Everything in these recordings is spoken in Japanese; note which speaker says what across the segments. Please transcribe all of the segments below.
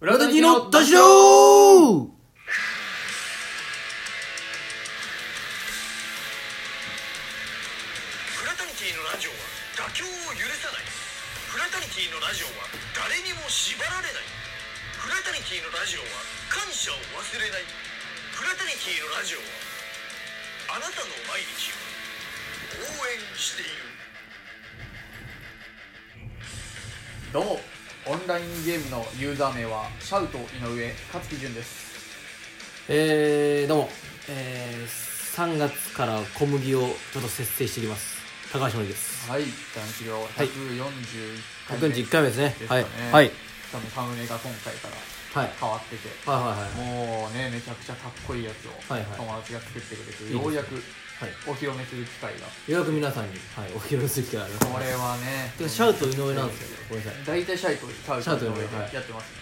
Speaker 1: 裏
Speaker 2: 裏
Speaker 1: 的
Speaker 2: 的
Speaker 1: の
Speaker 2: の
Speaker 1: 田
Speaker 2: 田
Speaker 1: 代
Speaker 2: 代
Speaker 3: フラタニティのラジオは妥協を許さないフラタニティのラジオは誰にも縛られないフラタニティのラジオは感謝を忘れないフラタニティのラジオはあなたの毎日を応援している
Speaker 4: どうもオンラインゲームのユーザー名はシャウト井上勝樹潤です
Speaker 2: えー、どうも、えー、3月から小麦をちょっと節制していきます高橋のりです
Speaker 4: はい男子量
Speaker 2: い
Speaker 4: 141回目、
Speaker 2: 141回目ですね
Speaker 4: ですか
Speaker 2: はい
Speaker 4: ね
Speaker 2: はい
Speaker 4: 多分サムネが今回から
Speaker 2: はい
Speaker 4: 変わってて
Speaker 2: はいはいはい
Speaker 4: もうねめちゃくちゃかっこいいやつを
Speaker 2: はいはい
Speaker 4: 友達が作ってくれて、
Speaker 2: いいですね
Speaker 4: ようやく
Speaker 2: はい
Speaker 4: お披露目する機会が
Speaker 2: ようやく皆さんに、はい、お披露目する機会があります
Speaker 4: これはね
Speaker 2: でもシャウト井上なんですよねごめんなさい
Speaker 4: 大体シャウトシャウト井上でやってますね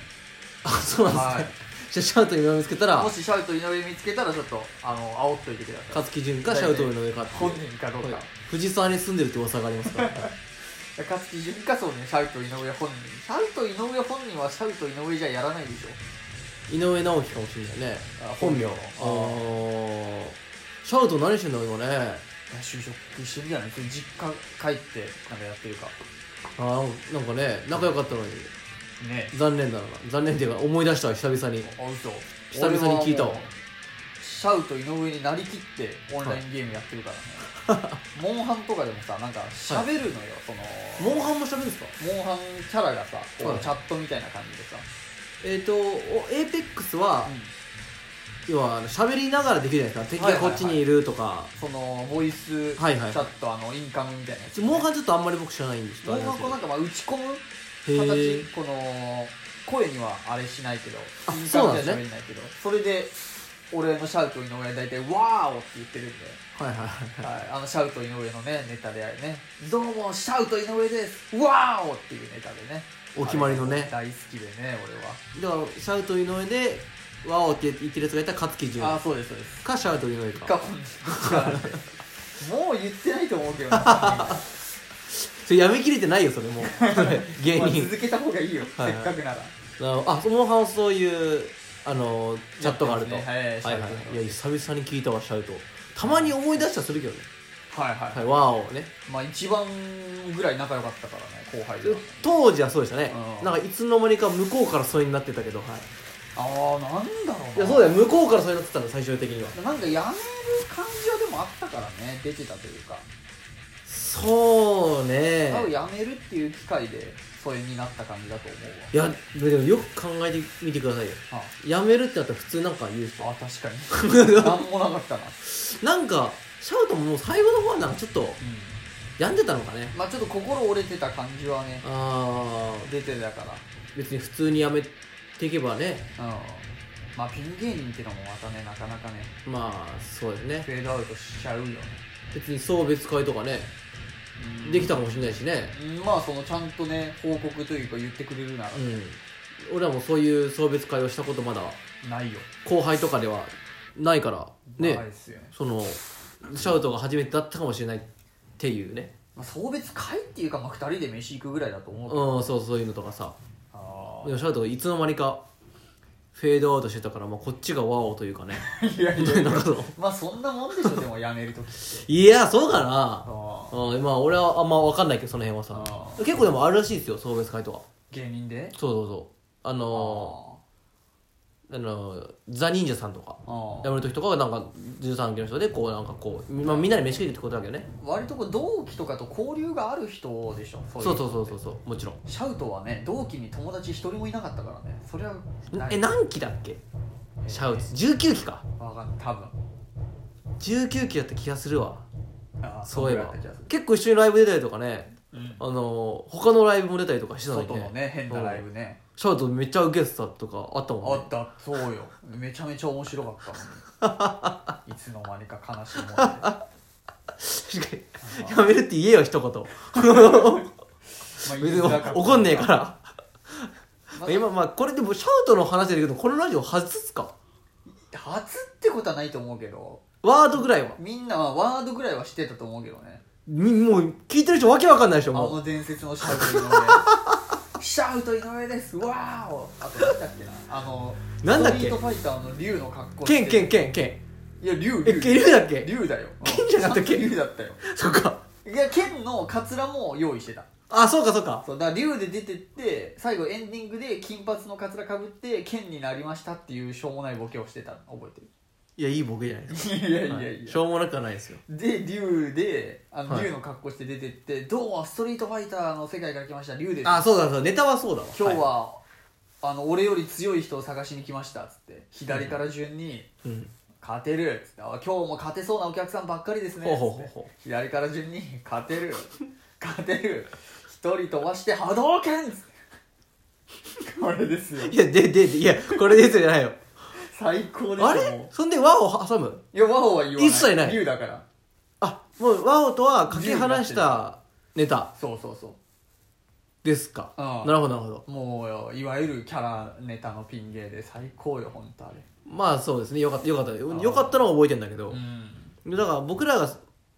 Speaker 2: あそうなんです
Speaker 4: は
Speaker 2: か、
Speaker 4: い
Speaker 2: じゃあシャウト井上見つけたら
Speaker 4: もしシャウト井上見つけたらちょっとあの煽っといてください
Speaker 2: 勝木潤かシャウト井上かっていう
Speaker 4: 本人かどうか、
Speaker 2: はい藤沢に住んでるって噂がありますから
Speaker 4: 勝木潤かそうねシャウト井上本人シャウト井上本人はシャウト井上じゃやらないでしょ
Speaker 2: 井上直樹かもしれないね
Speaker 4: あ
Speaker 2: あ
Speaker 4: 本名
Speaker 2: ーシャウト何してんだろう今ね
Speaker 4: いや就職してるんじゃないそれ実家帰ってなんかやってるか
Speaker 2: あーなんかね仲良かったのに
Speaker 4: ね
Speaker 2: 残念だな残念っていうか思い出したわ久々に
Speaker 4: あ嘘
Speaker 2: 久々に聞いたわ
Speaker 4: 俺はもうシャウト井上になりきってオンラインゲームやってるから ね、モンハンとかでもさなんか喋るのよ、その
Speaker 2: モンハンも喋るんですか
Speaker 4: モンハンキャラがさこ
Speaker 2: は
Speaker 4: う
Speaker 2: い
Speaker 4: チャットみたいな感じでさ、
Speaker 2: えっ、とお APEX は、
Speaker 4: うん
Speaker 2: 要はあの喋りながらできるじゃないですか敵がこっちにいるとか、
Speaker 4: そのボイスチ
Speaker 2: はい
Speaker 4: ャ
Speaker 2: はい
Speaker 4: ットあのインカムみたいなやつ
Speaker 2: モンハンちょっとあんまり僕知らないんです
Speaker 4: モンハンこうなんかまあ打ち込む形この声にはあれしないけど
Speaker 2: あ
Speaker 4: イン
Speaker 2: そ
Speaker 4: カ
Speaker 2: うなんで
Speaker 4: ムじ
Speaker 2: す
Speaker 4: ゃ
Speaker 2: ね
Speaker 4: 喋んないけどそれで俺のシャウト井上大体「ワーオ!」って言ってるんで、
Speaker 2: はいはいはい
Speaker 4: はい、あのシャウト井上のねネタでね「どうもシャウト井上ですワーオ!」っていうネタでね
Speaker 2: お決まりのね
Speaker 4: あれ大好きでね俺
Speaker 2: だからシャウト井上で「ワオ」って言ってるやつがいたら勝木純
Speaker 4: はああそうですそうです
Speaker 2: かシャウト井上
Speaker 4: か
Speaker 2: か
Speaker 4: 本日はもう言ってないと思うけどな
Speaker 2: それやめきれてないよそれ もう 芸
Speaker 4: まあ
Speaker 2: 人
Speaker 4: 続けた方がいいよ、
Speaker 2: はい
Speaker 4: せっかくなら
Speaker 2: あモンハンはそういうあのチャットがあると、
Speaker 4: やってますねはい
Speaker 2: はいは
Speaker 4: シャウト井
Speaker 2: い
Speaker 4: 上
Speaker 2: いや久々に聞いたわシャウトたまに思い出したりするけどね
Speaker 4: はいはい、
Speaker 2: はいワオね
Speaker 4: まあ一番ぐらい仲良かったからね後輩では
Speaker 2: 当時はそうでしたね
Speaker 4: うん
Speaker 2: なんかいつの間にか向こうからそれになってたけど、はい、
Speaker 4: ああなんだろうない
Speaker 2: いやそうだよ向こうからそれになってたの最終的には
Speaker 4: なんかやめる感じはでもあったからね出てたというか
Speaker 2: そうね
Speaker 4: 多分やめるっていう機会で疎遠になった感じだと思うわ
Speaker 2: いやでもよく考えてみてくださいよ
Speaker 4: あ
Speaker 2: やめるってなったら普通なんか言うでし
Speaker 4: あ確か になんもなかったな、
Speaker 2: ょなんかシャウトももう最後の方はなんかちょっと病んでたのかね
Speaker 4: まあちょっと心折れてた感じはね
Speaker 2: あ
Speaker 4: 出てたから
Speaker 2: ー別に普通にやめていけばね
Speaker 4: うんまあピン芸人ってのもまたねなかなかね
Speaker 2: まあそうですね
Speaker 4: フェードアウトしちゃうよね、
Speaker 2: 別に送別会とかね
Speaker 4: うん
Speaker 2: できたかもしれないしね
Speaker 4: うんまあそのちゃんとね報告というか言ってくれるなら
Speaker 2: うん俺らもそういう送別会をしたことまだ
Speaker 4: ないよ
Speaker 2: 後輩とかではないからね
Speaker 4: ないですよね
Speaker 2: そのシャウトが初めてだったかもしれないっていうね
Speaker 4: まあ、送別会っていうか、まあ、2人で飯行くぐらいだと思うけど、
Speaker 2: うんそうそういうのとかさ
Speaker 4: あ
Speaker 2: でもシャウトがいつの間にかフェードアウトしてたから、まあ、こっちがワオというか ね
Speaker 4: あいやいやいや
Speaker 2: なんかその
Speaker 4: まあそんなもんでしょでもやめるときって
Speaker 2: いやそうかな
Speaker 4: ああ
Speaker 2: うんまあ俺はあんま分かんないけどその辺はさ
Speaker 4: あ
Speaker 2: 結構でもあるらしいですよ送別会とか
Speaker 4: 芸人で
Speaker 2: そうそうそうあ
Speaker 4: あ
Speaker 2: のーあのーザ・忍者さんとか
Speaker 4: あ
Speaker 2: 辞める時とかはなんか13期の人でこうなんかこう、まあ、みんなで飯食いってことだけどね
Speaker 4: 割とこう同期とかと交流がある人でしょ
Speaker 2: そうそうそう
Speaker 4: い
Speaker 2: そうう
Speaker 4: 人って
Speaker 2: そうもちろん
Speaker 4: シャウトはね同期に友達一人もいなかったからねそれはない
Speaker 2: え何期だっけシャウト19期か
Speaker 4: わかんない多分
Speaker 2: 19期だった気がするわ
Speaker 4: ああ
Speaker 2: そういえ
Speaker 4: ん
Speaker 2: ば
Speaker 4: ぐらいだった気がする
Speaker 2: 結構一緒にライブ出たりとかね
Speaker 4: うん
Speaker 2: あのー他のライブも出たりとかしてたのに
Speaker 4: 外のね変なライブね
Speaker 2: シャウトめっちゃ受けてたとかあったも
Speaker 4: あ
Speaker 2: んね
Speaker 4: ったそうよめちゃめちゃ面白かったもんいつの間にか悲しいもん で
Speaker 2: 確かに やめるって言えよ一 言
Speaker 4: まあ
Speaker 2: 別
Speaker 4: 言い
Speaker 2: に
Speaker 4: づらかった
Speaker 2: 怒んねえから
Speaker 4: ま
Speaker 2: 今まあこれでもシャウトの話だけどこのラジオ外すか
Speaker 4: 初ってことはないと思うけど
Speaker 2: ワードぐらいは
Speaker 4: みんなはワードぐらいはしてたと思うけどね
Speaker 2: みもう聞いてる人わけわかんないでし
Speaker 4: あ
Speaker 2: ょもう
Speaker 4: の伝説のシャウト井上シャウト井上ですわーおあとなんだっけなあの
Speaker 2: なんだっけ
Speaker 4: ストリートファイターの竜の格好して
Speaker 2: ケンケンケンケン
Speaker 4: いや竜
Speaker 2: えケンだっけ
Speaker 4: 竜だよ
Speaker 2: 剣じゃなかったっけ
Speaker 4: うんちゃんと竜だったよ
Speaker 2: そっか
Speaker 4: いや剣のカツラも用意してた
Speaker 2: あそうかそうか
Speaker 4: そうだから竜で出てって最後エンディングで金髪のカツラかぶって剣になりましたっていうしょうもないボケをしてたの覚
Speaker 2: いやいいボケじゃないです
Speaker 4: えてるいやい
Speaker 2: か
Speaker 4: やいや、
Speaker 2: はしょうもなくはないですよ
Speaker 4: で竜であの、
Speaker 2: はい
Speaker 4: 竜の格好して出てって「どうもストリートファイターの世界から来ました竜です」
Speaker 2: あそうだそうだネタはそうだわ
Speaker 4: 今日
Speaker 2: は
Speaker 4: は、あの俺より強い人を探しに来ました」っつって左から順に
Speaker 2: いうん
Speaker 4: 「勝てる」っつってあ「今日も勝てそうなお客さんばっかりですね」
Speaker 2: ほうほうほう
Speaker 4: っつって
Speaker 2: ほ
Speaker 4: 左から順に「勝てる」「勝てる」「一人飛ばして波動拳」っつってこれですよ
Speaker 2: いやでででいやこれですじゃないよ
Speaker 4: 最高ですよ
Speaker 2: あ
Speaker 4: も
Speaker 2: れそんで和を挟む
Speaker 4: ういや和王は言わない
Speaker 2: 一切ない
Speaker 4: 竜だから
Speaker 2: あもう和をとはかけ離したネタ
Speaker 4: そうそうそう
Speaker 2: ですか
Speaker 4: うん
Speaker 2: なるほどなるほど
Speaker 4: もうよいわゆるキャラネタのピン芸で最高よ本当あれ
Speaker 2: まあそうですねよかったよかったよかったのは覚えてんだけど
Speaker 4: ん
Speaker 2: だから僕らが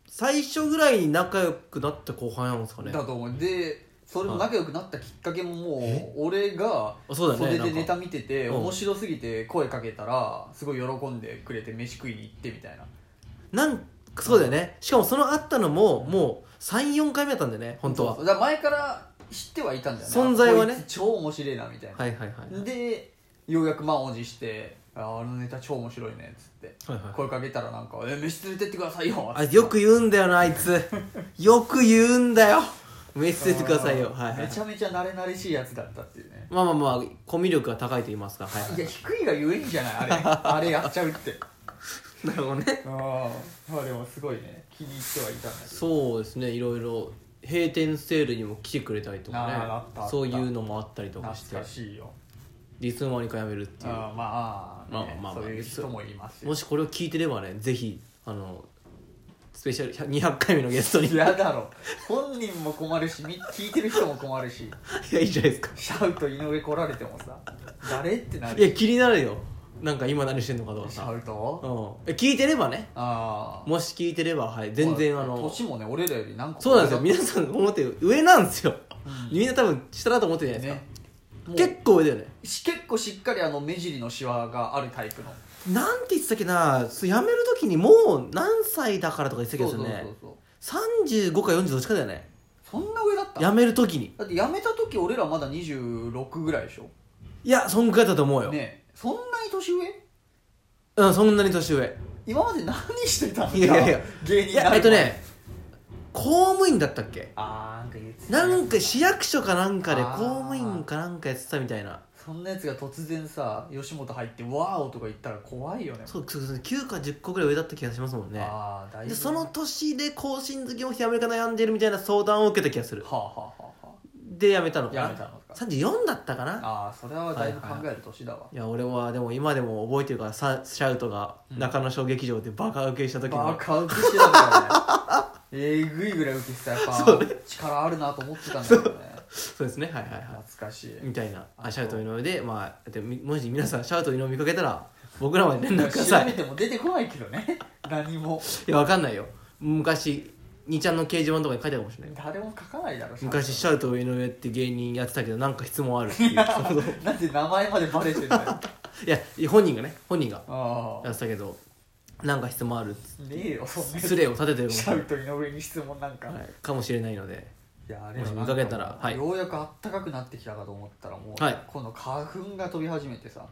Speaker 2: 最初ぐらいに仲良くなった後半なんですかね
Speaker 4: だと思うでそれも仲良くなったきっかけももう俺が
Speaker 2: あそうだよね
Speaker 4: 袖
Speaker 2: なん
Speaker 4: で
Speaker 2: か
Speaker 4: ネタ見てて
Speaker 2: うん
Speaker 4: 面白すぎて声かけたらすごい喜んでくれて飯食いに行ってみたいな
Speaker 2: なんそうだよねしかもそのあったのももう34回目だったんだよね本当は
Speaker 4: そうそうだから前から知ってはいたんだよね
Speaker 2: 存在はね
Speaker 4: あこいつ超面白いなみたいな、
Speaker 2: はいはいはいはい
Speaker 4: でようやく満を持して「ああのネタ超面白いね」っつって
Speaker 2: はい
Speaker 4: 声かけたらなんか「え飯連れてってくださいよ」
Speaker 2: あよく言うんだよなあいつよく言うんだよメッセージくださいよはいはい
Speaker 4: めちゃめちゃ慣れ慣れしいやつだったっていうね
Speaker 2: まあまあまあコミュ力が高いと言いますかはいはい
Speaker 4: や低いがゆえんじゃないあれあれやっちゃう って
Speaker 2: いなるほどね
Speaker 4: ああまあでもすごいね気に入ってはいたんだけ
Speaker 2: そうですねいろいろ閉店セールにも来てくれたりと
Speaker 4: あーあっ
Speaker 2: か
Speaker 4: たあっ
Speaker 2: ね
Speaker 4: た
Speaker 2: そういうのもあったりと
Speaker 4: ど
Speaker 2: かして
Speaker 4: 懐かしいよ
Speaker 2: いつの間にかやめるっていう
Speaker 4: ああまあ、ね
Speaker 2: まあまあまあ
Speaker 4: そういう人もいます
Speaker 2: も
Speaker 4: よ
Speaker 2: しこれを聞いてればねぜひあのスペシャル100 200回目のゲスト にいや
Speaker 4: 嫌だろ本人も困るしみ聞いてる人も困るし
Speaker 2: いいじゃないですか
Speaker 4: シャウト井上来られてもさ誰ってない
Speaker 2: や
Speaker 4: る
Speaker 2: 気になるよなんか今何してんのかとか
Speaker 4: シ
Speaker 2: さ、
Speaker 4: ャウ
Speaker 2: う
Speaker 4: ト
Speaker 2: ん、え聞いてればね
Speaker 4: ああ
Speaker 2: もし聞いてればはい全然あの
Speaker 4: 年もね俺らより何個
Speaker 2: そうなんですよ皆さん思ってる上なんですよ、
Speaker 4: うん
Speaker 2: みんな多分下だと思ってるじゃないです
Speaker 4: ね
Speaker 2: か、
Speaker 4: もう
Speaker 2: 結構上だよね
Speaker 4: し結構しっかりあの目尻のシワがあるタイプの
Speaker 2: なんて言ってたっけなそう辞める時にもう何歳だからとか言ってた
Speaker 4: そ
Speaker 2: けど
Speaker 4: うそうそう
Speaker 2: ね
Speaker 4: そう
Speaker 2: 35か40どっちかだよね
Speaker 4: そんな上だった
Speaker 2: 辞める時に
Speaker 4: だって辞めた時俺らまだ26ぐらいでしょ
Speaker 2: いやそんぐらいだと思うよ、
Speaker 4: ねえそんなに年上
Speaker 2: うんそんなに年上
Speaker 4: 今まで何してたんだ
Speaker 2: いやいやいや
Speaker 4: 芸人
Speaker 2: い
Speaker 4: になる
Speaker 2: や
Speaker 4: 前
Speaker 2: えっとね公務員だったっけ
Speaker 4: あーなんか言ってた
Speaker 2: なんか市役所かなんかで
Speaker 4: あ
Speaker 2: 公
Speaker 4: ー
Speaker 2: 務員かなんかやってたみたいな
Speaker 4: そんなやつが突然さ吉本入って「ワーオ」とか言ったら怖いよね
Speaker 2: そうそうそう9か10個ぐらい上だった気がしますもんね
Speaker 4: ああ大
Speaker 2: でその年で更新好きも辞めるか悩んでるみたいな相談を受けた気がする
Speaker 4: はあ、はあはあは
Speaker 2: で辞めたのかな
Speaker 4: 辞めたのか
Speaker 2: 34だったかな
Speaker 4: あ、あーそれはだいぶ考える年だわ、
Speaker 2: いや俺はでも今でも覚えてるからさシャウトが中野小劇場でバカ受けした時
Speaker 4: バ
Speaker 2: の
Speaker 4: カウケしてたんだよねえぐいぐらいウケてたやっ
Speaker 2: そう
Speaker 4: ぱ力あるなと思ってたんだけどね
Speaker 2: そうですねはいはいは
Speaker 4: 懐かしい
Speaker 2: いみたいなあ
Speaker 4: あ
Speaker 2: シャウト井上でまあでみもし皆さんシャウト井上見かけたら僕らまで連絡くださ
Speaker 4: 調
Speaker 2: い
Speaker 4: べても出てこないけどね何も
Speaker 2: いやわかんないよ昔2ちゃんの掲示板とかに書いてあるかもしれないよ
Speaker 4: 誰も書かないだろ
Speaker 2: 昔シ
Speaker 4: ちゃ
Speaker 2: ャウト井上って芸人やってたけどなんか質問あるっていう そうそうん
Speaker 4: となんで名前までバレてんだよあ
Speaker 2: いや本人がね本人が
Speaker 4: あ
Speaker 2: やってたけどなんか質問あるっつ
Speaker 4: ねえよそんなやつ
Speaker 2: 失礼を立ててるかも
Speaker 4: シ
Speaker 2: しれな
Speaker 4: ャ
Speaker 2: い
Speaker 4: ウト井上に質問なんか、
Speaker 2: はいかもしれないので
Speaker 4: いやあ
Speaker 2: もし
Speaker 4: なん
Speaker 2: 見かけたらはい
Speaker 4: ようやくあったかくなってきたかと思ったらもう、
Speaker 2: はい
Speaker 4: 今度花粉が飛び始めてさ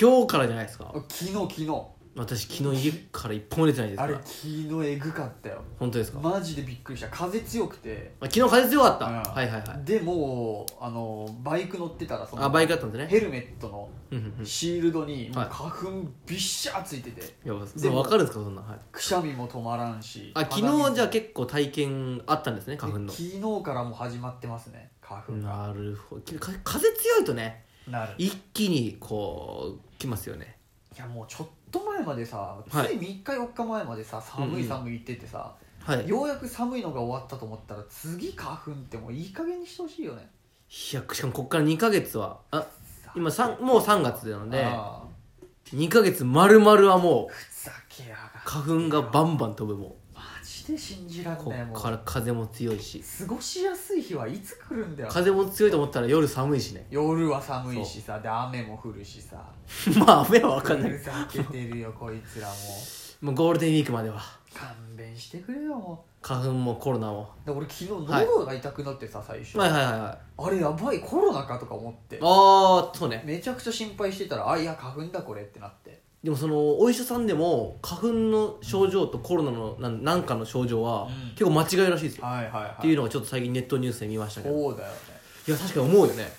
Speaker 2: 今日からじゃないですか
Speaker 4: 昨日昨日
Speaker 2: 私昨日家から一本も出てないです
Speaker 4: あ
Speaker 2: か
Speaker 4: れ
Speaker 2: ら
Speaker 4: 昨日えぐかったよ
Speaker 2: 本当ですか、ま
Speaker 4: マジでびっくりした風強くて
Speaker 2: あ、昨日風強かった、
Speaker 4: う
Speaker 2: は
Speaker 4: ん
Speaker 2: いはいはい
Speaker 4: でもうあのバイク乗ってたらその
Speaker 2: あバイクだったんですね
Speaker 4: ヘルメットの
Speaker 2: うんうんうんい
Speaker 4: シールドにも
Speaker 2: はいう
Speaker 4: 花粉びっしゃついてて
Speaker 2: やそう分かるんですかそんな、はい、
Speaker 4: くしゃみも止まらんし
Speaker 2: あ昨日じゃあ結構体験あったんですね花粉の
Speaker 4: で昨日からもう始まってますね花粉が
Speaker 2: なるほどか風強いとね
Speaker 4: なるい
Speaker 2: 一気にこう来ますよね
Speaker 4: やもうちょっと前までさつい
Speaker 2: はい
Speaker 4: 3日4日前までさ寒
Speaker 2: うんう
Speaker 4: い
Speaker 2: ん
Speaker 4: 寒い言っててさ、
Speaker 2: はいい
Speaker 4: ようやく寒いのが終わったと思ったら次花粉ってもういい加減にしてほしいよね
Speaker 2: やしかもこっから2ヶ月はあ
Speaker 4: さ
Speaker 2: 今さんもう3月なので
Speaker 4: ああ
Speaker 2: 2ヶ月丸々はもう
Speaker 4: ふざけやが
Speaker 2: 花粉がバンバン飛ぶも
Speaker 4: マジでジで信じらん
Speaker 2: こ
Speaker 4: ないも
Speaker 2: っ
Speaker 4: う
Speaker 2: か
Speaker 4: 過
Speaker 2: ら風も強いし
Speaker 4: ごしやすい日はいつ来るんだよ
Speaker 2: 風も強いと思ったら夜寒いしね
Speaker 4: 夜は寒いしさで雨も降るしさ
Speaker 2: まあ雨は分かんない
Speaker 4: ふざけて るよこいつらもう
Speaker 2: もうゴールデンウィークまでは
Speaker 4: 勘弁してくれよも
Speaker 2: 花粉もコロナも
Speaker 4: うで俺昨日喉が痛くなってさ最初、
Speaker 2: はいはいはいはい
Speaker 4: あれやばいコロナかとか思って
Speaker 2: ああそうね
Speaker 4: めちゃくちゃ心配してたらあいや花粉だこれってなって
Speaker 2: でもそのお医者さんでも花粉の症状とコロナのなんなんかの症状は
Speaker 4: うん
Speaker 2: 結構間違いらしいですよ、
Speaker 4: はいはいはい
Speaker 2: っていうのがちょっと最近ネットニュースで見ましたけど
Speaker 4: そうだよね
Speaker 2: いや確かに思うよね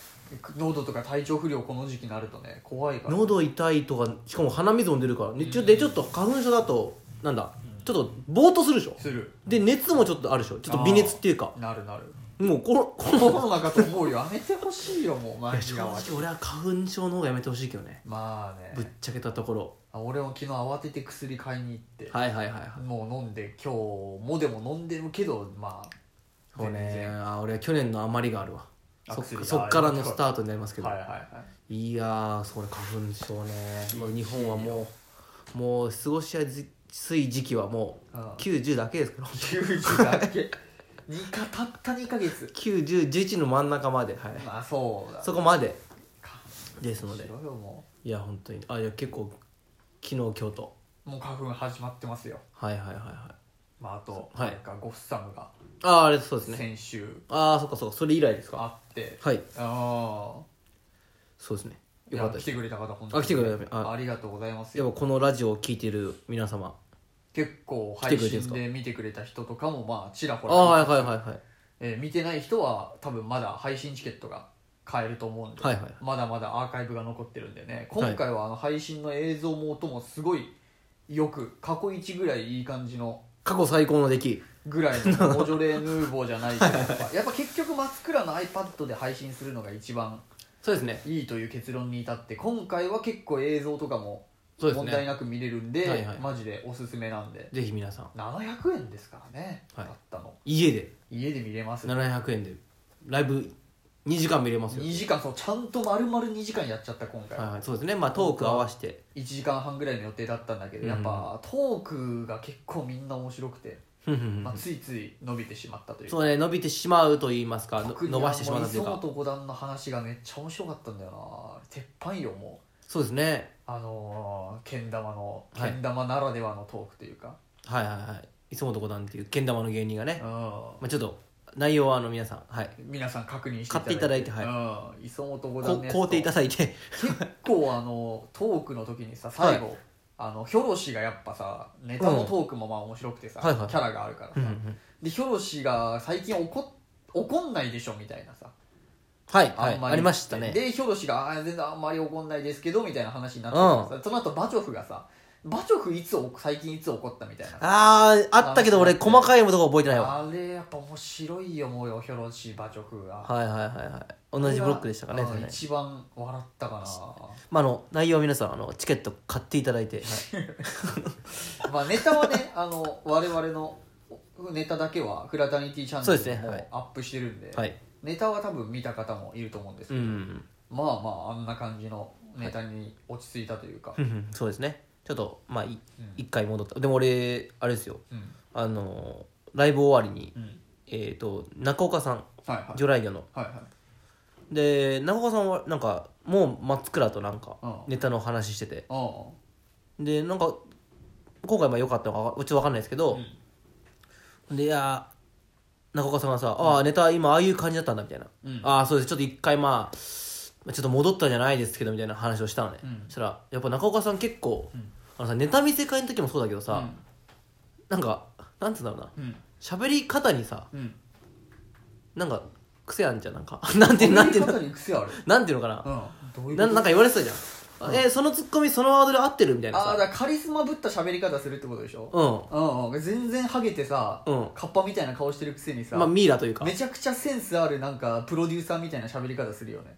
Speaker 4: 喉とか体調不良この時期になるとね怖いから
Speaker 2: 喉痛いとかしかも鼻水も出るからでちょでちょっと花粉症だとなんだちょっとぼーっとするでしょ
Speaker 4: する
Speaker 2: で熱もちょっとあるでしょちょっと微熱っていうか
Speaker 4: なるな る
Speaker 2: もうこのこ
Speaker 4: コ
Speaker 2: の
Speaker 4: ロナかと思うよやめてほしいよもうマ
Speaker 2: いや
Speaker 4: ジ
Speaker 2: 正
Speaker 4: で
Speaker 2: 直俺は花粉症の方がやめてほしいけどね
Speaker 4: まあ
Speaker 2: ぶっ
Speaker 4: ね
Speaker 2: ちゃけたところ
Speaker 4: あ俺も昨日慌てて薬買いに行って、
Speaker 2: はいはいはいはい
Speaker 4: もう飲んで今日もでも飲んでるけどまあ
Speaker 2: そうね
Speaker 4: 全
Speaker 2: あ俺は去年の余りがあるわ
Speaker 4: あ
Speaker 2: そっ
Speaker 4: 薬が
Speaker 2: そっからのスタートになりますけ
Speaker 4: 然
Speaker 2: ど、
Speaker 4: はいはいはい
Speaker 2: いやーそうね花粉症ねもう日本はもうもう過ごしやすい時期はもう
Speaker 4: うん
Speaker 2: 90だけですから
Speaker 4: 90だけ にかたった2ヶ月
Speaker 2: 9011の真ん中まではい
Speaker 4: まあそうだ
Speaker 2: そこまで
Speaker 4: か
Speaker 2: ですので
Speaker 4: しろよも
Speaker 2: いや本当にあいや結構昨日今日と
Speaker 4: うもう花粉始まってますよ
Speaker 2: はいはいはいはい
Speaker 4: まああと
Speaker 2: は
Speaker 4: ないんかゴッサムが
Speaker 2: あああれそうですね
Speaker 4: 先週
Speaker 2: ああそっかそっかそれ以来ですか
Speaker 4: あって
Speaker 2: はい
Speaker 4: ああ
Speaker 2: そうですね
Speaker 4: い
Speaker 2: よか
Speaker 4: や
Speaker 2: ったで
Speaker 4: 来
Speaker 2: す
Speaker 4: てくれた方本
Speaker 2: あ来てくれた
Speaker 4: あ
Speaker 2: あ
Speaker 4: ありがとうございます
Speaker 2: やっぱこのラジオを聞いてる皆様
Speaker 4: 結構
Speaker 2: 来て
Speaker 4: 配
Speaker 2: くれてるんです
Speaker 4: 信
Speaker 2: か
Speaker 4: で見てくれた人とかもまあちらほ
Speaker 2: あ
Speaker 4: ら
Speaker 2: あはいはいはいはい
Speaker 4: えー見てない人は多分まだ配信チケットが買えると思うんで、
Speaker 2: はいはい
Speaker 4: まだまだアーカイブが残ってるんでね
Speaker 2: はい
Speaker 4: 今回はあの配信の映像も音もすごいよく過去一ぐらいいい感じの
Speaker 2: 過去最高の出来
Speaker 4: ぐらいのボジョレ・ヌーボーじゃないけどやっぱ やっぱ結局松倉の iPad で配信するのが一番
Speaker 2: そうですね
Speaker 4: いいという結論に至って今回は結構映像とかも
Speaker 2: そうです
Speaker 4: 問
Speaker 2: ね
Speaker 4: 題なく見れるんで
Speaker 2: はいはい
Speaker 4: マジでおすすめなんで
Speaker 2: ぜひ皆さん
Speaker 4: 700円ですからね、
Speaker 2: はい
Speaker 4: だったの
Speaker 2: 家で
Speaker 4: 家で見れます
Speaker 2: 700円でライブ2時間見れますよ
Speaker 4: 2時間そうちゃんと丸々2時間やっちゃった今回、
Speaker 2: はいはいそうですねまあトーク合わせて
Speaker 4: 1時間半ぐらいの予定だったんだけど、
Speaker 2: うん
Speaker 4: やっぱトークが結構みんな面白くて、
Speaker 2: ふんふんふん
Speaker 4: まあ、ついつい伸びてしまったとい う
Speaker 2: そうね伸びてしまうと言いますかの
Speaker 4: 特に
Speaker 2: 伸ばしてしまうという
Speaker 4: あ
Speaker 2: か
Speaker 4: の磯本五段の話がめっちゃ面白かったんだよな鉄板よもう
Speaker 2: そうですね
Speaker 4: あのーけん玉の
Speaker 2: はい
Speaker 4: けん玉ならではのトークというか、
Speaker 2: はいはいはい磯本五段っていうけん玉の芸人がね
Speaker 4: う
Speaker 2: まあちょっと内容はあの皆さんはい
Speaker 4: ん、皆さん確認して
Speaker 2: 買っていただいて
Speaker 4: うん、磯本五
Speaker 2: こ
Speaker 4: 段のやつと
Speaker 2: 買うていただいて
Speaker 4: 結構あのトークの時にさ最後、あのヒョロシがやっぱさネタのトークもまあ面白くてさ、
Speaker 2: はいはい
Speaker 4: キャラがあるからさ、
Speaker 2: うんうん
Speaker 4: でヒョロシが最近怒っ怒んないでしょみたいなさ
Speaker 2: はいはいありましたね
Speaker 4: でヒョロシがあー全然あんまり怒んないですけどみたいな話になってさ、その後バチョフがさバチョフいつお最近いつ怒ったみたいな
Speaker 2: あーあったけど俺細かいとこ覚えてないわ
Speaker 4: あれやっぱ面白いよもうよヒョロシバチョフが
Speaker 2: はいはいはいはい同じブロックでしたかね
Speaker 4: うん
Speaker 2: それね
Speaker 4: 一番笑ったか
Speaker 2: まああの内容は皆さんあのチケット買っていただいてはい
Speaker 4: な まあネタはねあの我々のネタだけはフラタニティチャン
Speaker 2: そうです
Speaker 4: ネル
Speaker 2: ね
Speaker 4: に
Speaker 2: は
Speaker 4: も
Speaker 2: い
Speaker 4: アップしてるんで、
Speaker 2: はい
Speaker 4: ネタは多分見た方もいると思うんですけど
Speaker 2: うんうん
Speaker 4: まあまああんな感じのネタに落ち着いたというか、
Speaker 2: うんうんそうですねちょっとまあい
Speaker 4: うん
Speaker 2: 一、回戻ったでも俺あれですよ
Speaker 4: うん
Speaker 2: あのライブ終わりに、
Speaker 4: うん
Speaker 2: えっ、と中岡さん
Speaker 4: はいはい
Speaker 2: ジョライドの
Speaker 4: はいはい
Speaker 2: で中岡さんはなんかもう松倉となんか
Speaker 4: うん
Speaker 2: ネタの話してて
Speaker 4: ああ
Speaker 2: でなんか今回まあ良かったのかわちょっと分かんないですけど、でいやー中岡さんがさ「ああネタ今ああいう感じだったんだ」みたいな「
Speaker 4: うん
Speaker 2: ああそうですちょっと一回まあまあちょっと戻ったんじゃないですけど」みたいな話をしたのね、
Speaker 4: うん
Speaker 2: そしたらやっぱ中岡さん結構、
Speaker 4: ん
Speaker 2: あのさネタ見せ会の時もそうだけどさ、なんかなんつうんだろうな
Speaker 4: うん
Speaker 2: 喋り方にさ
Speaker 4: うん
Speaker 2: なんか癖あんじゃんなんか なんてなんて
Speaker 4: 言い方に癖ある
Speaker 2: なんていうのかな、
Speaker 4: うんどういうこ
Speaker 2: な
Speaker 4: と
Speaker 2: なんか言われてたじゃん、えーそのツッコミそのワードで合ってるみたいな
Speaker 4: ああ
Speaker 2: さ
Speaker 4: だからカリスマぶった喋り方するってことでしょ
Speaker 2: うん
Speaker 4: うんうん全然ハゲてさ、
Speaker 2: うん
Speaker 4: カッパみたいな顔してるくせにさ、
Speaker 2: まあミイラというか
Speaker 4: めちゃくちゃセンスあるなんかプロデューサーみたいな喋り方するよね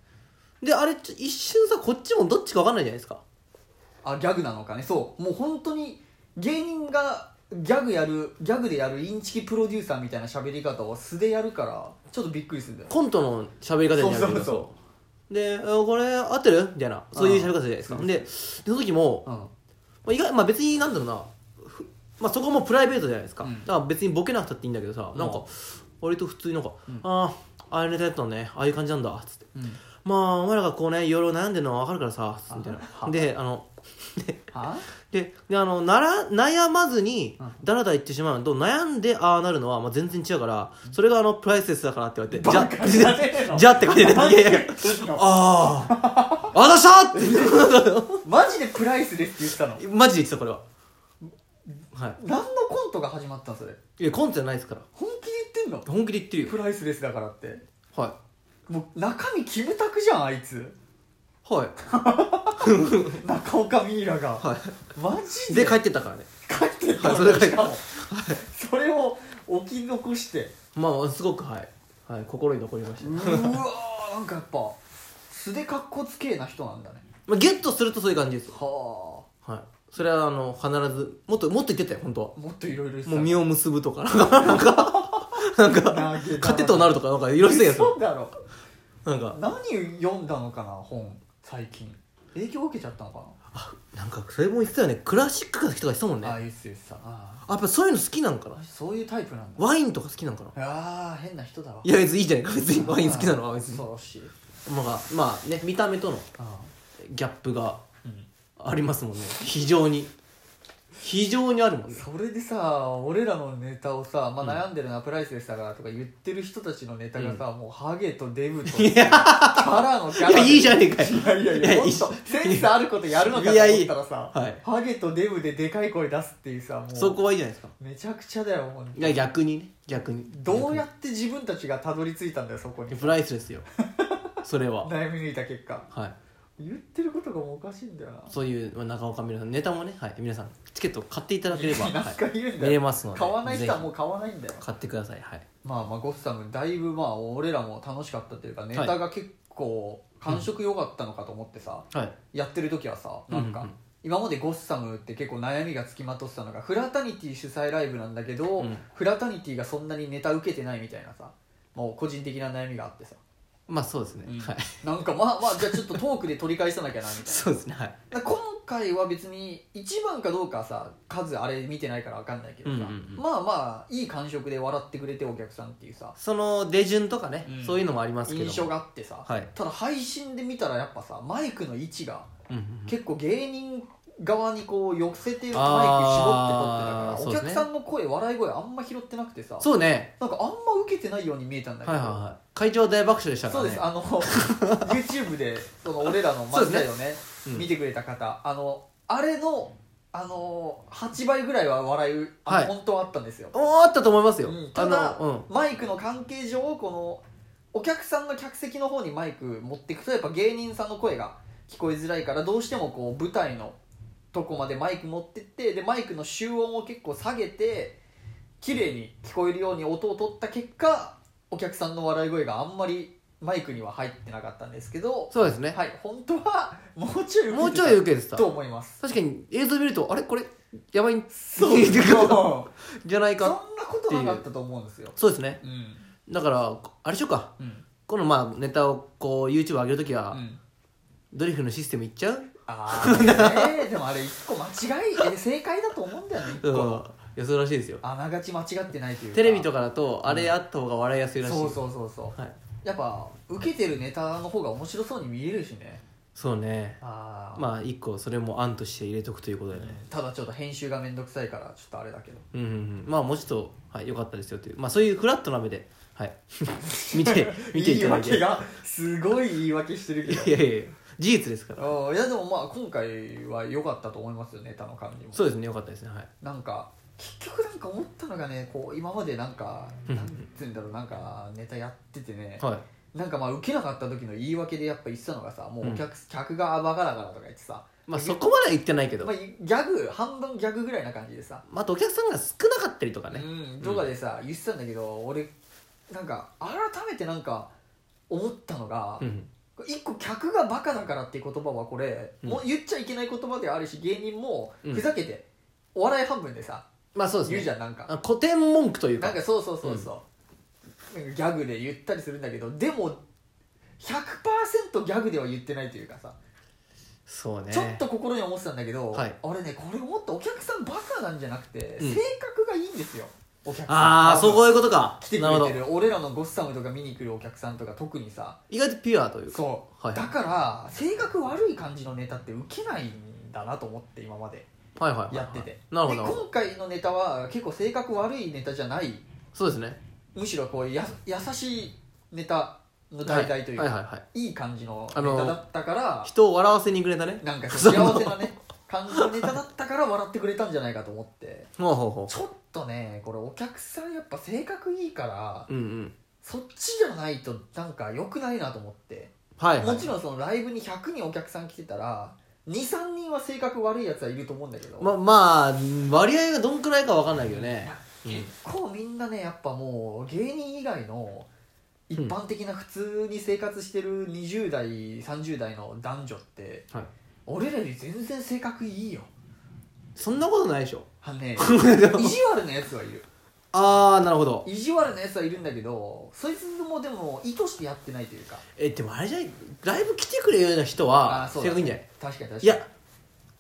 Speaker 2: であれちょ一瞬さこっちもどっちか分かんないじゃないですか
Speaker 4: あギャグなのかねそうもう本当に芸人がギャグやるギャグでやるインチキプロデューサーみたいな喋り方を素でやるからちょっとびっくりするんだよ
Speaker 2: コントの喋り方じゃないけど
Speaker 4: そうそうそう
Speaker 2: であこれ合ってるみたいなそういう喋り方じゃないですか
Speaker 4: う
Speaker 2: ででその時も、
Speaker 4: うん
Speaker 2: まあ、意外まあ別になんだろうなふまあ、そこもプライベートじゃないですか、
Speaker 4: うん
Speaker 2: だから別にボケなくたっていいんだけどさなん
Speaker 4: う
Speaker 2: か
Speaker 4: ん
Speaker 2: 割と普通になんか、
Speaker 4: ん
Speaker 2: ああああいうネタやったのねああいう感じなんだつって
Speaker 4: うん
Speaker 2: まあお前らがこうねいろいろ悩んでるのは分かるからさつってみたい
Speaker 4: は
Speaker 2: なであの
Speaker 4: は
Speaker 2: でであのなら悩まずに
Speaker 4: うん
Speaker 2: だらだら言ってしまうのと悩んでああなるのはまあ全然違うからそれがあのプライスレスだからって言われ
Speaker 4: バ
Speaker 2: て
Speaker 4: カ
Speaker 2: じ
Speaker 4: じ
Speaker 2: ゃ
Speaker 4: ゃねえの
Speaker 2: じゃって書いてていやいやいやあああだしたっ
Speaker 4: マジでプライスですって言ってたの
Speaker 2: てマジで言ってたこれはは
Speaker 4: 何のコントが始まったんそれ
Speaker 2: いいやコントじゃないですから
Speaker 4: 本気で言ってんの
Speaker 2: 本気で言ってるよ
Speaker 4: プライスレスだからって
Speaker 2: は
Speaker 4: もう中身キムタクじゃんあいつ
Speaker 2: いはい
Speaker 4: 中岡ミイラが、
Speaker 2: は
Speaker 4: マ
Speaker 2: い
Speaker 4: ジで
Speaker 2: で帰ってったからね
Speaker 4: 帰ってった
Speaker 2: は
Speaker 4: の
Speaker 2: いそれ帰っ
Speaker 4: しかもそれを置き残して
Speaker 2: まあすごくはい、はい、心に残りました、
Speaker 4: うわーなんかやっぱ素でかっこつけえな人なんだね
Speaker 2: まあ、ゲットするとそういう感じですよ
Speaker 4: は
Speaker 2: はいそれはあの必ずもっともっと言ってたよ本当は
Speaker 4: あもっといろいろ言ってた
Speaker 2: もう身を結ぶとかなんかなんかなんか
Speaker 4: 投げ玉
Speaker 2: 勝手となるとかなんかいろいろしてたや
Speaker 4: そうだろ
Speaker 2: つなんか
Speaker 4: 何読んだのかな本最近影響受けちゃったのか
Speaker 2: あなんかそれも言ってたよねクラシックが好きとかしたもんね
Speaker 4: な、ああ
Speaker 2: あ
Speaker 4: いいっすよいいっすよあ
Speaker 2: やっぱそういうの好きなんかな
Speaker 4: あそういうタイプなんだ
Speaker 2: ワインとか好きなんかな
Speaker 4: あー変な人だわ
Speaker 2: いや別にいいじゃないか別にワイン好きなのは別に
Speaker 4: 恐ろしい
Speaker 2: まあまあね見た目との
Speaker 4: あ
Speaker 2: ギャップが
Speaker 4: あ、うん
Speaker 2: ありますもんね非常に非常にあるもんね
Speaker 4: それでさ俺らのネタをさ、まあ、悩んでるのはプライスレスだからとか言ってる人たちのネタがさ、もうハゲとデブとキ
Speaker 2: い
Speaker 4: ャ
Speaker 2: や
Speaker 4: ラのキャラ
Speaker 2: いやいいじゃねえ
Speaker 4: ね
Speaker 2: かよ
Speaker 4: いやいやい
Speaker 2: い
Speaker 4: や
Speaker 2: や
Speaker 4: もっ
Speaker 2: いい
Speaker 4: とセンスあることやるのかと
Speaker 2: いやい
Speaker 4: 思
Speaker 2: い
Speaker 4: ったらさ、
Speaker 2: はい
Speaker 4: ハゲとデブででかい声出すっていうさもう
Speaker 2: そこはいいじゃないですか
Speaker 4: めちゃくちゃだよもう
Speaker 2: いや逆にね逆に
Speaker 4: どうやって自分たちがたどり着いたんだよそこに
Speaker 2: プライスですよそれは
Speaker 4: 悩み抜いた結果
Speaker 2: はい
Speaker 4: 言ってることがもうおかしいんだよな
Speaker 2: そういうまあ中岡皆さんネタもね、はい、皆さんチケット買っていただけ れば、
Speaker 4: 何
Speaker 2: は
Speaker 4: か言うんだよ
Speaker 2: い、見れますので
Speaker 4: 買わない人はもう
Speaker 2: ぜ
Speaker 4: 買わないんだよ
Speaker 2: ひ買ってくださいはい
Speaker 4: まあまあゴッサムだいぶまあ俺らも楽しかったというかネタが結構感触良かったのかと思ってさ、
Speaker 2: はい
Speaker 4: やってる時はさなん
Speaker 2: うん
Speaker 4: か
Speaker 2: うん
Speaker 4: 今までゴッサムって結構悩みがつきまとってたのがフラタニティ主催ライブなんだけど、
Speaker 2: うん
Speaker 4: フラタニティがそんなにネタ受けてないみたいなさもう個人的な悩みがあってさ
Speaker 2: まあそうですね、
Speaker 4: うん
Speaker 2: はい
Speaker 4: なんかまあまあじゃあちょっとトークで取り返さなきゃなみたいな
Speaker 2: そうですねはい
Speaker 4: だから今回は別に一番かどうかはさ数あれ見てないから分かんないけどさ、
Speaker 2: うんうんうん
Speaker 4: まあまあいい感触で笑ってくれてお客さんっていうさ
Speaker 2: その出順とかね、
Speaker 4: うん
Speaker 2: そういうのもありますけども
Speaker 4: 印象があってさ、
Speaker 2: はい
Speaker 4: ただ配信で見たらやっぱさマイクの位置が
Speaker 2: うんうん
Speaker 4: 結構芸人側にこう寄せてマイク絞って撮ってた
Speaker 2: あ
Speaker 4: か
Speaker 2: ー
Speaker 4: ら
Speaker 2: そ
Speaker 4: お
Speaker 2: うです
Speaker 4: 客
Speaker 2: ね
Speaker 4: さんの声笑い声あんま拾ってなくてさ
Speaker 2: そうね
Speaker 4: なんかあんま受けてないように見えたんだけ
Speaker 2: は
Speaker 4: ど、
Speaker 2: いはいはい会長大爆笑でしたか
Speaker 4: そ
Speaker 2: ら
Speaker 4: う
Speaker 2: ね
Speaker 4: です あの YouTube でその俺らの漫才をね
Speaker 2: うん
Speaker 4: 見てくれた方あのあれのあの8倍ぐらいは笑いあの
Speaker 2: はい
Speaker 4: 本当はあったんですよ、
Speaker 2: おーあったと思いますよ、
Speaker 4: うん
Speaker 2: あ
Speaker 4: ただ、
Speaker 2: の
Speaker 4: マイクの関係上このお客さんの客席の方にマイク持っていくとやっぱ芸人さんの声が聞こえづらいからどうしてもこう舞台のとこまでマイク持ってってでマイクの集音を結構下げて綺麗に聞こえるように音を取った結果お客さんの笑い声があんまりマイクには入ってなかったんですけ
Speaker 2: う
Speaker 4: ど
Speaker 2: ん、そうですね、
Speaker 4: はい本当はもうちょい受けてた
Speaker 2: もうちょい受けてた
Speaker 4: と思います
Speaker 2: 確かに映像見るとあれこれやばいん
Speaker 4: そ うそんなこ
Speaker 2: じゃないか
Speaker 4: となかったと思うんですよ
Speaker 2: そうですね
Speaker 4: うん
Speaker 2: だからあれしようか
Speaker 4: うん
Speaker 2: このまあネタをこう YouTube 上げるときは、
Speaker 4: うん
Speaker 2: ドリフのシステムいっちゃう
Speaker 4: あーねでもあれ一個間違いえ正解だと思うんだよね一個
Speaker 2: うん
Speaker 4: の
Speaker 2: いやそうらしいですよ
Speaker 4: あながち間違ってないというか
Speaker 2: テレビと
Speaker 4: か
Speaker 2: かだとあれあった方が笑いやすいらしい、
Speaker 4: そうそうそうそう
Speaker 2: はい、
Speaker 4: やっぱ受けてるネタの方が面白そうに見えるしね
Speaker 2: そうね
Speaker 4: ああ
Speaker 2: まあ一個それも案として入れとくということでね
Speaker 4: ただちょっと編集がめんどくさいからちょっとあれだけど
Speaker 2: うん、うんうん、まあもうちょっと、はい、よかったですよというまあそういうフラットな目で、はい、 見 て見ていただいて
Speaker 4: 言い訳がすごい言い訳してるけど
Speaker 2: いやいやいや事実ですから
Speaker 4: あーいやでもまあ今回は良かったと思いますよネタの感じも
Speaker 2: そうですねよかったですねはい
Speaker 4: なんか結局なんか思ったのがねこう今までなんか
Speaker 2: うん
Speaker 4: なんつうんだろうなんかネタやっててね、
Speaker 2: はい
Speaker 4: なんかまあ受けなかった時の言い訳でやっぱ言ってたのがさもうお客,、客がバカだからとか言ってさ、
Speaker 2: まあそこまでは言ってないけど、
Speaker 4: まあ、ギャグ半分ギャグぐらいな感じでさ、
Speaker 2: まあ、あとお客さんが少なかったりとかね、
Speaker 4: うんとかでさ言ってたんだけど俺なんか改めてなんか思ったのが、
Speaker 2: うん
Speaker 4: 一個客がバカだからっていう言葉はこれ、
Speaker 2: うん
Speaker 4: もう言っちゃいけない言葉であるし芸人も
Speaker 2: うん
Speaker 4: ふざけて、お笑い半分でさ
Speaker 2: まあそうです
Speaker 4: 言う
Speaker 2: ね
Speaker 4: じゃんなんか
Speaker 2: あ古典文句というか
Speaker 4: なんかそうそうそうそう、なんかギャグで言ったりするんだけどでも100%ギャグでは言ってないというかさ
Speaker 2: そうね
Speaker 4: ちょっと心に思ってたんだけど、
Speaker 2: はい
Speaker 4: あれねこれもっとお客さんバカなんじゃなくて、
Speaker 2: うん
Speaker 4: 性格がいいんですよお客さん
Speaker 2: ああそういうことか
Speaker 4: 来てく
Speaker 2: なる
Speaker 4: れ
Speaker 2: ほ
Speaker 4: て
Speaker 2: ど
Speaker 4: る俺らのゴッサムとか見に来るお客さんとか特にさ
Speaker 2: 意外とピュアというか
Speaker 4: そう、
Speaker 2: はい
Speaker 4: だから性格悪い感じのネタって受けないんだなと思って今まで
Speaker 2: はいはいはいはい
Speaker 4: やってて、
Speaker 2: なるほど
Speaker 4: で
Speaker 2: なるほど
Speaker 4: 今回のネタは結構性格悪いネタじゃない
Speaker 2: そうですね
Speaker 4: むしろこうや優しいネタの題材というか、
Speaker 2: はいい
Speaker 4: い
Speaker 2: はいはいはい
Speaker 4: 感じの
Speaker 2: あ
Speaker 4: ネ
Speaker 2: の
Speaker 4: タだったから
Speaker 2: 人を笑わせにいくれたね
Speaker 4: なんかそう幸せなね感じのネタだったから笑ってくれたんじゃないかと思って
Speaker 2: ほうほうほ
Speaker 4: ちょっとねこれお客さんやっぱ性格いいから、
Speaker 2: ううんうん
Speaker 4: そっちじゃないとなんか良くないなと思って
Speaker 2: はいはい
Speaker 4: もちろんそのライブに100人お客さん来てたら23人は性格悪いやつはいると思うんだけど、
Speaker 2: ままあ割合がどんくらいか分かんないけど
Speaker 4: い
Speaker 2: ね
Speaker 4: や
Speaker 2: うん
Speaker 4: 結構みんなねやっぱもう芸人以外の一般的な普通に生活してる20代30代の男女って、
Speaker 2: はい
Speaker 4: 俺らより全然性格いいよ
Speaker 2: そんなことないで しょ
Speaker 4: あ のね意地悪なやつはいる
Speaker 2: ああなるほど
Speaker 4: 意地悪なやつはいるんだけどそいつもでも意図してやってないというか
Speaker 2: えでもあれじゃないライブ来てくれるような人
Speaker 4: ー
Speaker 2: は性
Speaker 4: だ
Speaker 2: 格いいんじゃない
Speaker 4: 確かに確かに
Speaker 2: いや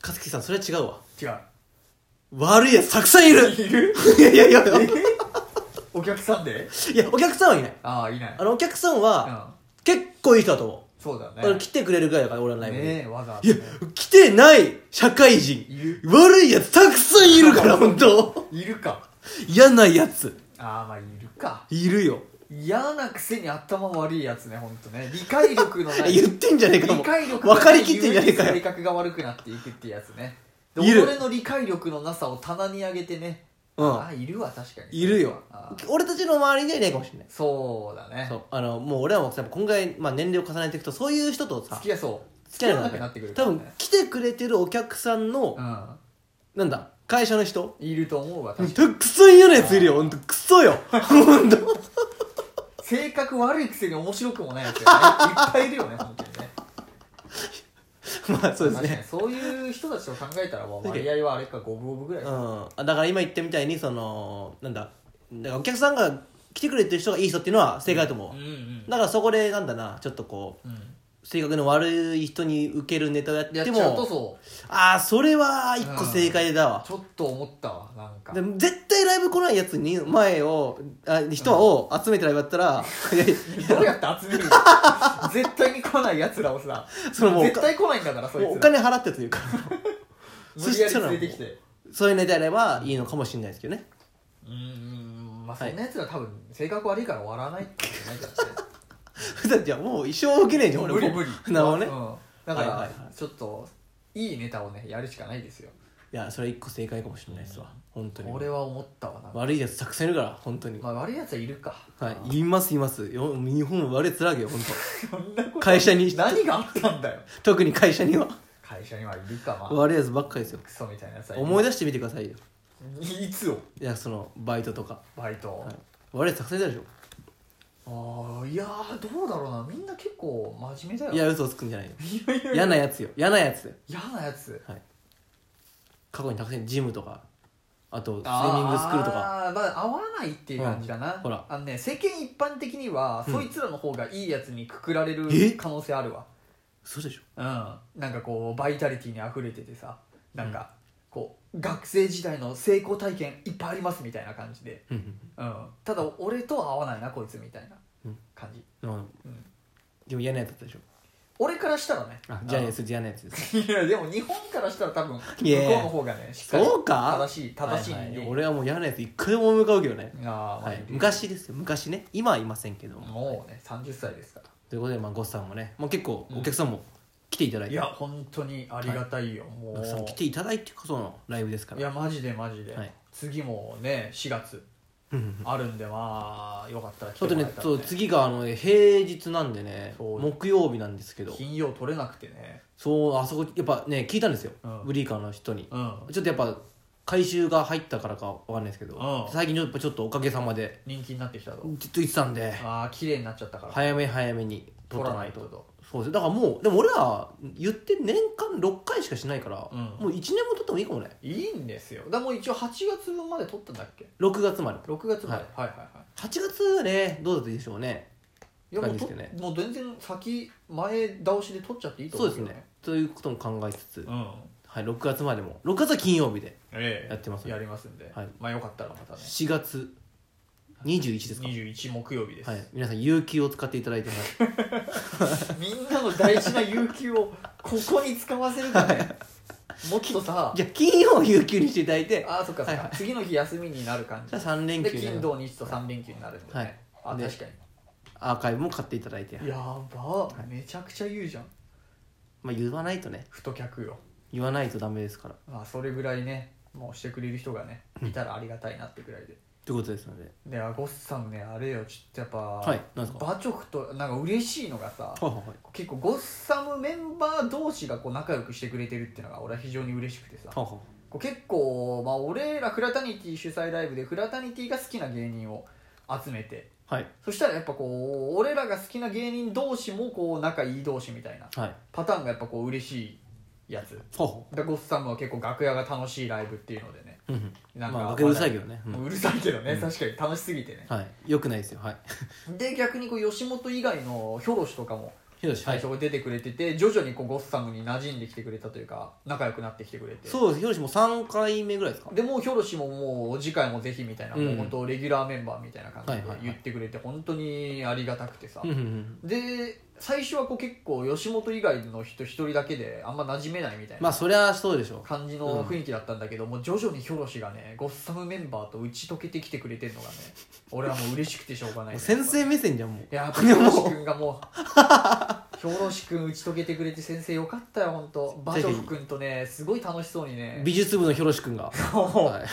Speaker 2: 勝木さんそれは違うわ
Speaker 4: 違う
Speaker 2: 悪いやつたくさんいる
Speaker 4: いる
Speaker 2: いやいやいやい
Speaker 4: お客さんで
Speaker 2: やお客さんはいない
Speaker 4: ああいない
Speaker 2: あのお客さんは
Speaker 4: うん
Speaker 2: 結構いい人だと思
Speaker 4: そうだ
Speaker 2: う、あの
Speaker 4: ね
Speaker 2: 来てくれるぐらいだから俺のライブに、
Speaker 4: ねえわざわ
Speaker 2: い
Speaker 4: ざ
Speaker 2: や
Speaker 4: ね
Speaker 2: 来てない社会人
Speaker 4: いる
Speaker 2: 悪いやつたくさんいるから本当
Speaker 4: いるか
Speaker 2: 嫌なやつ
Speaker 4: ああまあいるか
Speaker 2: いるよ
Speaker 4: 嫌なくせに頭悪いやつねほんとね理解力のない
Speaker 2: 言ってんじゃねえか
Speaker 4: 理
Speaker 2: も
Speaker 4: 解力
Speaker 2: 分かりきってんじゃねえか
Speaker 4: 性
Speaker 2: よ
Speaker 4: 格が悪くなっていくってやつねで
Speaker 2: いる
Speaker 4: 俺の理解力のなさを棚に上げてね、
Speaker 2: うん
Speaker 4: ああいるわ確かに
Speaker 2: いるよ
Speaker 4: あー
Speaker 2: 俺たちの周りにはいないかもしれない
Speaker 4: そうだね
Speaker 2: そうあのもう俺はもうさ今回、まあ、年齢を重ねていくとそういう人とさ
Speaker 4: 付き合いそう
Speaker 2: 付き合え
Speaker 4: な
Speaker 2: な
Speaker 4: く
Speaker 2: く
Speaker 4: な
Speaker 2: な
Speaker 4: っ
Speaker 2: ってて
Speaker 4: く
Speaker 2: くる
Speaker 4: るか
Speaker 2: 多
Speaker 4: らね
Speaker 2: 分来てくれてるお客さんの、なんだ会社の人
Speaker 4: うんいると思うわ
Speaker 2: た
Speaker 4: 確か
Speaker 2: くさん嫌なやついるよほんとクソよほんと
Speaker 4: に性格悪いくせに面白くもないやつがねいっぱいいるよね本当にね
Speaker 2: まあそうです
Speaker 4: 確かに
Speaker 2: ね
Speaker 4: そういう人たちを考えたらもう割合はあれか五分五分ぐらい、
Speaker 2: うんあだから今言ったみたいにそのなんだだからお客さんが来てくれてる人がいい人っていうのは正解だと思う、
Speaker 4: うんうん
Speaker 2: だからそこでなんだなちょっとこう
Speaker 4: うん
Speaker 2: 性格の悪い人に受けるネタをやっ
Speaker 4: やってち
Speaker 2: も
Speaker 4: ゃうとそう
Speaker 2: ああそれは一個正解だわ、
Speaker 4: ちょっと思ったわなんか
Speaker 2: でも絶対ライブ来ないやつに前をあ人を集めてライブやった ら、いやいや
Speaker 4: どうやって集めるの 絶対に来ないやつらをさ
Speaker 2: それもう
Speaker 4: 絶対来ないんだからそいつ
Speaker 2: もうお
Speaker 4: ら
Speaker 2: 金払ってというか
Speaker 4: 無理や
Speaker 2: そ
Speaker 4: り
Speaker 2: したら
Speaker 4: 連
Speaker 2: も
Speaker 4: れ
Speaker 2: う
Speaker 4: てきて
Speaker 2: そういうネタやればいいのかもしれないですけどね
Speaker 4: うーんまあそ
Speaker 2: はい
Speaker 4: んなやつら多分性格悪いから笑わないってことないから
Speaker 2: だってもう一生受けねえじゃん俺
Speaker 4: ね無理
Speaker 2: も
Speaker 4: 無理
Speaker 2: うなるほどね、
Speaker 4: う
Speaker 2: い
Speaker 4: んだか
Speaker 2: はい
Speaker 4: ら
Speaker 2: はいはい
Speaker 4: ちょっといいネタをねやるしかないですよ
Speaker 2: やそれ一個正解かもしれないですわ本当に
Speaker 4: 俺は思ったわなんか
Speaker 2: 悪いやつたくさんいるから本当に、
Speaker 4: まあ悪いやつはいるか
Speaker 2: はい言います言いますよ日本は悪いやつらけよ本
Speaker 4: そんなこ
Speaker 2: 当
Speaker 4: と
Speaker 2: 会社に
Speaker 4: 何があったんだよ
Speaker 2: 特に会社には
Speaker 4: 会社にはいるかまあ
Speaker 2: 悪いやつばっかりですよ
Speaker 4: クソみたいなやつはいる
Speaker 2: 思い出してみてくださいよ
Speaker 4: いつを
Speaker 2: いやそのバイトとか、
Speaker 4: バイト、
Speaker 2: はい、悪いやつたくさんいたでしょ
Speaker 4: ああいやーどうだろうなみんな結構真面目だよ
Speaker 2: いや嘘をつくんじゃないよ
Speaker 4: いやいや
Speaker 2: 嫌なやつよ嫌なやつよ
Speaker 4: 嫌なやつ
Speaker 2: はい過去にたくさんジムとかあとスイミングスクールとか
Speaker 4: あー、まあ、合わないっていう感じだな、
Speaker 2: んほら
Speaker 4: あのね世間一般的には、
Speaker 2: うん
Speaker 4: そいつらの方がいいやつにくくられる
Speaker 2: え
Speaker 4: 可能性あるわ
Speaker 2: そうでしょ
Speaker 4: うんなんかこうバイタリティにあふれててさなんかこう学生時代の成功体験いっぱいありますみたいな感じで、
Speaker 2: うんうん
Speaker 4: うん、ただ俺とは合わないなこいつみたいな感じ、
Speaker 2: うん
Speaker 4: うん
Speaker 2: でも嫌なやつだったでしょ
Speaker 4: 俺からしたらね
Speaker 2: あじゃあねそれ嫌なやつです
Speaker 4: いやでも日本からしたら多分向こう
Speaker 2: いや
Speaker 4: の方がねしっかり
Speaker 2: そうか
Speaker 4: 正しい正しい人
Speaker 2: は
Speaker 4: 間、
Speaker 2: は俺はもう嫌なやつ一回も思い浮かぶけどね、
Speaker 4: あー、まあ
Speaker 2: はい、昔ですよ昔ね今はいませんけども
Speaker 4: もうね30歳ですか
Speaker 2: ということで、まあ、ゴッさんもねもう結構お客さんも来ていただ
Speaker 4: ら
Speaker 2: い
Speaker 4: い
Speaker 2: て、
Speaker 4: や本当にありがたいよ、も
Speaker 2: お
Speaker 4: う
Speaker 2: 客さん来ていただいてこそのライブですか
Speaker 4: い
Speaker 2: ら
Speaker 4: やマジでマジで、
Speaker 2: はい
Speaker 4: 次もね4月
Speaker 2: うんうんうん
Speaker 4: あるんでまあよかったら来
Speaker 2: ちょ
Speaker 4: て
Speaker 2: っと
Speaker 4: もらえ
Speaker 2: ね
Speaker 4: たら、
Speaker 2: そう次があの平日なんでね
Speaker 4: そう
Speaker 2: 木曜日なんですけど
Speaker 4: 金曜取れなくてね
Speaker 2: そうあそこやっぱね聞いたんですよ、
Speaker 4: うん
Speaker 2: ブリーカーの人に、
Speaker 4: うん
Speaker 2: ちょっとやっぱ回収が入ったからかわかんないですけど、
Speaker 4: うん
Speaker 2: 最近やっぱちょっとおかげさまで
Speaker 4: 人気になってきたと、
Speaker 2: ずっと言ってたんで
Speaker 4: ああ綺麗になっちゃったから、
Speaker 2: 早め早めに取
Speaker 4: 取ら
Speaker 2: ら
Speaker 4: な
Speaker 2: ないい
Speaker 4: と
Speaker 2: と
Speaker 4: と
Speaker 2: そうですだからもうでも俺ら言って年間6回しかしないから、
Speaker 4: うん
Speaker 2: もう1年も取ってもいいかもね
Speaker 4: いいんですよだからもう一応8月分まで取ったんだっけ
Speaker 2: 6月まで
Speaker 4: 6月まで、
Speaker 2: は
Speaker 4: はい、はいはい
Speaker 2: 8月はねどうだったでしょうね
Speaker 4: いやもうと
Speaker 2: 感じですよ
Speaker 4: もう全然先前倒しで取っちゃっていいと
Speaker 2: そう
Speaker 4: 思う
Speaker 2: です
Speaker 4: けど
Speaker 2: ねということも考えつつ、
Speaker 4: うん
Speaker 2: はい、6月までも6月は金曜日で
Speaker 4: ええ
Speaker 2: やってますね
Speaker 4: やりますんで、
Speaker 2: はい
Speaker 4: まあよかったらまたね
Speaker 2: 4月21ですか
Speaker 4: 21木曜日です、
Speaker 2: はい、皆さん有給を使っていただいて、はい
Speaker 4: みんなの大事な有給をここに使わせるからね もっとさ
Speaker 2: じゃあ金曜を有給にしていただいて
Speaker 4: あーそっかそっか、
Speaker 2: はいはい
Speaker 4: 次の日休みになる感
Speaker 2: じゃあ
Speaker 4: じ
Speaker 2: 3連
Speaker 4: で
Speaker 2: 休に
Speaker 4: 金土日と3連休になるんで、ね
Speaker 2: はい
Speaker 4: あ
Speaker 2: で
Speaker 4: 確か
Speaker 2: アーカイブも買っていただいて、
Speaker 4: にやばーめちゃくちゃ言うじゃん
Speaker 2: まあ、言わないとね
Speaker 4: 太客よ
Speaker 2: 言わないとダメですから
Speaker 4: まあそれぐらいねもうしてくれる人がねいたらありがたいなってぐらいで
Speaker 2: ということですので
Speaker 4: であゴッさんねあれよちょっとやっぱ、
Speaker 2: はいなんですか
Speaker 4: バチョクとなんか嬉しいのがさ
Speaker 2: はいはいはい
Speaker 4: 結構ゴッサムメンバー同士がこう仲良くしてくれてるっていうのが俺は非常に嬉しくてさ
Speaker 2: はは
Speaker 4: こう結構、まあ、俺らフラタニティ主催ライブでフラタニティが好きな芸人を集めて
Speaker 2: はい
Speaker 4: そしたらやっぱこう俺らが好きな芸人同士もこう仲いい同士みたいな
Speaker 2: はい
Speaker 4: パターンがやっぱこう嬉しいやつ
Speaker 2: ほうほ
Speaker 4: でゴッサムは結構楽屋が楽しいライブっていうのでね
Speaker 2: ううんうん
Speaker 4: なんか
Speaker 2: まあ楽屋うるさいけどねうん
Speaker 4: うるさいけどね、確かに楽しすぎてね
Speaker 2: はいよくないですよはい
Speaker 4: で逆にこう吉本以外のヒョロシとかも
Speaker 2: ひろしは
Speaker 4: 最
Speaker 2: い
Speaker 4: 初出てくれてて徐々にこうゴッサムに馴染んできてくれたというか仲良くなってきてくれて
Speaker 2: そうですひろしも3回目ぐらいですか
Speaker 4: でもうヒョロシももう次回もぜひみたいな、
Speaker 2: うん
Speaker 4: もう本当レギュラーメンバーみたいな感じで
Speaker 2: はいはいはい
Speaker 4: 言ってくれて本当にありがたくてさ、
Speaker 2: うんうんうん
Speaker 4: で最初はこう結構吉本以外の人一人だけであんま馴染めないみたい
Speaker 2: ま
Speaker 4: な
Speaker 2: あそりゃそうでしょ
Speaker 4: 感じの雰囲気だったんだけど、もう徐々にヒョロシがねゴッサムメンバーと打ち解けてきてくれてるのが ね俺はもう嬉しくてしょうがな
Speaker 2: う
Speaker 4: い
Speaker 2: もう
Speaker 4: ね
Speaker 2: 先生目線じゃんもう
Speaker 4: いややっぱヒョロシ君がもうヒョロシ君打ち解けてくれて先生よかったよ本当バジョフ君とねすごい楽しそうにね
Speaker 2: 美術部のひろし 君が
Speaker 4: も
Speaker 2: はいう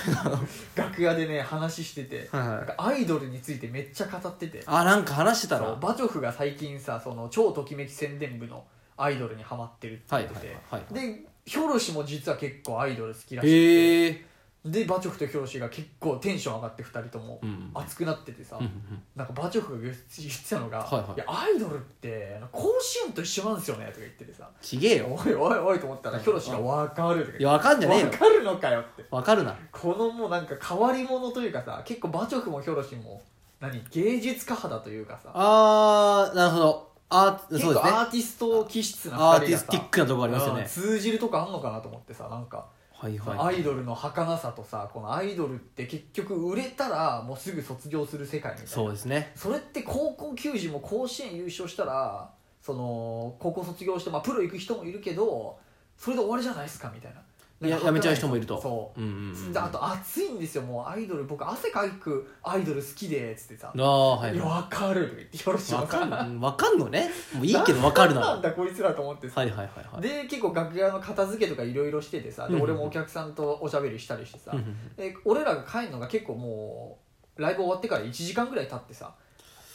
Speaker 4: 楽屋でね話してて
Speaker 2: はい
Speaker 4: なん
Speaker 2: はい
Speaker 4: かアイドルについてめっちゃ語ってて
Speaker 2: あなんか話してた
Speaker 4: そう
Speaker 2: ら
Speaker 4: バチョフが最近さその超ときめき宣伝部のアイドルにハマってるって言ってて、
Speaker 2: はいはい
Speaker 4: でヒョロシも実は結構アイドル好きらしくて、
Speaker 2: へえ
Speaker 4: でバチョフとヒョロシが結構テンション上がって2人とも
Speaker 2: うん
Speaker 4: 熱くなっててさ、
Speaker 2: うんうん
Speaker 4: なんかバチョフが言ってたのが「
Speaker 2: はいはい
Speaker 4: やアイドルってあの甲子園と一緒なんですよね」とか言っててさ「
Speaker 2: ちげえよ
Speaker 4: おいおいおい」と思ったらヒョロシが「わかる」とか
Speaker 2: い
Speaker 4: 言
Speaker 2: や
Speaker 4: っ
Speaker 2: わかん
Speaker 4: て「
Speaker 2: じゃねえ
Speaker 4: わ
Speaker 2: よ
Speaker 4: かるのかよ」って
Speaker 2: わかるな
Speaker 4: このもうなんか変わり者というかさ結構馬直もヒョロシも何芸術家派だというかさ
Speaker 2: あーなるほどあそうで
Speaker 4: 結
Speaker 2: す
Speaker 4: 構
Speaker 2: ね
Speaker 4: アーティスト気質な
Speaker 2: ア
Speaker 4: 2
Speaker 2: ーテ
Speaker 4: 人
Speaker 2: ィ
Speaker 4: が
Speaker 2: ス
Speaker 4: さ
Speaker 2: ティックなとこありますよ
Speaker 4: うん
Speaker 2: ね
Speaker 4: 通じるとこあんのかなと思ってさなんか、
Speaker 2: はい
Speaker 4: その
Speaker 2: は
Speaker 4: アイドルの儚さとさこのアイドルって結局売れたらもうすぐ卒業する世界みたい
Speaker 2: い
Speaker 4: な
Speaker 2: そうですね
Speaker 4: それって高校球児も甲子園優勝したらその高校卒業して、まあ、プロ行く人もいるけどそれで終わりじゃないですかみたいな
Speaker 2: や
Speaker 4: なんか
Speaker 2: やめちゃう人もいると
Speaker 4: そう
Speaker 2: うんうんうん
Speaker 4: であと暑いんですよもうアイドル僕汗かくアイドル好きでっつってさ「
Speaker 2: ああはい
Speaker 4: いやわかる」って言ってよろしい
Speaker 2: わかん
Speaker 4: な
Speaker 2: わかんのねもういいけどわかるな
Speaker 4: な
Speaker 2: ら
Speaker 4: んだこいつらと思ってさ、
Speaker 2: はいはいはいはい
Speaker 4: で結構楽屋の片付けとかいろいろしててさで
Speaker 2: うん
Speaker 4: 俺もお客さんとおしゃべりしたりしてさ、
Speaker 2: うんうんうん
Speaker 4: で俺らが帰るのが結構もうライブ終わってから1時間ぐらい経ってさ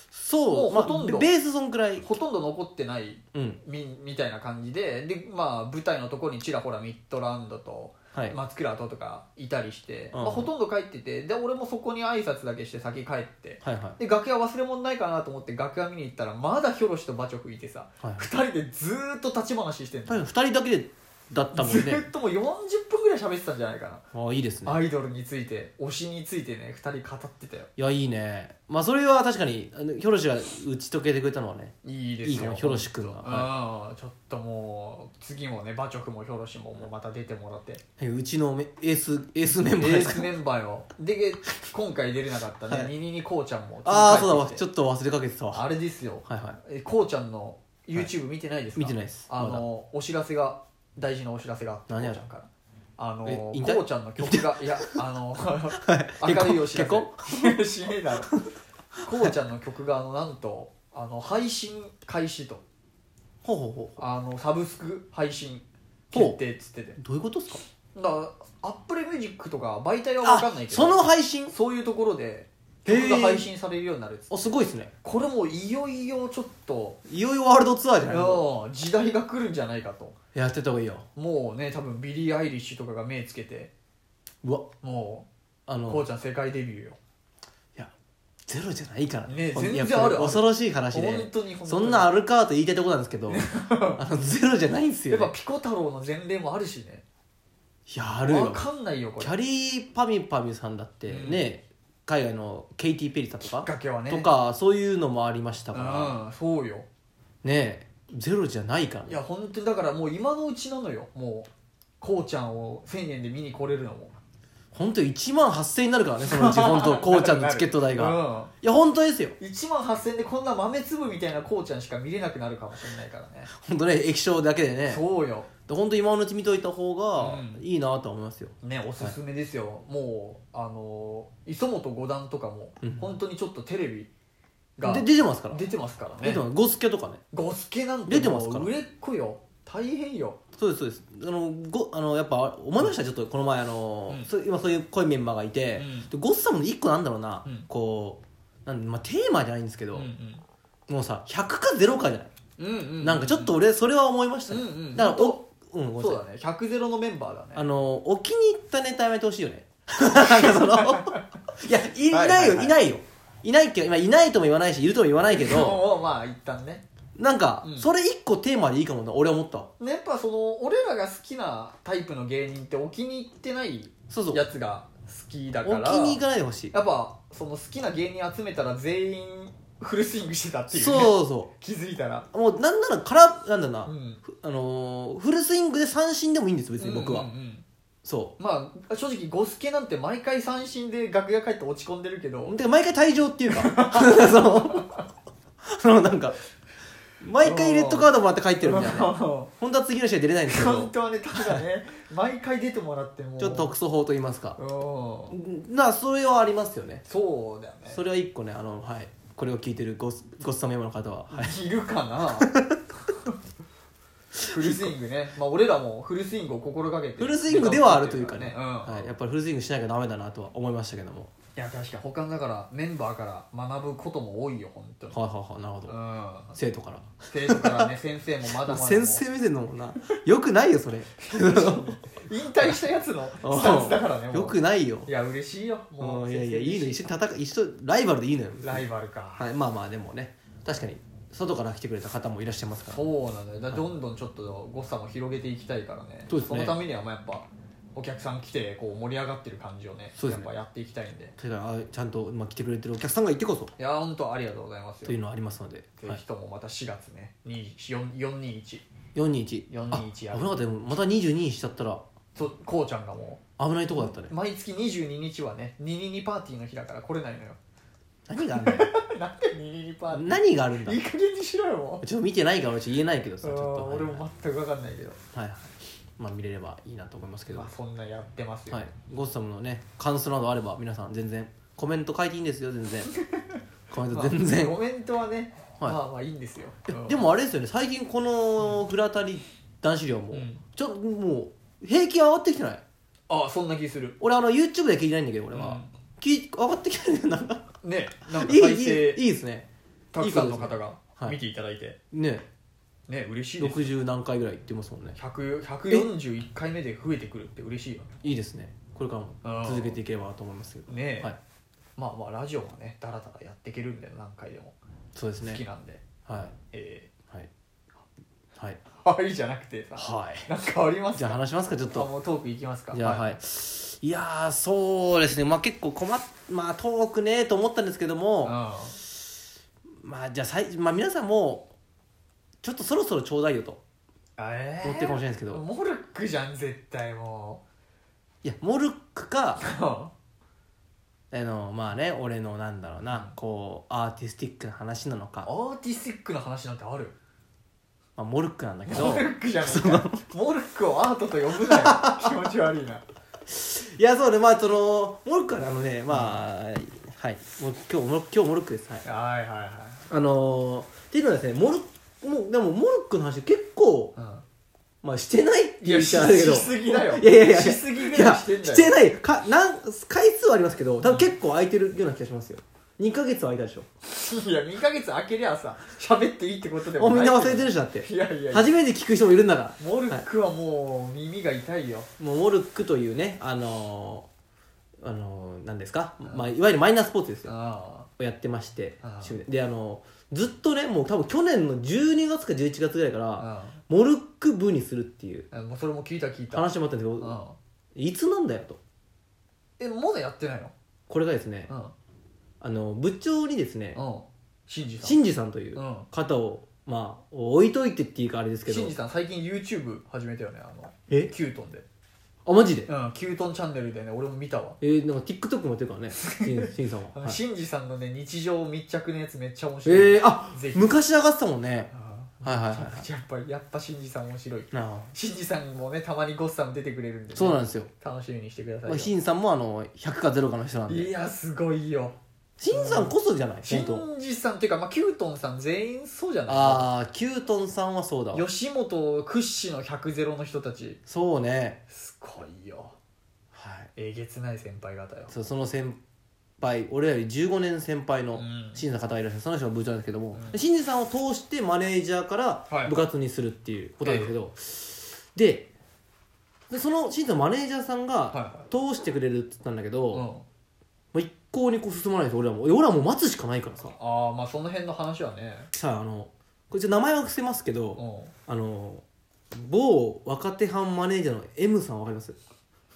Speaker 2: そう
Speaker 4: もうほとんど
Speaker 2: まあベースそんくらい
Speaker 4: ほとんど残ってない
Speaker 2: うん
Speaker 4: みみたいな感じでで、まあ、舞台のとこにちらほらミッドランドと
Speaker 2: はい
Speaker 4: マツクラトとかいたりして、
Speaker 2: うん
Speaker 4: まあ、ほとんど帰っててで俺もそこに挨拶だけして先帰って
Speaker 2: はいはい
Speaker 4: で楽屋忘れ物ないかなと思って楽屋見に行ったらまだヒョロシとバチョフいてさ
Speaker 2: はい
Speaker 4: 二人でずーっと立ち話してんの、
Speaker 2: 確かに2人だけでだったもん
Speaker 4: ず
Speaker 2: ね
Speaker 4: ーっともう40分ぐらい喋ってたんじゃないかな、
Speaker 2: ああいいですね
Speaker 4: アイドルについて推しについてね二人語ってたよ
Speaker 2: いやいいねまあそれは確かにあのヒョロシが打ち解けてくれたのはね
Speaker 4: いいですよ
Speaker 2: いいかもヒョロシ君は
Speaker 4: うんちょっともう次もねバチョフもヒョロシももうまた出てもらって
Speaker 2: えうちのめエースエースメンバー
Speaker 4: エ
Speaker 2: で
Speaker 4: ー
Speaker 2: すか
Speaker 4: スメンバーよで今回出れなかったね、
Speaker 2: はい
Speaker 4: ニニニこうちゃんも
Speaker 2: ああそうだわちょ
Speaker 4: っ
Speaker 2: っと忘れかけてたわは
Speaker 4: あれですよ
Speaker 2: いはい
Speaker 4: えこうちゃんの YouTube 見てないですか、
Speaker 2: 見てないです
Speaker 4: あ
Speaker 2: まだ
Speaker 4: のお知らせが大事なお知らせがあってこう
Speaker 2: 何
Speaker 4: ち
Speaker 2: や
Speaker 4: ゃん
Speaker 2: ろ
Speaker 4: からあの
Speaker 2: え
Speaker 4: こ
Speaker 2: 引退
Speaker 4: うちゃんの曲 がいやあの明るいお知
Speaker 2: 結
Speaker 4: ら
Speaker 2: 婚
Speaker 4: せしねえだろこうちゃんの曲があのなんとあの配信開始と
Speaker 2: ほうほうほう
Speaker 4: あのサブスク配信決定っつってて
Speaker 2: どういうことですか
Speaker 4: だからアップルミュージックとか媒体は分かんない
Speaker 2: あ
Speaker 4: けど
Speaker 2: その配信
Speaker 4: そういうところで
Speaker 2: へえ
Speaker 4: 曲が配信されるようになるっつって
Speaker 2: あすごいですね
Speaker 4: これもういよいよちょっと
Speaker 2: いよいよワールドツアーじゃないの
Speaker 4: うん時代が来るんじゃないかと
Speaker 2: やってた方がいいよ
Speaker 4: もうね多分ビリー・アイリッシュとかが目つけて
Speaker 2: うわ
Speaker 4: も
Speaker 2: あ
Speaker 4: う
Speaker 2: の
Speaker 4: こうちゃん世界デビューよ
Speaker 2: いやゼロじゃないから
Speaker 4: ね
Speaker 2: ほん
Speaker 4: 全
Speaker 2: や
Speaker 4: 然
Speaker 2: っぱり
Speaker 4: あるある
Speaker 2: 恐ろしい話で
Speaker 4: 本当に本当に
Speaker 2: そんなあるかと言いたいとこなんですけ どあのゼロじゃないんです
Speaker 4: や
Speaker 2: よ
Speaker 4: っ
Speaker 2: ね、
Speaker 4: ぱピコ太郎の前例もあるしね
Speaker 2: いやある
Speaker 4: わ
Speaker 2: よ
Speaker 4: かんないよこ
Speaker 2: キ
Speaker 4: れ
Speaker 2: ャリーパミュパミュさんだってね、海外のケイティ・ペリさんとか
Speaker 4: きっかけはね
Speaker 2: とかそういうのもありましたから、
Speaker 4: うんそうよ
Speaker 2: ねえゼロじゃないから
Speaker 4: い
Speaker 2: ね
Speaker 4: や本当にだからもう今のうちなのよもうこうちゃんを1000円で見に来れるのも
Speaker 2: 本当1万8000円になるからねそ のうち本当こうちゃんのチケット代が、い
Speaker 4: が、
Speaker 2: や本当ですよ
Speaker 4: うん、1万8000円でこんな豆粒みたいなこうちゃんしか見れなくなるかもしれないからね
Speaker 2: 本当ね液晶だけでね
Speaker 4: そうよ
Speaker 2: 本当今のうち見といた方が
Speaker 4: うん
Speaker 2: いいなとは思いますよ、
Speaker 4: ねおすすめですよ、もうあのー磯本五段とかも、
Speaker 2: うん
Speaker 4: 本当にちょっとテレビが
Speaker 2: で出てますから
Speaker 4: 出てますから
Speaker 2: 出
Speaker 4: ね
Speaker 2: てますゴスケとかね
Speaker 4: ゴスケなんて
Speaker 2: 出てますから
Speaker 4: もう売れっ子よ大変よ
Speaker 2: そうですそうですあのごあのやっぱ思いましたちょっとこの前あの、
Speaker 4: うん
Speaker 2: そ今そういう濃いメンバーがいて、
Speaker 4: うん
Speaker 2: でゴッサムの一個なんだろうな、
Speaker 4: うん
Speaker 2: こうなんまあ、テーマじゃないんですけど、
Speaker 4: ん
Speaker 2: もうさ100か0かじゃない、
Speaker 4: うんうんうん
Speaker 2: なんかちょっと俺それは思いましたね、
Speaker 4: うんうん
Speaker 2: だからおうんごめんなさい
Speaker 4: そうだね100ゼロのメンバーだね
Speaker 2: あのお気に入ったネタやめてほしいよね なんかそのいやい
Speaker 4: はい
Speaker 2: な
Speaker 4: はいい
Speaker 2: よ、
Speaker 4: はいい
Speaker 2: ないよいないっていうか今いないとも言わないしいるとも言わないけ ど
Speaker 4: もうまあ一旦ね
Speaker 2: なんか、
Speaker 4: うん
Speaker 2: それ一個テーマでいいかもな俺は思ったわ
Speaker 4: ねやっぱその俺らが好きなタイプの芸人ってお気に入ってない
Speaker 2: そうそう
Speaker 4: やつが好きだか
Speaker 2: お
Speaker 4: ら
Speaker 2: 気に行かないでほしい
Speaker 4: やっぱその好きな芸人集めたら全員フルスイングしてたっていう、ね、
Speaker 2: そうそ
Speaker 4: 気づいたら
Speaker 2: うもうなんならからなんだろうな、
Speaker 4: うん
Speaker 2: ふあのーフルスイングで三振でもいいんです別に僕は、
Speaker 4: うんうんうん
Speaker 2: そ
Speaker 4: まあ正直ゴスケなんて毎回三振で楽屋帰って落ち込んでるけど
Speaker 2: うで毎回退場っていうか そのそのなんか毎回レッドカードもらって帰ってるみたい なね
Speaker 4: 本
Speaker 2: 本当は次の試合出れないんですけ ど
Speaker 4: 当はねただね毎回出てもらっても
Speaker 2: ちょっと特措法と言いますか
Speaker 4: うん
Speaker 2: なそれはありますよね
Speaker 4: そうだよね
Speaker 2: それは一個ねあのはいこれを聞いてるゴスゴスサメモの方は、はい、
Speaker 4: いるかなフルスイングね、まあ、俺らもフルスイングを心がけて
Speaker 2: フルスイングではあるというかね
Speaker 4: うん
Speaker 2: はい、やっぱりフルスイングしなきゃダメだなとは思いましたけども
Speaker 4: いや確かに他のだからメンバーから学ぶことも多いよ本当に
Speaker 2: はいはいはいなるほど、
Speaker 4: うん
Speaker 2: 生徒から
Speaker 4: 生徒からね先生もまだまだもう
Speaker 2: 先生目線のもんなよくないよ それ
Speaker 4: 引退したやつのスタンスだからね もう
Speaker 2: よくないよ
Speaker 4: いや嬉しいよも
Speaker 2: う
Speaker 4: うん
Speaker 2: いやいや
Speaker 4: 先生
Speaker 2: いいの一緒に戦う一緒ライバルでいいのよ
Speaker 4: ライバルか、
Speaker 2: はい、まあまあでもね確かに外から来てくれた方もいらっしゃいますから
Speaker 4: そうなんだよだからどんどんちょっと誤差も広げていきたいからね
Speaker 2: そうですね
Speaker 4: のためにはまあやっぱお客さん来てこう盛り上がってる感じをね
Speaker 2: そうです
Speaker 4: やっ
Speaker 2: ね
Speaker 4: ぱやっていきたいんで
Speaker 2: それからあちゃんと、まあ、来てくれてるお客さんがいてこそ
Speaker 4: いや本当ありがとうございますよ
Speaker 2: というのはありますので、
Speaker 4: ぜ
Speaker 2: はい
Speaker 4: ひ、ともまた4月ね2 4 421
Speaker 2: 421
Speaker 4: 421
Speaker 2: あ危なかったでもまた22にしちゃったら
Speaker 4: そうこうちゃんがも
Speaker 2: 危ないとこだったね
Speaker 4: う毎月22日はね222パーティーの日だから来れないのよ
Speaker 2: 何があるんだよ
Speaker 4: なんで222パーティ ー
Speaker 2: 何があるんだ
Speaker 4: いい加減にしろよもう
Speaker 2: ちょっと見てないからちょっと言えないけどさち
Speaker 4: う
Speaker 2: ょっと
Speaker 4: ん俺
Speaker 2: はい
Speaker 4: も全く分かんないけど、
Speaker 2: はいはいまあ見れればいいなと思いますけど
Speaker 4: まあ、そんなやってますよ、
Speaker 2: はい、ゴッサムのね感想などあれば皆さん全然コメント書いていいんですよ全 然コメン
Speaker 4: ま
Speaker 2: ト
Speaker 4: あ
Speaker 2: 全然、
Speaker 4: コメントはね、
Speaker 2: はい
Speaker 4: まあまあいいんですよ、うん
Speaker 2: でもあれですよね最近このフラタリ男子寮も、
Speaker 4: うん
Speaker 2: ちょっともう平均上がってきてない
Speaker 4: あそんな気する
Speaker 2: 俺あの YouTube で聞いてないんだけど俺は、き上がってきてないんだよなんか
Speaker 4: ねなんか
Speaker 2: いいい
Speaker 4: 再
Speaker 2: いいい
Speaker 4: 生
Speaker 2: ですね
Speaker 4: たくさんの方が
Speaker 2: はい
Speaker 4: 見ていただいて
Speaker 2: ね
Speaker 4: ね嬉しいです
Speaker 2: 60何回ぐらい言ってますもんね
Speaker 4: 100 141回目で増えてくるって嬉しいよね
Speaker 2: いいですねこれから
Speaker 4: う
Speaker 2: も
Speaker 4: ん
Speaker 2: 続けていければなと思いますけど
Speaker 4: ねえ
Speaker 2: はい、
Speaker 4: まあまあラジオはねだらだらやっていけるんだよ何回でも
Speaker 2: そうです
Speaker 4: 好き
Speaker 2: ね
Speaker 4: なんで、
Speaker 2: は
Speaker 4: え
Speaker 2: いはいはい
Speaker 4: ー、 はいじゃなくてさ
Speaker 2: はい
Speaker 4: なんかあります
Speaker 2: じゃあ
Speaker 4: か
Speaker 2: 話しますかちょっ
Speaker 4: あ
Speaker 2: と
Speaker 4: もうトークいきますか
Speaker 2: じゃあはい、い、やーそうですねまあ結構困っまあ遠くねーと思ったんですけども、まあじゃあさい、まあ、皆さんもちょっとそろそろちょうだいよと
Speaker 4: うん、えー、
Speaker 2: 思ってるかもしれないですけど、
Speaker 4: モルックじゃん絶対も
Speaker 2: いやモルックか
Speaker 4: うあ
Speaker 2: あのまあね俺のなんだろうなこうアーティスティックな話なのか、ま
Speaker 4: アーティスティックな話なんてある
Speaker 2: あ、モルックなんだけど
Speaker 4: モルックじゃないかモルックをアートと呼ぶなよ気持ち悪いない
Speaker 2: やそうねまあそのモルックはねあのねまあ、はいもう今日モルック今日モルックですはい
Speaker 4: はいはいはい
Speaker 2: あのー、っていうのはですねモルックもうでもモルックの話結構、
Speaker 4: うん
Speaker 2: まあ、してないって
Speaker 4: い
Speaker 2: 言
Speaker 4: や
Speaker 2: っ
Speaker 4: し
Speaker 2: ちゃあれだけど
Speaker 4: しすぎだよ
Speaker 2: いやいやいや
Speaker 4: しすぎぐ
Speaker 2: い
Speaker 4: らい
Speaker 2: や
Speaker 4: してんだよ
Speaker 2: してないかなん回数はありますけど多分結構空いてるような気がしますよ2ヶ月は空いたでしょ
Speaker 4: いや2ヶ月空けりゃさ喋っていいってことで
Speaker 2: も
Speaker 4: も
Speaker 2: うみん
Speaker 4: いけ
Speaker 2: な
Speaker 4: ど
Speaker 2: 忘れてるしだって
Speaker 4: いやいやいや
Speaker 2: 初めて聞く人もいるんだから
Speaker 4: モル
Speaker 2: は
Speaker 4: ックはもう耳が痛いよ、
Speaker 2: いもうモルックというねあのー、あのー、なんですか、まあ、いわゆるマイナースポーツですよ
Speaker 4: あ
Speaker 2: をやってまして
Speaker 4: ああ
Speaker 2: 趣味でであのー、ずっとねもう多分去年の12月か11月ぐらいか
Speaker 4: あ
Speaker 2: らモルック部にするっていう
Speaker 4: うんもうそれも聞いた聞いた
Speaker 2: 話もあったんですけ
Speaker 4: うん
Speaker 2: どいつなんだよと
Speaker 4: えまだやってないの
Speaker 2: これがですね
Speaker 4: うん
Speaker 2: あの部長にですね
Speaker 4: うん新次さん
Speaker 2: 新次さんという
Speaker 4: うん
Speaker 2: 方をまあ置いといてっていうかあれですけど
Speaker 4: 新次さん最近 YouTube 始めたよねあの
Speaker 2: え
Speaker 4: キュートンで
Speaker 2: あマジで
Speaker 4: うんキュートンチャンネルでね俺も見たわ
Speaker 2: えー、なんか TikTok もやってるからね 新新さんは、はい
Speaker 4: 新次さんのね日常密着のやつめっちゃ面白い
Speaker 2: えー、あ
Speaker 4: ぜひ
Speaker 2: 昔上がってたもんね
Speaker 4: あ
Speaker 2: はいはい
Speaker 4: ー
Speaker 2: は
Speaker 4: め
Speaker 2: い
Speaker 4: ちゃくちゃやっぱりやっぱ新次さん面白い
Speaker 2: なあ
Speaker 4: 新次さんもねたまにゴッサム出てくれるんでね
Speaker 2: そうなんですよ、
Speaker 4: 楽しみにしてください
Speaker 2: ま
Speaker 4: よ
Speaker 2: あ、新さんもあの100か0かの人なん
Speaker 4: い
Speaker 2: で
Speaker 4: やすごいよ
Speaker 2: 新さんこそじゃない
Speaker 4: 新
Speaker 2: 本当
Speaker 4: 次さんっていうか、まあ、キュートンさん全員そうじゃな
Speaker 2: ああキュートンさんはそうだ
Speaker 4: い
Speaker 2: わ
Speaker 4: 吉本屈指の100ゼロの人たち
Speaker 2: そうね
Speaker 4: すごいよ
Speaker 2: はい
Speaker 4: えげつない先輩方よ
Speaker 2: そうその先輩俺らより15年先輩の
Speaker 4: うん
Speaker 2: 新さん方がいらっしゃるその人が部長なんですけども
Speaker 4: うん
Speaker 2: 新次さんを通してマネージャーか
Speaker 4: は
Speaker 2: ら
Speaker 4: い
Speaker 2: 部活にするっていうことなんですけど、ででその新さんのマネージャーさんが
Speaker 4: は
Speaker 2: 通してくれるって言ったんだけ
Speaker 4: い
Speaker 2: ど、
Speaker 4: はい、うん、
Speaker 2: まあ、一向にこう進まないです俺らも俺らもう待つしかないからさ
Speaker 4: ああまあその辺の話はね
Speaker 2: さああのこれちょっと名前は伏せますけど、
Speaker 4: うん
Speaker 2: あの某若手班マネージャーの M さんわかります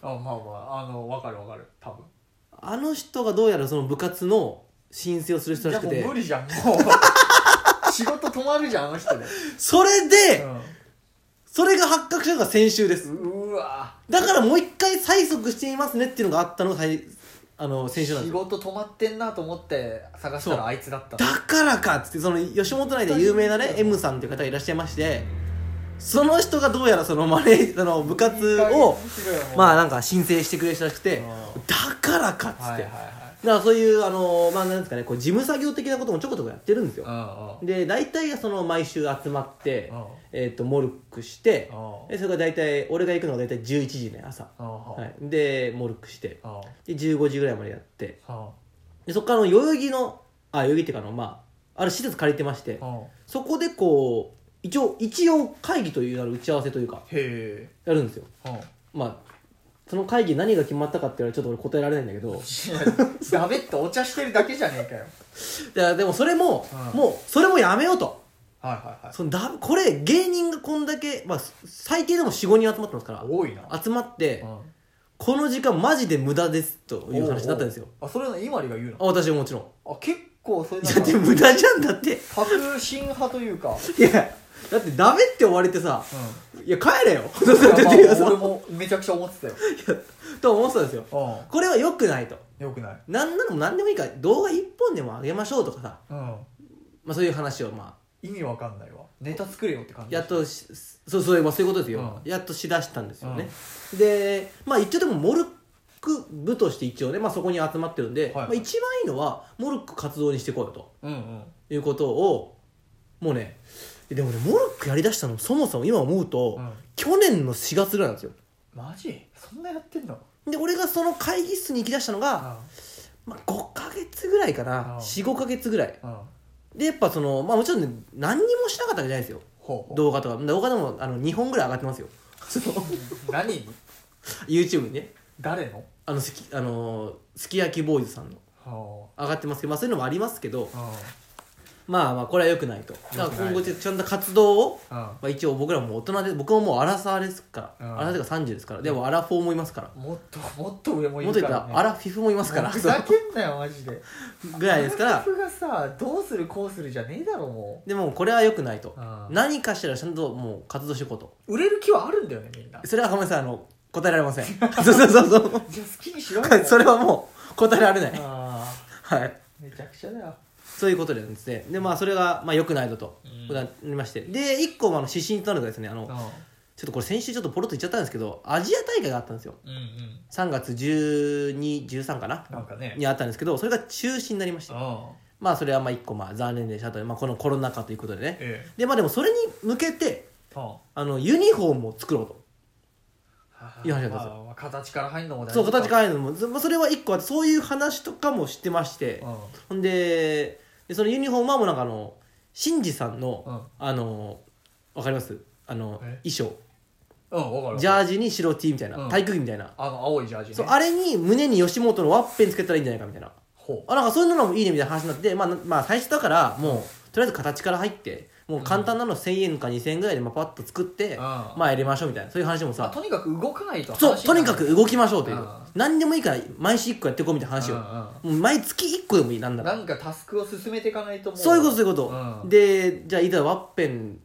Speaker 4: あまあまああのわかるわかる多分
Speaker 2: あの人がどうやらその部活の申請をする人
Speaker 4: い
Speaker 2: ら
Speaker 4: や
Speaker 2: し
Speaker 4: も
Speaker 2: く
Speaker 4: う
Speaker 2: て
Speaker 4: 無理じゃんも う仕事止まるじゃんあの人で、
Speaker 2: それで、
Speaker 4: う
Speaker 2: それが発覚したのが先週です
Speaker 4: ん、うわ
Speaker 2: だからもう一回催促していますねっていうのがあったのが最あの先週なんで
Speaker 4: 仕
Speaker 2: すよ
Speaker 4: 事止まってんなと思って探した
Speaker 2: そ
Speaker 4: ら
Speaker 2: う
Speaker 4: あいつだった
Speaker 2: だからかっつってその吉本内で有名なね M さんっていう方がいらっしゃいましてその人がどうやらそのマネーそ の部活をまあ
Speaker 4: あ
Speaker 2: なんか申請してくれたらしくて
Speaker 4: うん
Speaker 2: だからかっつって、
Speaker 4: はいは
Speaker 2: だ
Speaker 4: い
Speaker 2: か
Speaker 4: はい
Speaker 2: らそういうあのまあなんですかねこう事務作業的なこともちょこちょこやってるんです
Speaker 4: う
Speaker 2: よ
Speaker 4: んうん
Speaker 2: で大体がその毎週集まって
Speaker 4: うん、
Speaker 2: えー、とモルックして
Speaker 4: うん
Speaker 2: でそれが大体俺が行くのが大体11時ね朝、
Speaker 4: うん
Speaker 2: はい、でモルックして
Speaker 4: うん
Speaker 2: で15時ぐらいまでやって
Speaker 4: うん
Speaker 2: でそこからあの代々木のあ代々木っていうかあのまあある施設借りてまして
Speaker 4: うん
Speaker 2: そこでこう一応一応会議というなる打ち合わせというか
Speaker 4: へえ
Speaker 2: やるんですよ
Speaker 4: うん
Speaker 2: まあその会議何が決まったかって言われたらちょっと俺答えられないんだけ ど
Speaker 4: ダメってお茶してるだけじゃねえかよ
Speaker 2: いやでもそれも、
Speaker 4: うん
Speaker 2: もうそれもやめようと
Speaker 4: はいはいはい
Speaker 2: そのだこれ芸人がこんだけ、まあ、最低でも45人集まってますから
Speaker 4: 多いな
Speaker 2: 集まって、
Speaker 4: うん
Speaker 2: この時間マジで無駄ですという話になったんですよ
Speaker 4: おうおうあそれのイマリが言うの
Speaker 2: あ私ももちろん
Speaker 4: あ結構それ
Speaker 2: い
Speaker 4: なん
Speaker 2: やでも無駄じゃんだって
Speaker 4: 革新派と いうか、うん、
Speaker 2: いやだってダメって終われてさいや帰れ よだ
Speaker 4: いやまあ
Speaker 2: ってさ
Speaker 4: 俺もめちゃくちゃ思ってたよ、
Speaker 2: と思ってたんですよこれは良くないと
Speaker 4: うん、よくない
Speaker 2: なんなのも何でもいいから動画一本でも上げましょうとかさ、
Speaker 4: うん
Speaker 2: まあ、そういう話をまあ
Speaker 4: 意味わかんないわネタ作れよって感じ
Speaker 2: やっとしそうそう,、まあ、そういうことですよ、
Speaker 4: う
Speaker 2: やっとしだしたんですよね、でまあ一応でもモルック部として一応ね、まあ、そこに集まってるんで、
Speaker 4: いはい
Speaker 2: まあ、一番いいのはモルック活動にしてこようと
Speaker 4: うんうん
Speaker 2: いうことをもうねでもねモルックやりだしたのそもそも今思うと、
Speaker 4: うん
Speaker 2: 去年の4月ぐらいなんですよ
Speaker 4: マジそんなやってんの
Speaker 2: で俺がその会議室に行き出したのが、まあ、5ヶ月ぐらいか
Speaker 4: うん
Speaker 2: な45ヶ月ぐらい
Speaker 4: うんうん
Speaker 2: でやっぱそのまあもちろんね何にもしなかったわけじゃないですよ
Speaker 4: ほうほう
Speaker 2: 動画とか動画でもあの2本ぐらい上がってますよその
Speaker 4: 何に
Speaker 2: YouTube にね
Speaker 4: 誰の
Speaker 2: あのすき,、あのーすき焼きボーイズさんの
Speaker 4: は
Speaker 2: 上がってますけど、まあ、そういうのもありますけど
Speaker 4: あ
Speaker 2: まあまあこれは良くないとだ
Speaker 4: 良く
Speaker 2: か
Speaker 4: な
Speaker 2: ら
Speaker 4: い
Speaker 2: 今後ちょちゃんと活動を、
Speaker 4: うんうん
Speaker 2: まあ、一応僕らも大人で僕ももうアラサーですから、
Speaker 4: うん
Speaker 2: アラサーというか30ですからでもアラフォーもいますから、
Speaker 4: もっともっと上もい
Speaker 2: もっ
Speaker 4: る
Speaker 2: と
Speaker 4: か
Speaker 2: 言っ
Speaker 4: ら、
Speaker 2: た
Speaker 4: ね、
Speaker 2: らアラフィフもいますから
Speaker 4: もうふざけんなよマジで
Speaker 2: ぐらいですから
Speaker 4: 僕がさどうするこうするじゃねえだろも
Speaker 2: でもこれは良くないと
Speaker 4: うん
Speaker 2: 何かしらちゃんともう活動していこうと
Speaker 4: う売れる気はあるんだよねみんな
Speaker 2: それはごめんなさいあの答えられませんそうそうそうそう
Speaker 4: じゃあ好きにしろよ
Speaker 2: はい それはもう答えられない
Speaker 4: あ
Speaker 2: はい
Speaker 4: あめちゃくちゃだよ
Speaker 2: そういうことでですねでまあそれがまあ良くないのと
Speaker 4: うん
Speaker 2: なりましてで一個あの指針となるのがですねあのちょっとこれ先週ちょっとポロッと言っちゃったんですけどアジア大会があったんですよ
Speaker 4: うんうん
Speaker 2: 3月1213かな
Speaker 4: なんかね
Speaker 2: にあったんですけどそれが中止になりまし
Speaker 4: う
Speaker 2: て
Speaker 4: ん
Speaker 2: まあそれはまあ一個まあ残念でしたと、まあ、このコロナ禍ということでね
Speaker 4: ええ
Speaker 2: でまあでもそれに向けて
Speaker 4: は
Speaker 2: あのユニフォームを作ろうと
Speaker 4: あ
Speaker 2: いやいやどうぞ
Speaker 4: まあ形から入るのも大事
Speaker 2: そう形変えるのもずまあそれは一個あってそういう話とかもしてまして
Speaker 4: うん
Speaker 2: ほんででそのユニフォームはもうなんかあの新次さんの、
Speaker 4: うん
Speaker 2: あのわかりますあの
Speaker 4: え
Speaker 2: 衣
Speaker 4: うんわ
Speaker 2: 装
Speaker 4: かる
Speaker 2: ジャージに白 T みたいな、
Speaker 4: うん
Speaker 2: 体育着みたいな、
Speaker 4: あの青いジャージね
Speaker 2: そうあれに胸に吉本のワッペンつけたらいいんじゃないかみたいな
Speaker 4: ほう
Speaker 2: あなんかそういうのもいいねみたいな話になって、まあなまあ、最初だからもうとりあえず形から入ってもう簡単なの1000円か2000円ぐらいでまあパッと作って、
Speaker 4: ん
Speaker 2: まあやりましょうみたいなそういう話も
Speaker 4: まあ
Speaker 2: さ
Speaker 4: とにかく動かないと話
Speaker 2: そう
Speaker 4: に
Speaker 2: とにかく動きましょうという
Speaker 4: うん
Speaker 2: 何でもいいから毎週1個やっていこうみたいな話を
Speaker 4: うん
Speaker 2: もう毎月1個でもいいなんだ
Speaker 4: なんかタスクを進めていかないとも
Speaker 2: そういうことそういうこ
Speaker 4: う
Speaker 2: と
Speaker 4: ん
Speaker 2: でじゃあいざワッペン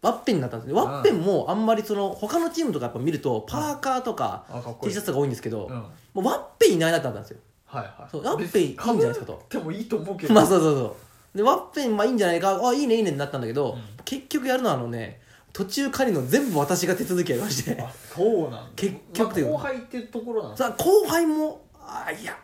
Speaker 2: ワッペンになったんですね
Speaker 4: ん
Speaker 2: ワッペンもあんまりその他のチームとかやっぱ見るとパーカーとか
Speaker 4: あかっこい
Speaker 2: T
Speaker 4: い
Speaker 2: シャツとか多いんですけど
Speaker 4: うんはい
Speaker 2: もうワッペンいないなってなったんですよ
Speaker 4: はい
Speaker 2: そうワッペンいいんじゃないですかと
Speaker 4: 別に被ってもいいと思うけど
Speaker 2: まあそうそうそうでワッペンまあいいんじゃないかあいいねいいねになったんだけど、
Speaker 4: うん
Speaker 2: 結局やるのはあのね途中借りの全部私が手続きやりまして
Speaker 4: あそうなんだ
Speaker 2: 結局という
Speaker 4: まあ後輩っていうところなんだ
Speaker 2: さあ後輩もあいや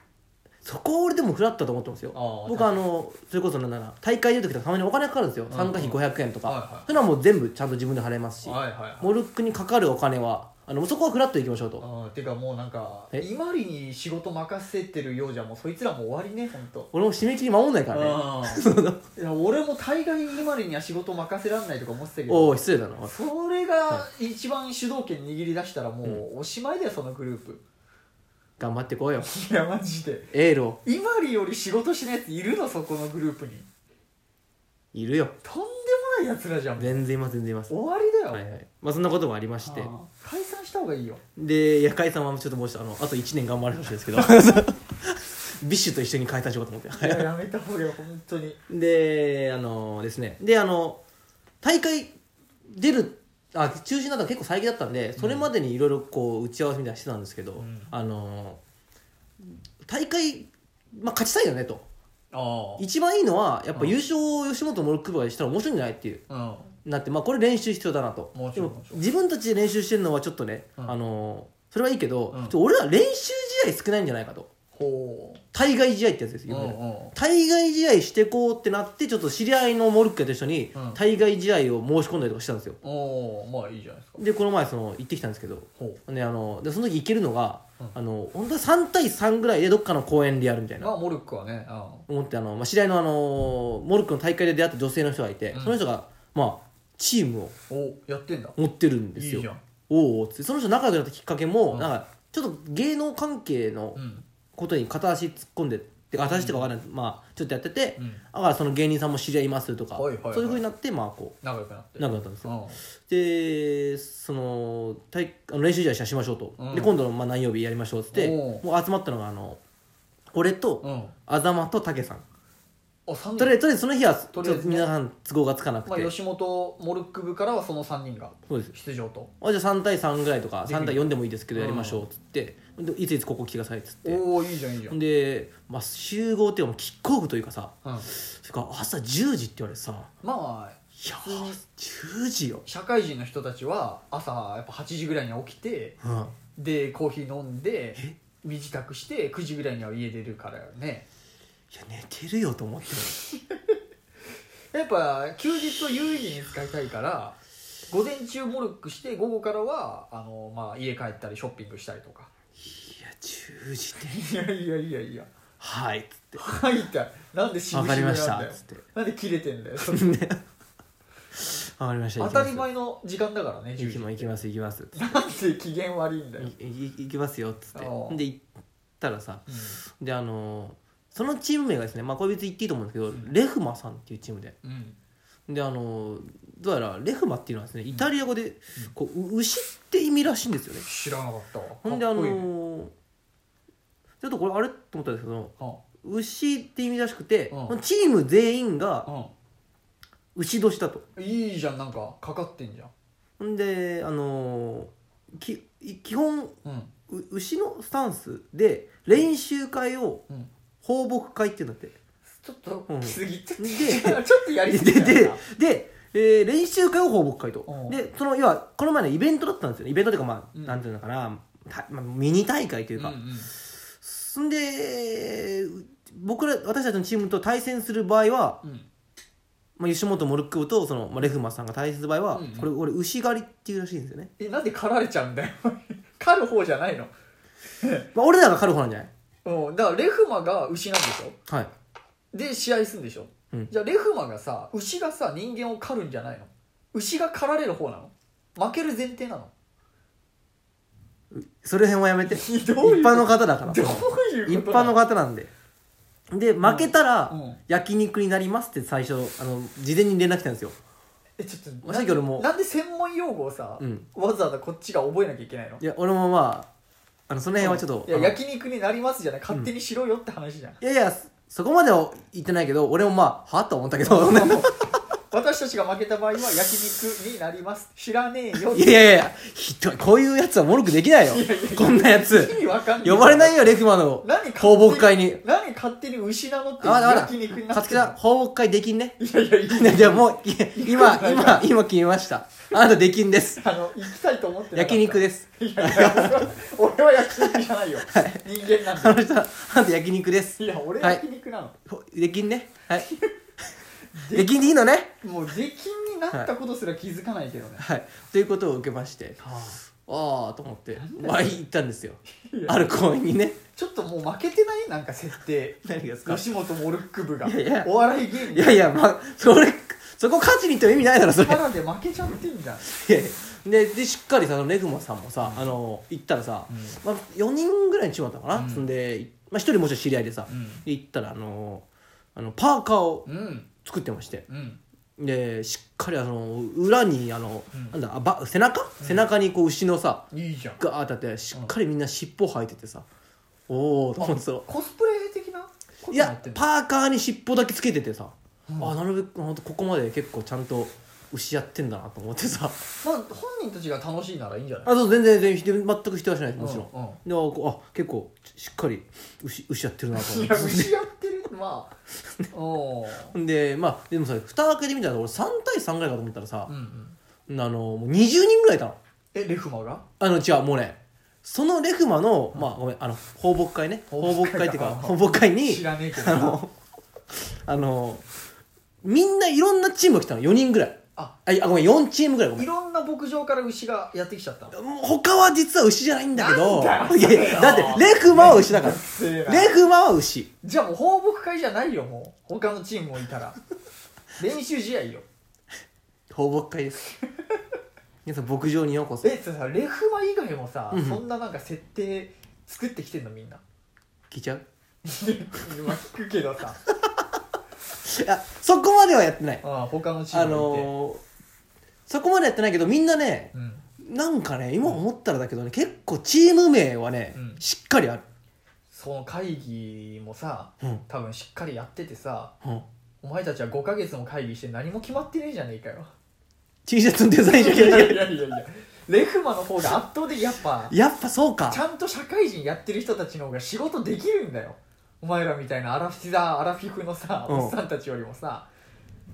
Speaker 2: そこは俺でもフラットだと思ってますよ
Speaker 4: ああ
Speaker 2: 僕あのそれこそなんだな大会出る時とかたまにお金かかるんですよ
Speaker 4: ん
Speaker 2: 参加費500円とか、
Speaker 4: はいはい
Speaker 2: そういうのはもう全部ちゃんと自分で払いますし、
Speaker 4: はいはいはい
Speaker 2: モルックにかかるお金はあのそこはフラットいきましょうと
Speaker 4: あーてかもうなんか
Speaker 2: え
Speaker 4: 今里に仕事任せてるようじゃもうそいつらも終わりねほんと
Speaker 2: 俺も締め切り守んないからね
Speaker 4: あーいや俺も大概今里には仕事任せられないとか思ってたけど
Speaker 2: おお失礼だなおい
Speaker 4: それが一番主導権握り出したらもうおしまいだよそのグループ
Speaker 2: 頑張ってこうよ
Speaker 4: いやマジで
Speaker 2: エールを
Speaker 4: 今里より仕事しないやついるのそこのグループに
Speaker 2: いるよ
Speaker 4: とんでもないやつらじゃん終
Speaker 2: 全然います全然います
Speaker 4: わりだよ、
Speaker 2: はいはいまあそんなこともありまして
Speaker 4: あー解散した方がいいよ
Speaker 2: で夜会さんはちょっともうちょっとあのあと1年頑張れてほしい ですけどビッシュと一緒に解散しようと思って
Speaker 4: いややめた方がいいよ本 当に
Speaker 2: であのですねであの大会出るあ中止になったの結構最近だったんでそれまでにいろいろこう打ち合わせみたいなのしてたんですけど、
Speaker 4: ん
Speaker 2: あの大会、まあ、勝ちたいよねと
Speaker 4: あ
Speaker 2: 一番いいのはやっぱ
Speaker 4: うん
Speaker 2: 優勝を吉本モルック部がしたら面白いんじゃないっていう
Speaker 4: あ
Speaker 2: なって、まあ、これ練習必要だなと
Speaker 4: もち
Speaker 2: で
Speaker 4: ろんも
Speaker 2: も
Speaker 4: ちろん
Speaker 2: 自分たちで練習してるのはちょっとね、
Speaker 4: うん
Speaker 2: あのそれはいいけど、
Speaker 4: うん
Speaker 2: ちょっと俺ら練習試合少ないんじゃないかと
Speaker 4: ほ
Speaker 2: 対外試合ってやつです
Speaker 4: うう
Speaker 2: よ、
Speaker 4: んうん
Speaker 2: 対外試合してこうってなってちょっと知り合いのモルックやと一緒に
Speaker 4: うん
Speaker 2: 対外試合を申し込んだりとかしたんですよ
Speaker 4: おおまあいいじゃないですか
Speaker 2: でこの前その行ってきたんですけど、
Speaker 4: ほ
Speaker 2: ね、あのでその時行けるのが、
Speaker 4: うん
Speaker 2: あの本当は3対3ぐらいでどっかの公園でやるみたいうな、
Speaker 4: まあモルックはねあ
Speaker 2: 思ってあの、まあ、知り合いの、あのモルックの大会で出会った女性の人がいて、
Speaker 4: うん
Speaker 2: その人が、まあ、チームを
Speaker 4: おやってんだ
Speaker 2: 持ってるんで
Speaker 4: いい
Speaker 2: すよ
Speaker 4: じゃん
Speaker 2: おうおうっつってその人仲良くなったきっかけも、
Speaker 4: うん
Speaker 2: なんかちょっと芸能関係の
Speaker 4: うん
Speaker 2: ことに片足突っ込んでってか片足とかわかんない、まあちょっとやってて、
Speaker 4: うん
Speaker 2: だからその芸人さんも知り合いますとか、
Speaker 4: はいはいはい
Speaker 2: そういうふうになってまあこ
Speaker 4: 仲良くなって
Speaker 2: う仲良くなったんです
Speaker 4: う
Speaker 2: よ、
Speaker 4: ん
Speaker 2: でその体あの練習試合しましょうと、
Speaker 4: うん
Speaker 2: で今度のまあ何曜日やりましょうっつって
Speaker 4: おう
Speaker 2: もう集まったのがあの俺と
Speaker 4: うん
Speaker 2: あざまとたけさん
Speaker 4: お三
Speaker 2: とりあ
Speaker 4: 人
Speaker 2: えずとりあえずその日はちょ
Speaker 4: と
Speaker 2: っ
Speaker 4: りあえ
Speaker 2: と
Speaker 4: ずね
Speaker 2: 皆さん都合がつかなく
Speaker 4: まあ
Speaker 2: て、
Speaker 4: 吉本モルック部からはその三人が
Speaker 2: そうです
Speaker 4: 出場と
Speaker 2: あじゃあ3対3ぐらいとか
Speaker 4: できる
Speaker 2: 3対4でもいいですけどやりましょうっつって、でいついつここ来てくださいっつって
Speaker 4: おおいいじゃんいいじゃん
Speaker 2: で、まあ、集合っていうかもうキックオフというかさ
Speaker 4: うん
Speaker 2: それから朝10時って言われてさい
Speaker 4: まあ
Speaker 2: や
Speaker 4: 普通に
Speaker 2: 10時よ、
Speaker 4: 社会人の人たちは朝やっぱ8時ぐらいには起きて
Speaker 2: うん、
Speaker 4: でコーヒー飲んで身支度して9時ぐらいには家出るからね
Speaker 2: いや寝てるよと思って
Speaker 4: やっぱ休日を有意義に使いたいから午前中モルックして午後からはあの、まあ、家帰ったりショッピングしたりとか
Speaker 2: いや10時って
Speaker 4: いやいやいやいや
Speaker 2: はいっつっ
Speaker 4: はいってなんで
Speaker 2: て
Speaker 4: 渋
Speaker 2: わ
Speaker 4: 々
Speaker 2: かりま
Speaker 4: なんだ
Speaker 2: した
Speaker 4: よ
Speaker 2: っつって
Speaker 4: なんで切れてんだよ
Speaker 2: わかりました
Speaker 4: 当
Speaker 2: 行き
Speaker 4: た
Speaker 2: ます
Speaker 4: り前の時間だからね10
Speaker 2: 行
Speaker 4: 時
Speaker 2: きま
Speaker 4: なん
Speaker 2: 行きます行きますっつっ
Speaker 4: で機嫌悪いんだよ、
Speaker 2: ていい行きますよっつって
Speaker 4: おう
Speaker 2: で行ったらさ
Speaker 4: う
Speaker 2: であのーそのチーム名がですねまあこれ別に言っていいと思うんですけど、レフマさんっていうチームで
Speaker 4: んうん、
Speaker 2: であのどうやらレフマっていうのはですねイタリア語でこうう牛って意味らしいんですよね、
Speaker 4: 知らなかったわ
Speaker 2: ほんであの
Speaker 4: かっこいいね
Speaker 2: ちょっとこれあれと思ったんですけど
Speaker 4: あ
Speaker 2: 牛って意味らしくて、
Speaker 4: うん
Speaker 2: チーム全員が
Speaker 4: うん
Speaker 2: 牛年だと
Speaker 4: いいじゃんなんかかかってんじゃん
Speaker 2: ほんであのき基本
Speaker 4: うん
Speaker 2: う牛のスタンスで練習会を
Speaker 4: うん
Speaker 2: 放牧会っていうんだって
Speaker 4: ちょっと
Speaker 2: うん
Speaker 4: 来すぎちゃっ
Speaker 2: で
Speaker 4: た ちょっとやり
Speaker 2: です
Speaker 4: ぎ
Speaker 2: で
Speaker 4: たよな
Speaker 2: でで、えー練習会を放牧会と
Speaker 4: うん
Speaker 2: でその要はこの前のイベントだったんですよねイベントというかまあ、
Speaker 4: うん
Speaker 2: なんていうのかなたまあ、ミニ大会というか、
Speaker 4: うんうん
Speaker 2: そんでう僕ら私たちのチームと対戦する場合は、
Speaker 4: うん
Speaker 2: まあ、吉本モルック部とその、まあ、レフマさんが対戦する場合は、
Speaker 4: うんうん
Speaker 2: これ俺牛狩りっていうらしいんですよね、
Speaker 4: えなんで狩られちゃうんだよ 狩る方じゃないの
Speaker 2: まあ、俺らが狩る方なんじゃない
Speaker 4: うんだからレフマが牛なんでしょ
Speaker 2: はい
Speaker 4: で試合するんでしょ、
Speaker 2: うん
Speaker 4: じゃあレフマがさ牛がさ人間を狩るんじゃないの牛が狩られる方なの負ける前提なの
Speaker 2: それ辺はや めて
Speaker 4: どういうこと
Speaker 2: 一般の方だから
Speaker 4: どういう
Speaker 2: 一
Speaker 4: こと
Speaker 2: 般
Speaker 4: な
Speaker 2: の方なんでで負けたら
Speaker 4: うん
Speaker 2: 焼肉になりますって最初あの事前に連絡来たんですよ
Speaker 4: えちょっと
Speaker 2: まさっき俺も
Speaker 4: なんで専門用語をさ、
Speaker 2: うん
Speaker 4: わざわざこっちが覚えなきゃいけないの
Speaker 2: いや俺もまああのその辺はちょっと
Speaker 4: いや
Speaker 2: あの
Speaker 4: 焼肉になりますじゃない勝手にしろよって 話じゃん、
Speaker 2: いやいやそこまでは言ってないけど俺もまあはあとは思ったけど い
Speaker 4: 私たちが負けた場合は焼肉になります知らねえよって
Speaker 2: やいやいやひどいこういうやつはもろくできないよこんなやつ
Speaker 4: 意味わかんない
Speaker 2: 呼ばれないよレフマの
Speaker 4: 何勝手
Speaker 2: 放牧会に
Speaker 4: 何勝手に牛なのって
Speaker 2: あまだまだ
Speaker 4: 焼肉にな
Speaker 2: 勝木
Speaker 4: って
Speaker 2: さん放牧会できんね
Speaker 4: いやいやいや
Speaker 2: ねじゃあもうい 今今今決めましたあなたできん です
Speaker 4: あの行きたいと思ってなかった
Speaker 2: 焼肉です
Speaker 4: いやいや俺は焼肉じゃないよ、人間なん
Speaker 2: あ
Speaker 4: だ
Speaker 2: の人あなた焼肉です
Speaker 4: いや俺
Speaker 2: はい
Speaker 4: 焼肉なの、
Speaker 2: ほ できんねはいできんでいいのね
Speaker 4: もう税金になったことすら気づかないけどね、
Speaker 2: はいということを受けましてああと思って
Speaker 4: なんだよ
Speaker 2: まあ行ったんですよ
Speaker 4: いや
Speaker 2: ある公園にね
Speaker 4: ちょっともう負けてない なんか設定
Speaker 2: 何がですか
Speaker 4: 吉本モルック部が
Speaker 2: いやいや
Speaker 4: お笑い芸人
Speaker 2: いやいやまあそれそこ勝ちに行っても意味ないだろそれ
Speaker 4: ただで負けちゃってんじゃん
Speaker 2: いやいやででしっかりさそのレグマさんもさ、あの行ったらさ、まあ、4人ぐらいにチームだったかな、
Speaker 4: うん
Speaker 2: そんで、まあ、1人もちろん知り合いでさ、
Speaker 4: うん
Speaker 2: で行ったらあのあのパーカーを
Speaker 4: うん
Speaker 2: 作ってまして
Speaker 4: うん
Speaker 2: でしっかりあの裏にあの、
Speaker 4: うん
Speaker 2: なんだあば背中、背中にこう牛のさ
Speaker 4: いいじゃん
Speaker 2: ガーってあってしっかりみんな尻尾生えててさ、おおと思ってさ
Speaker 4: コスプレ的なこと
Speaker 2: い
Speaker 4: にな
Speaker 2: や
Speaker 4: ってんの
Speaker 2: パーカーに尻尾だけつけててさ、あなるべくほんとここまで結構ちゃんと牛やってんだなと思ってさ
Speaker 4: まあ本人たちが楽しいならいいんじゃない
Speaker 2: あそう全然全然全く否定はしないですもちろん、
Speaker 4: うんうん
Speaker 2: であこうあ結構しっかり牛牛やってるなと思
Speaker 4: い
Speaker 2: っ
Speaker 4: や
Speaker 2: て
Speaker 4: 牛やってるまあおー
Speaker 2: ほんでまあでもさ蓋開けてみたら俺3対3ぐらいかと思ったらさ
Speaker 4: うん、うん
Speaker 2: あのもう20人ぐらいいたの
Speaker 4: えレフマが
Speaker 2: あの違うもうねそのレフマの、まあごめんあの放牧会ね
Speaker 4: 放
Speaker 2: 放
Speaker 4: 牧
Speaker 2: 牧
Speaker 4: 会
Speaker 2: 会っていうか
Speaker 4: あ
Speaker 2: 放牧会に
Speaker 4: 知らねえけど
Speaker 2: あ
Speaker 4: な
Speaker 2: のあのみんないろんなチームが来たの4人ぐらい
Speaker 4: あ
Speaker 2: あいやごめん4チームぐらいごめん
Speaker 4: いろんな牧場から牛がやってきちゃったの
Speaker 2: もう他は実は牛じゃないんだけど
Speaker 4: なんだよ
Speaker 2: いやいやだってレフマは牛だから
Speaker 4: せえ な
Speaker 2: レフマは牛
Speaker 4: じゃあもう放牧会じゃないよもう他のチームもいたら練習試合よ
Speaker 2: 放牧会です皆さん牧場にようこそ
Speaker 4: えっさレフマ以外もさ、
Speaker 2: うん
Speaker 4: そんななんか設定作ってきてんのみんな
Speaker 2: 聞いちゃう
Speaker 4: 今聞くけど さ
Speaker 2: いやそこまではやってない
Speaker 4: あ他のチ
Speaker 2: あ
Speaker 4: ームもいて、
Speaker 2: のー、そこまでやってないけどみんなね
Speaker 4: うん、
Speaker 2: なんかね今思ったらだけどね結構チーム名はね、
Speaker 4: うん
Speaker 2: しっかりある
Speaker 4: その会議もさ
Speaker 2: うん
Speaker 4: 多分しっかりやっててさ
Speaker 2: うん
Speaker 4: お前たちは5ヶ月も会議して何も決まってねえじゃねえかよ
Speaker 2: T シャツのデザイン
Speaker 4: い
Speaker 2: じ
Speaker 4: や
Speaker 2: ゃ
Speaker 4: いや
Speaker 2: な い
Speaker 4: いやいやいやレフマの方が圧倒的やっぱ
Speaker 2: やっぱそうか
Speaker 4: ちゃんと社会人やってる人たちの方が仕事できるんだよお前らみたいなアラフィザアラフィフのさ
Speaker 2: うん
Speaker 4: おっさんたちよりもさ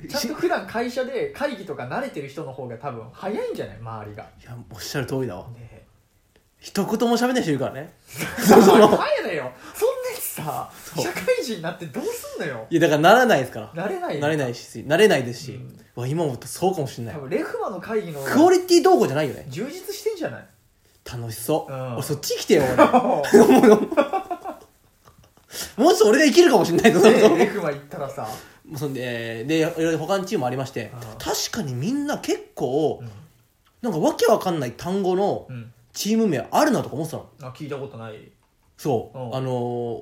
Speaker 4: ちゃん
Speaker 2: し
Speaker 4: と普段会社で会議とか慣れてる人の方が多分早いんじゃない周りがね
Speaker 2: いやおっしゃる通りだわ
Speaker 4: え
Speaker 2: 一言も喋んない人いるからね
Speaker 4: お
Speaker 2: そ
Speaker 4: 前
Speaker 2: の
Speaker 4: 帰れよそんなやつさ
Speaker 2: う
Speaker 4: 社会人になってどうすんのよ
Speaker 2: いやだからならないですから
Speaker 4: 慣れないよ
Speaker 2: なれないし慣れないですし、
Speaker 4: うん
Speaker 2: わ今思ったらそうかもしれない
Speaker 4: 多分レフマの会議の
Speaker 2: クオリティどうこうじゃないよね
Speaker 4: 充実してんじ ゃない
Speaker 2: 楽しそう、
Speaker 4: うん
Speaker 2: 俺そっち来てよ俺もうもうちょっと俺が生きるかもしれないぞ、
Speaker 4: ねえレフマ行ったらさ
Speaker 2: もうそんででいろいろ他のチームもありまして
Speaker 4: うん
Speaker 2: 確かにみんな結構、
Speaker 4: うん
Speaker 2: なんかわけわかんない単語の
Speaker 4: うん
Speaker 2: チーム名あるなとか思ってたの
Speaker 4: あ聞いたことない
Speaker 2: そう、
Speaker 4: うん
Speaker 2: あの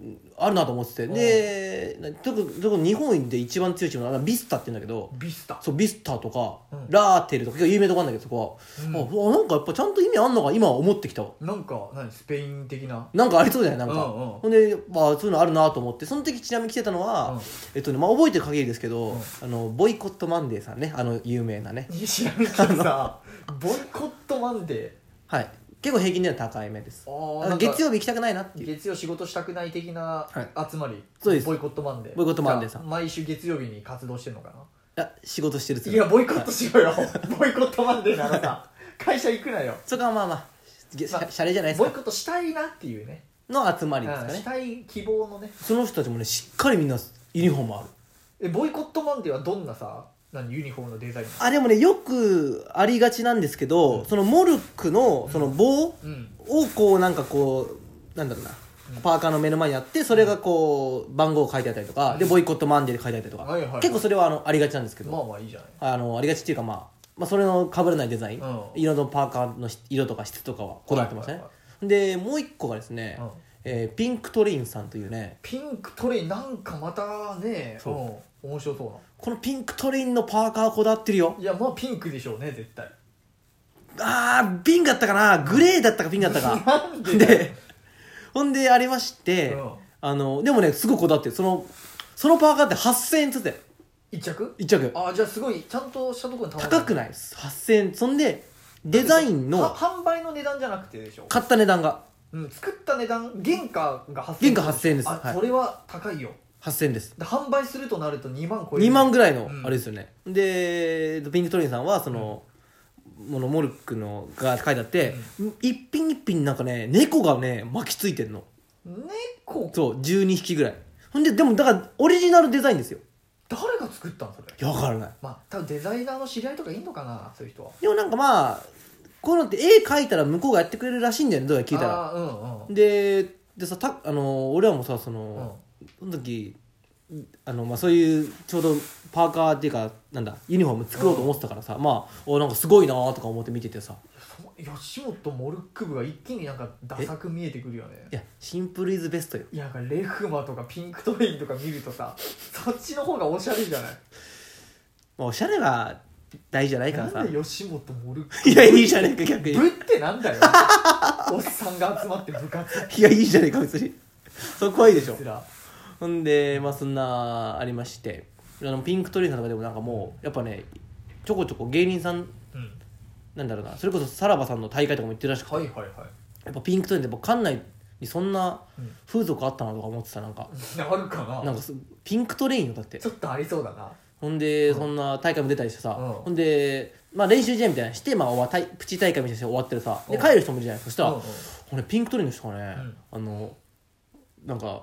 Speaker 2: ーあるなと思ってて、
Speaker 4: うん
Speaker 2: でな特に特に日本で一番強いチームのあのビスタって言うんだけど、
Speaker 4: ビスタ
Speaker 2: そうビスターとか、
Speaker 4: うん
Speaker 2: ラーテルとか結構有名なとこあるんだけどそこは、ああなんかやっぱちゃんと意味あんのか今は思ってきたわ
Speaker 4: なんか何スペイン的な
Speaker 2: なんかありそうじゃないなんか、
Speaker 4: うんうん
Speaker 2: ほんで、まあ、そういうのあるなと思ってその時ちなみに来てたのは、
Speaker 4: うん
Speaker 2: えっとねまあ、覚えてる限りですけど、
Speaker 4: うん
Speaker 2: あのボイコットマンデーさんねあの有名なね、
Speaker 4: いや知らんけどさボイコットマンデ
Speaker 2: はい結構平均では高い目です
Speaker 4: ーあ
Speaker 2: あの月曜日行きたくないなっていう
Speaker 4: 月曜仕事したくない的な
Speaker 2: は
Speaker 4: 集まり、
Speaker 2: そうです
Speaker 4: ボイコットマンデー
Speaker 2: ボイコットマンデーさん
Speaker 4: じゃあ毎週月曜日に活動してんのかな
Speaker 2: あ仕事してるっつう
Speaker 4: い
Speaker 2: の
Speaker 4: やボイコットしろよボイコットマンデーならさ会社行くなよ
Speaker 2: そこはまあまあげし
Speaker 4: まあ
Speaker 2: ゃシャレじゃないです
Speaker 4: ボイ
Speaker 2: か
Speaker 4: コットしたいなっていうね
Speaker 2: の集まりですか
Speaker 4: うん
Speaker 2: ね
Speaker 4: したい希望のね
Speaker 2: その人たちもねしっかりみんなユニフォームある
Speaker 4: えボイコットマンデーはどんなさ何ユニフォームのデザイン
Speaker 2: あでもねよくありがちなんですけど、
Speaker 4: うん
Speaker 2: そのモルックのその棒
Speaker 4: うん
Speaker 2: をこうなんかこうなんだろうな、
Speaker 4: うん
Speaker 2: パーカーの目の前にあってそれがこう番号を書いてあったりとか、でボイコットマンデーで書いてあったりとか、
Speaker 4: はいはいはい
Speaker 2: 結構それはあのありがちなんですけど、
Speaker 4: まあまあいいじゃない
Speaker 2: あのありがちっていうかまあまあ、それの被らないデザイン、
Speaker 4: うん
Speaker 2: 色のパーカーのし色とか質とかはこだわってましたね、
Speaker 4: はいは
Speaker 2: でもう一個がですね、
Speaker 4: うん
Speaker 2: えーピンクトレインさんというね
Speaker 4: ピンクトレイなんかまたね、
Speaker 2: そう
Speaker 4: ん、面白そうな
Speaker 2: このピンクトリンのパーカーこだわってるよ
Speaker 4: いやまあピンクでしょうね絶対
Speaker 2: あーピンクだったかなグレーだったかピンクだったか
Speaker 4: なんでだよ
Speaker 2: でほんでありまして、
Speaker 4: うん
Speaker 2: あのでもねすごいこだわってるそのそのパーカーって8000円っつってたよ
Speaker 4: 一着
Speaker 2: 一着
Speaker 4: ああじゃあすごいちゃんとしたとこに頼んだ
Speaker 2: 高くないです8000円そんでデザイン
Speaker 4: は
Speaker 2: の
Speaker 4: 販売の値段じゃなくてでしょ、
Speaker 2: 買った値段が
Speaker 4: うん、作った値段原価が8000
Speaker 2: 原価8000円です
Speaker 4: あ、
Speaker 2: はい
Speaker 4: それは高いよ
Speaker 2: 8000円です
Speaker 4: で販売するとなると2万超える
Speaker 2: 2万ぐらいの
Speaker 4: うん
Speaker 2: あれですよね、でピンクトリンさんはその、ものモルックのが書いてあって、一品一品なんかね猫がね巻きついてんの
Speaker 4: 猫
Speaker 2: そう12匹ぐらいほんででもだからオリジナルデザインですよ
Speaker 4: 誰が作ったんそれ
Speaker 2: いやわからない
Speaker 4: まあ多分デザイナーの知り合いとかいんのかなそういう人は
Speaker 2: でもなんかまあこういうのって絵描いたら向こうがやってくれるらしいんだよねどうやら聞いたら
Speaker 4: あーうんうん
Speaker 2: ででさたあの俺らもさその、その時あの、まあ、そういうちょうどパーカーっていうかなんだユニフォーム作ろうと思ってたからさ、まあおなんかすごいなーとか思って見ててさ
Speaker 4: その吉本モルック部が一気になんかダサく見えてくるよね
Speaker 2: いやシンプルイズベストよ
Speaker 4: いやなんかレフマとかピンクトレインとか見るとさそっちの方がおしゃれじゃない
Speaker 2: まあおしゃれは大事じゃないから
Speaker 4: な
Speaker 2: さ
Speaker 4: んで吉本モルック
Speaker 2: いやいいじゃねえか逆に
Speaker 4: 部ってなんだよおっさんが集まって部 活
Speaker 2: いやいいじゃねえか別にそこはいいでしょ
Speaker 4: すら
Speaker 2: ほんでまあそんなありましてあのピンクトリーさんとかでもなんかもうやっぱねちょこちょこ芸人さん
Speaker 4: うん
Speaker 2: なんだろうなそれこそさらばさんの大会とかも行ってるらしくて、
Speaker 4: はいはいはい
Speaker 2: やっぱピンクトレインってやっぱ館内にそんな
Speaker 4: うん
Speaker 2: 風俗あったなとか思ってたなんか、
Speaker 4: あるか
Speaker 2: な
Speaker 4: なん
Speaker 2: かすピンクトレインよだって
Speaker 4: ちょっとありそうだな
Speaker 2: ほんで、
Speaker 4: うん
Speaker 2: そんな大会も出たりしてさ、
Speaker 4: うん
Speaker 2: ほんで、まあ、練習試合みたいなのして、まあ、終わたいプチ大会みたいなのして終わってるさで
Speaker 4: うん
Speaker 2: 帰る人もいるじゃないそしたら、
Speaker 4: うんうん
Speaker 2: ほんでピンクトレインの人がね、あのなんか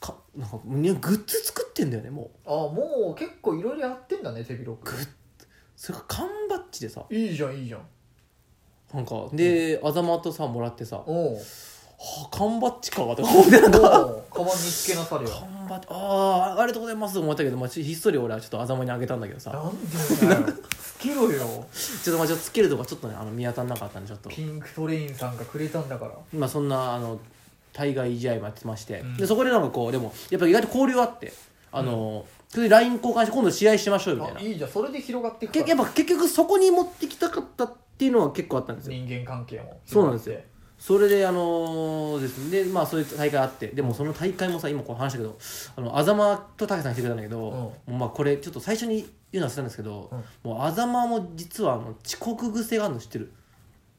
Speaker 2: かなんかいやグッズ作ってんだよねもう
Speaker 4: あもう結構いろいろやってんだね手広く
Speaker 2: それが缶バッジでさ
Speaker 4: いいじゃんいいじゃん
Speaker 2: なんかで、あざまとさもらってさ「は
Speaker 4: おう
Speaker 2: あ缶バッジか」とか思って なんか
Speaker 4: おうカバンにつけなされよ
Speaker 2: 缶バッジああありがとうございますと思ったけど、まあ、ちひっそり俺はちょっとあざまにあげたんだけどさちょ
Speaker 4: なんでだよつけろよ
Speaker 2: っとまあちょっとつけるとかちょっとねあの見当たんなかったんでちょっと
Speaker 4: ピンクトレインさんがくれたんだから
Speaker 2: まあそんなあの対外試合もやってまして、
Speaker 4: ん
Speaker 2: でそこでなんかこうでもやっぱ意外と交流あってあの、それで LINE 交換して今度試合しましょうよみたい
Speaker 4: あ
Speaker 2: ない
Speaker 4: いじゃんそれで広がっていくか
Speaker 2: け
Speaker 4: ら
Speaker 2: やっぱ結局そこに持ってきたかったっていうのは結構あったんですよ
Speaker 4: 人間関係も
Speaker 2: そうなんですよそれであのーですねでまあそういう大会あってでもその大会もさ今こう話したけどあの安座間と武さん来てくれたんだけど、もうまあこれちょっと最初に言うのはしてたんですけど、もう安座間も実はあの遅刻癖があるの知ってる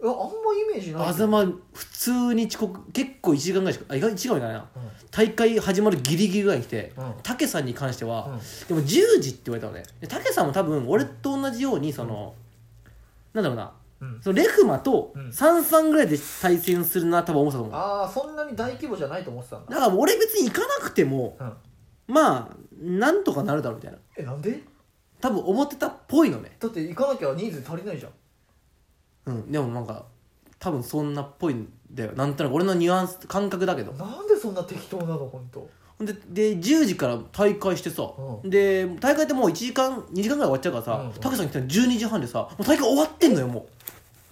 Speaker 4: えあんまイメージない
Speaker 2: 安座間普通に遅刻結構1時間ぐらいしかあ意外1時間もいかないな、
Speaker 4: うん
Speaker 2: 大会始まるギリギリぐらいに来て
Speaker 4: うん
Speaker 2: 武、さんに関しては、
Speaker 4: うん
Speaker 2: でも10時って言われたのねで武さんも多分俺と同じようにその、なんだろうな
Speaker 4: うん
Speaker 2: そのレフマと
Speaker 4: うん
Speaker 2: 33ぐらいで対戦するな多分思ってたと思う
Speaker 4: ああそんなに大規模じゃないと思ってたん
Speaker 2: だ
Speaker 4: だ
Speaker 2: から俺別に行かなくても
Speaker 4: うん
Speaker 2: まあなんとかなるだろうみたいな
Speaker 4: えなんで
Speaker 2: 多分思ってたっぽいのね
Speaker 4: だって行かなきゃ人数足りないじゃん
Speaker 2: うんでもなんか多分そんなっぽいんだよなんとなく俺のニュアンス感覚だけど
Speaker 4: なんでそんな適当なの本当
Speaker 2: でで10時から大会してさ、
Speaker 4: う
Speaker 2: で大会ってもう1時間2時間ぐらい終わっちゃうから
Speaker 4: うんうん
Speaker 2: さたけ、さん来たの12時半でさもう大会終わってんのよも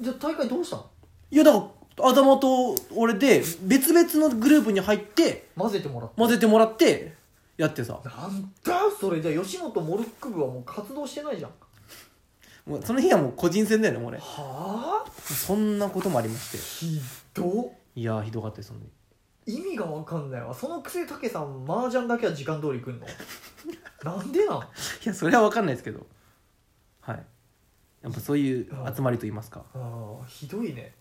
Speaker 4: じゃあ大会どうしたの
Speaker 2: ういやだからあざまと俺で別々のグループに入って
Speaker 4: 混ぜてもらった
Speaker 2: 混ぜてもらってやってさ
Speaker 4: なんだそれじゃあ吉本モルック部はもう活動してないじゃん
Speaker 2: もうその日はもう個人戦だよねもうね
Speaker 4: はあ
Speaker 2: そんなこともありまして
Speaker 4: ひどっ
Speaker 2: いやーひどかったですその時
Speaker 4: 意味がわかんないわそのくせたけさん麻雀だけは時間通り来 んのなんでなん
Speaker 2: いやそれは分かんないですけどはいやっぱそういう
Speaker 4: うん
Speaker 2: 集まりといいますか、
Speaker 4: ああひどいね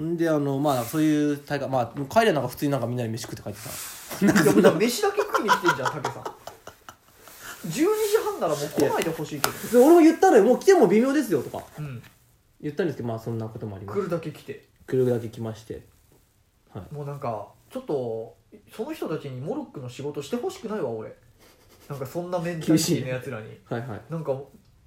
Speaker 2: んであのまあそういう大会まあ帰りはなんか普通になんかみんなで飯食って帰ってさなんか
Speaker 4: で
Speaker 2: そ
Speaker 4: も
Speaker 2: ん
Speaker 4: だ
Speaker 2: な
Speaker 4: から飯だけ食いに来てんじゃんたけさん12時半ならもう来ないでほしいけ
Speaker 2: で
Speaker 4: ど
Speaker 2: 俺も言ったのよもう来ても微妙ですよとか
Speaker 4: うん
Speaker 2: 言ったんですけどまあそんなこともありま
Speaker 4: 来
Speaker 2: す
Speaker 4: るだけ来て
Speaker 2: 来るだけ来ましてはい
Speaker 4: もうなんかちょっとその人たちにモルックの仕事してほしくないわ俺なんかそんなメンタリティーのやつらに
Speaker 2: はいはい
Speaker 4: なんか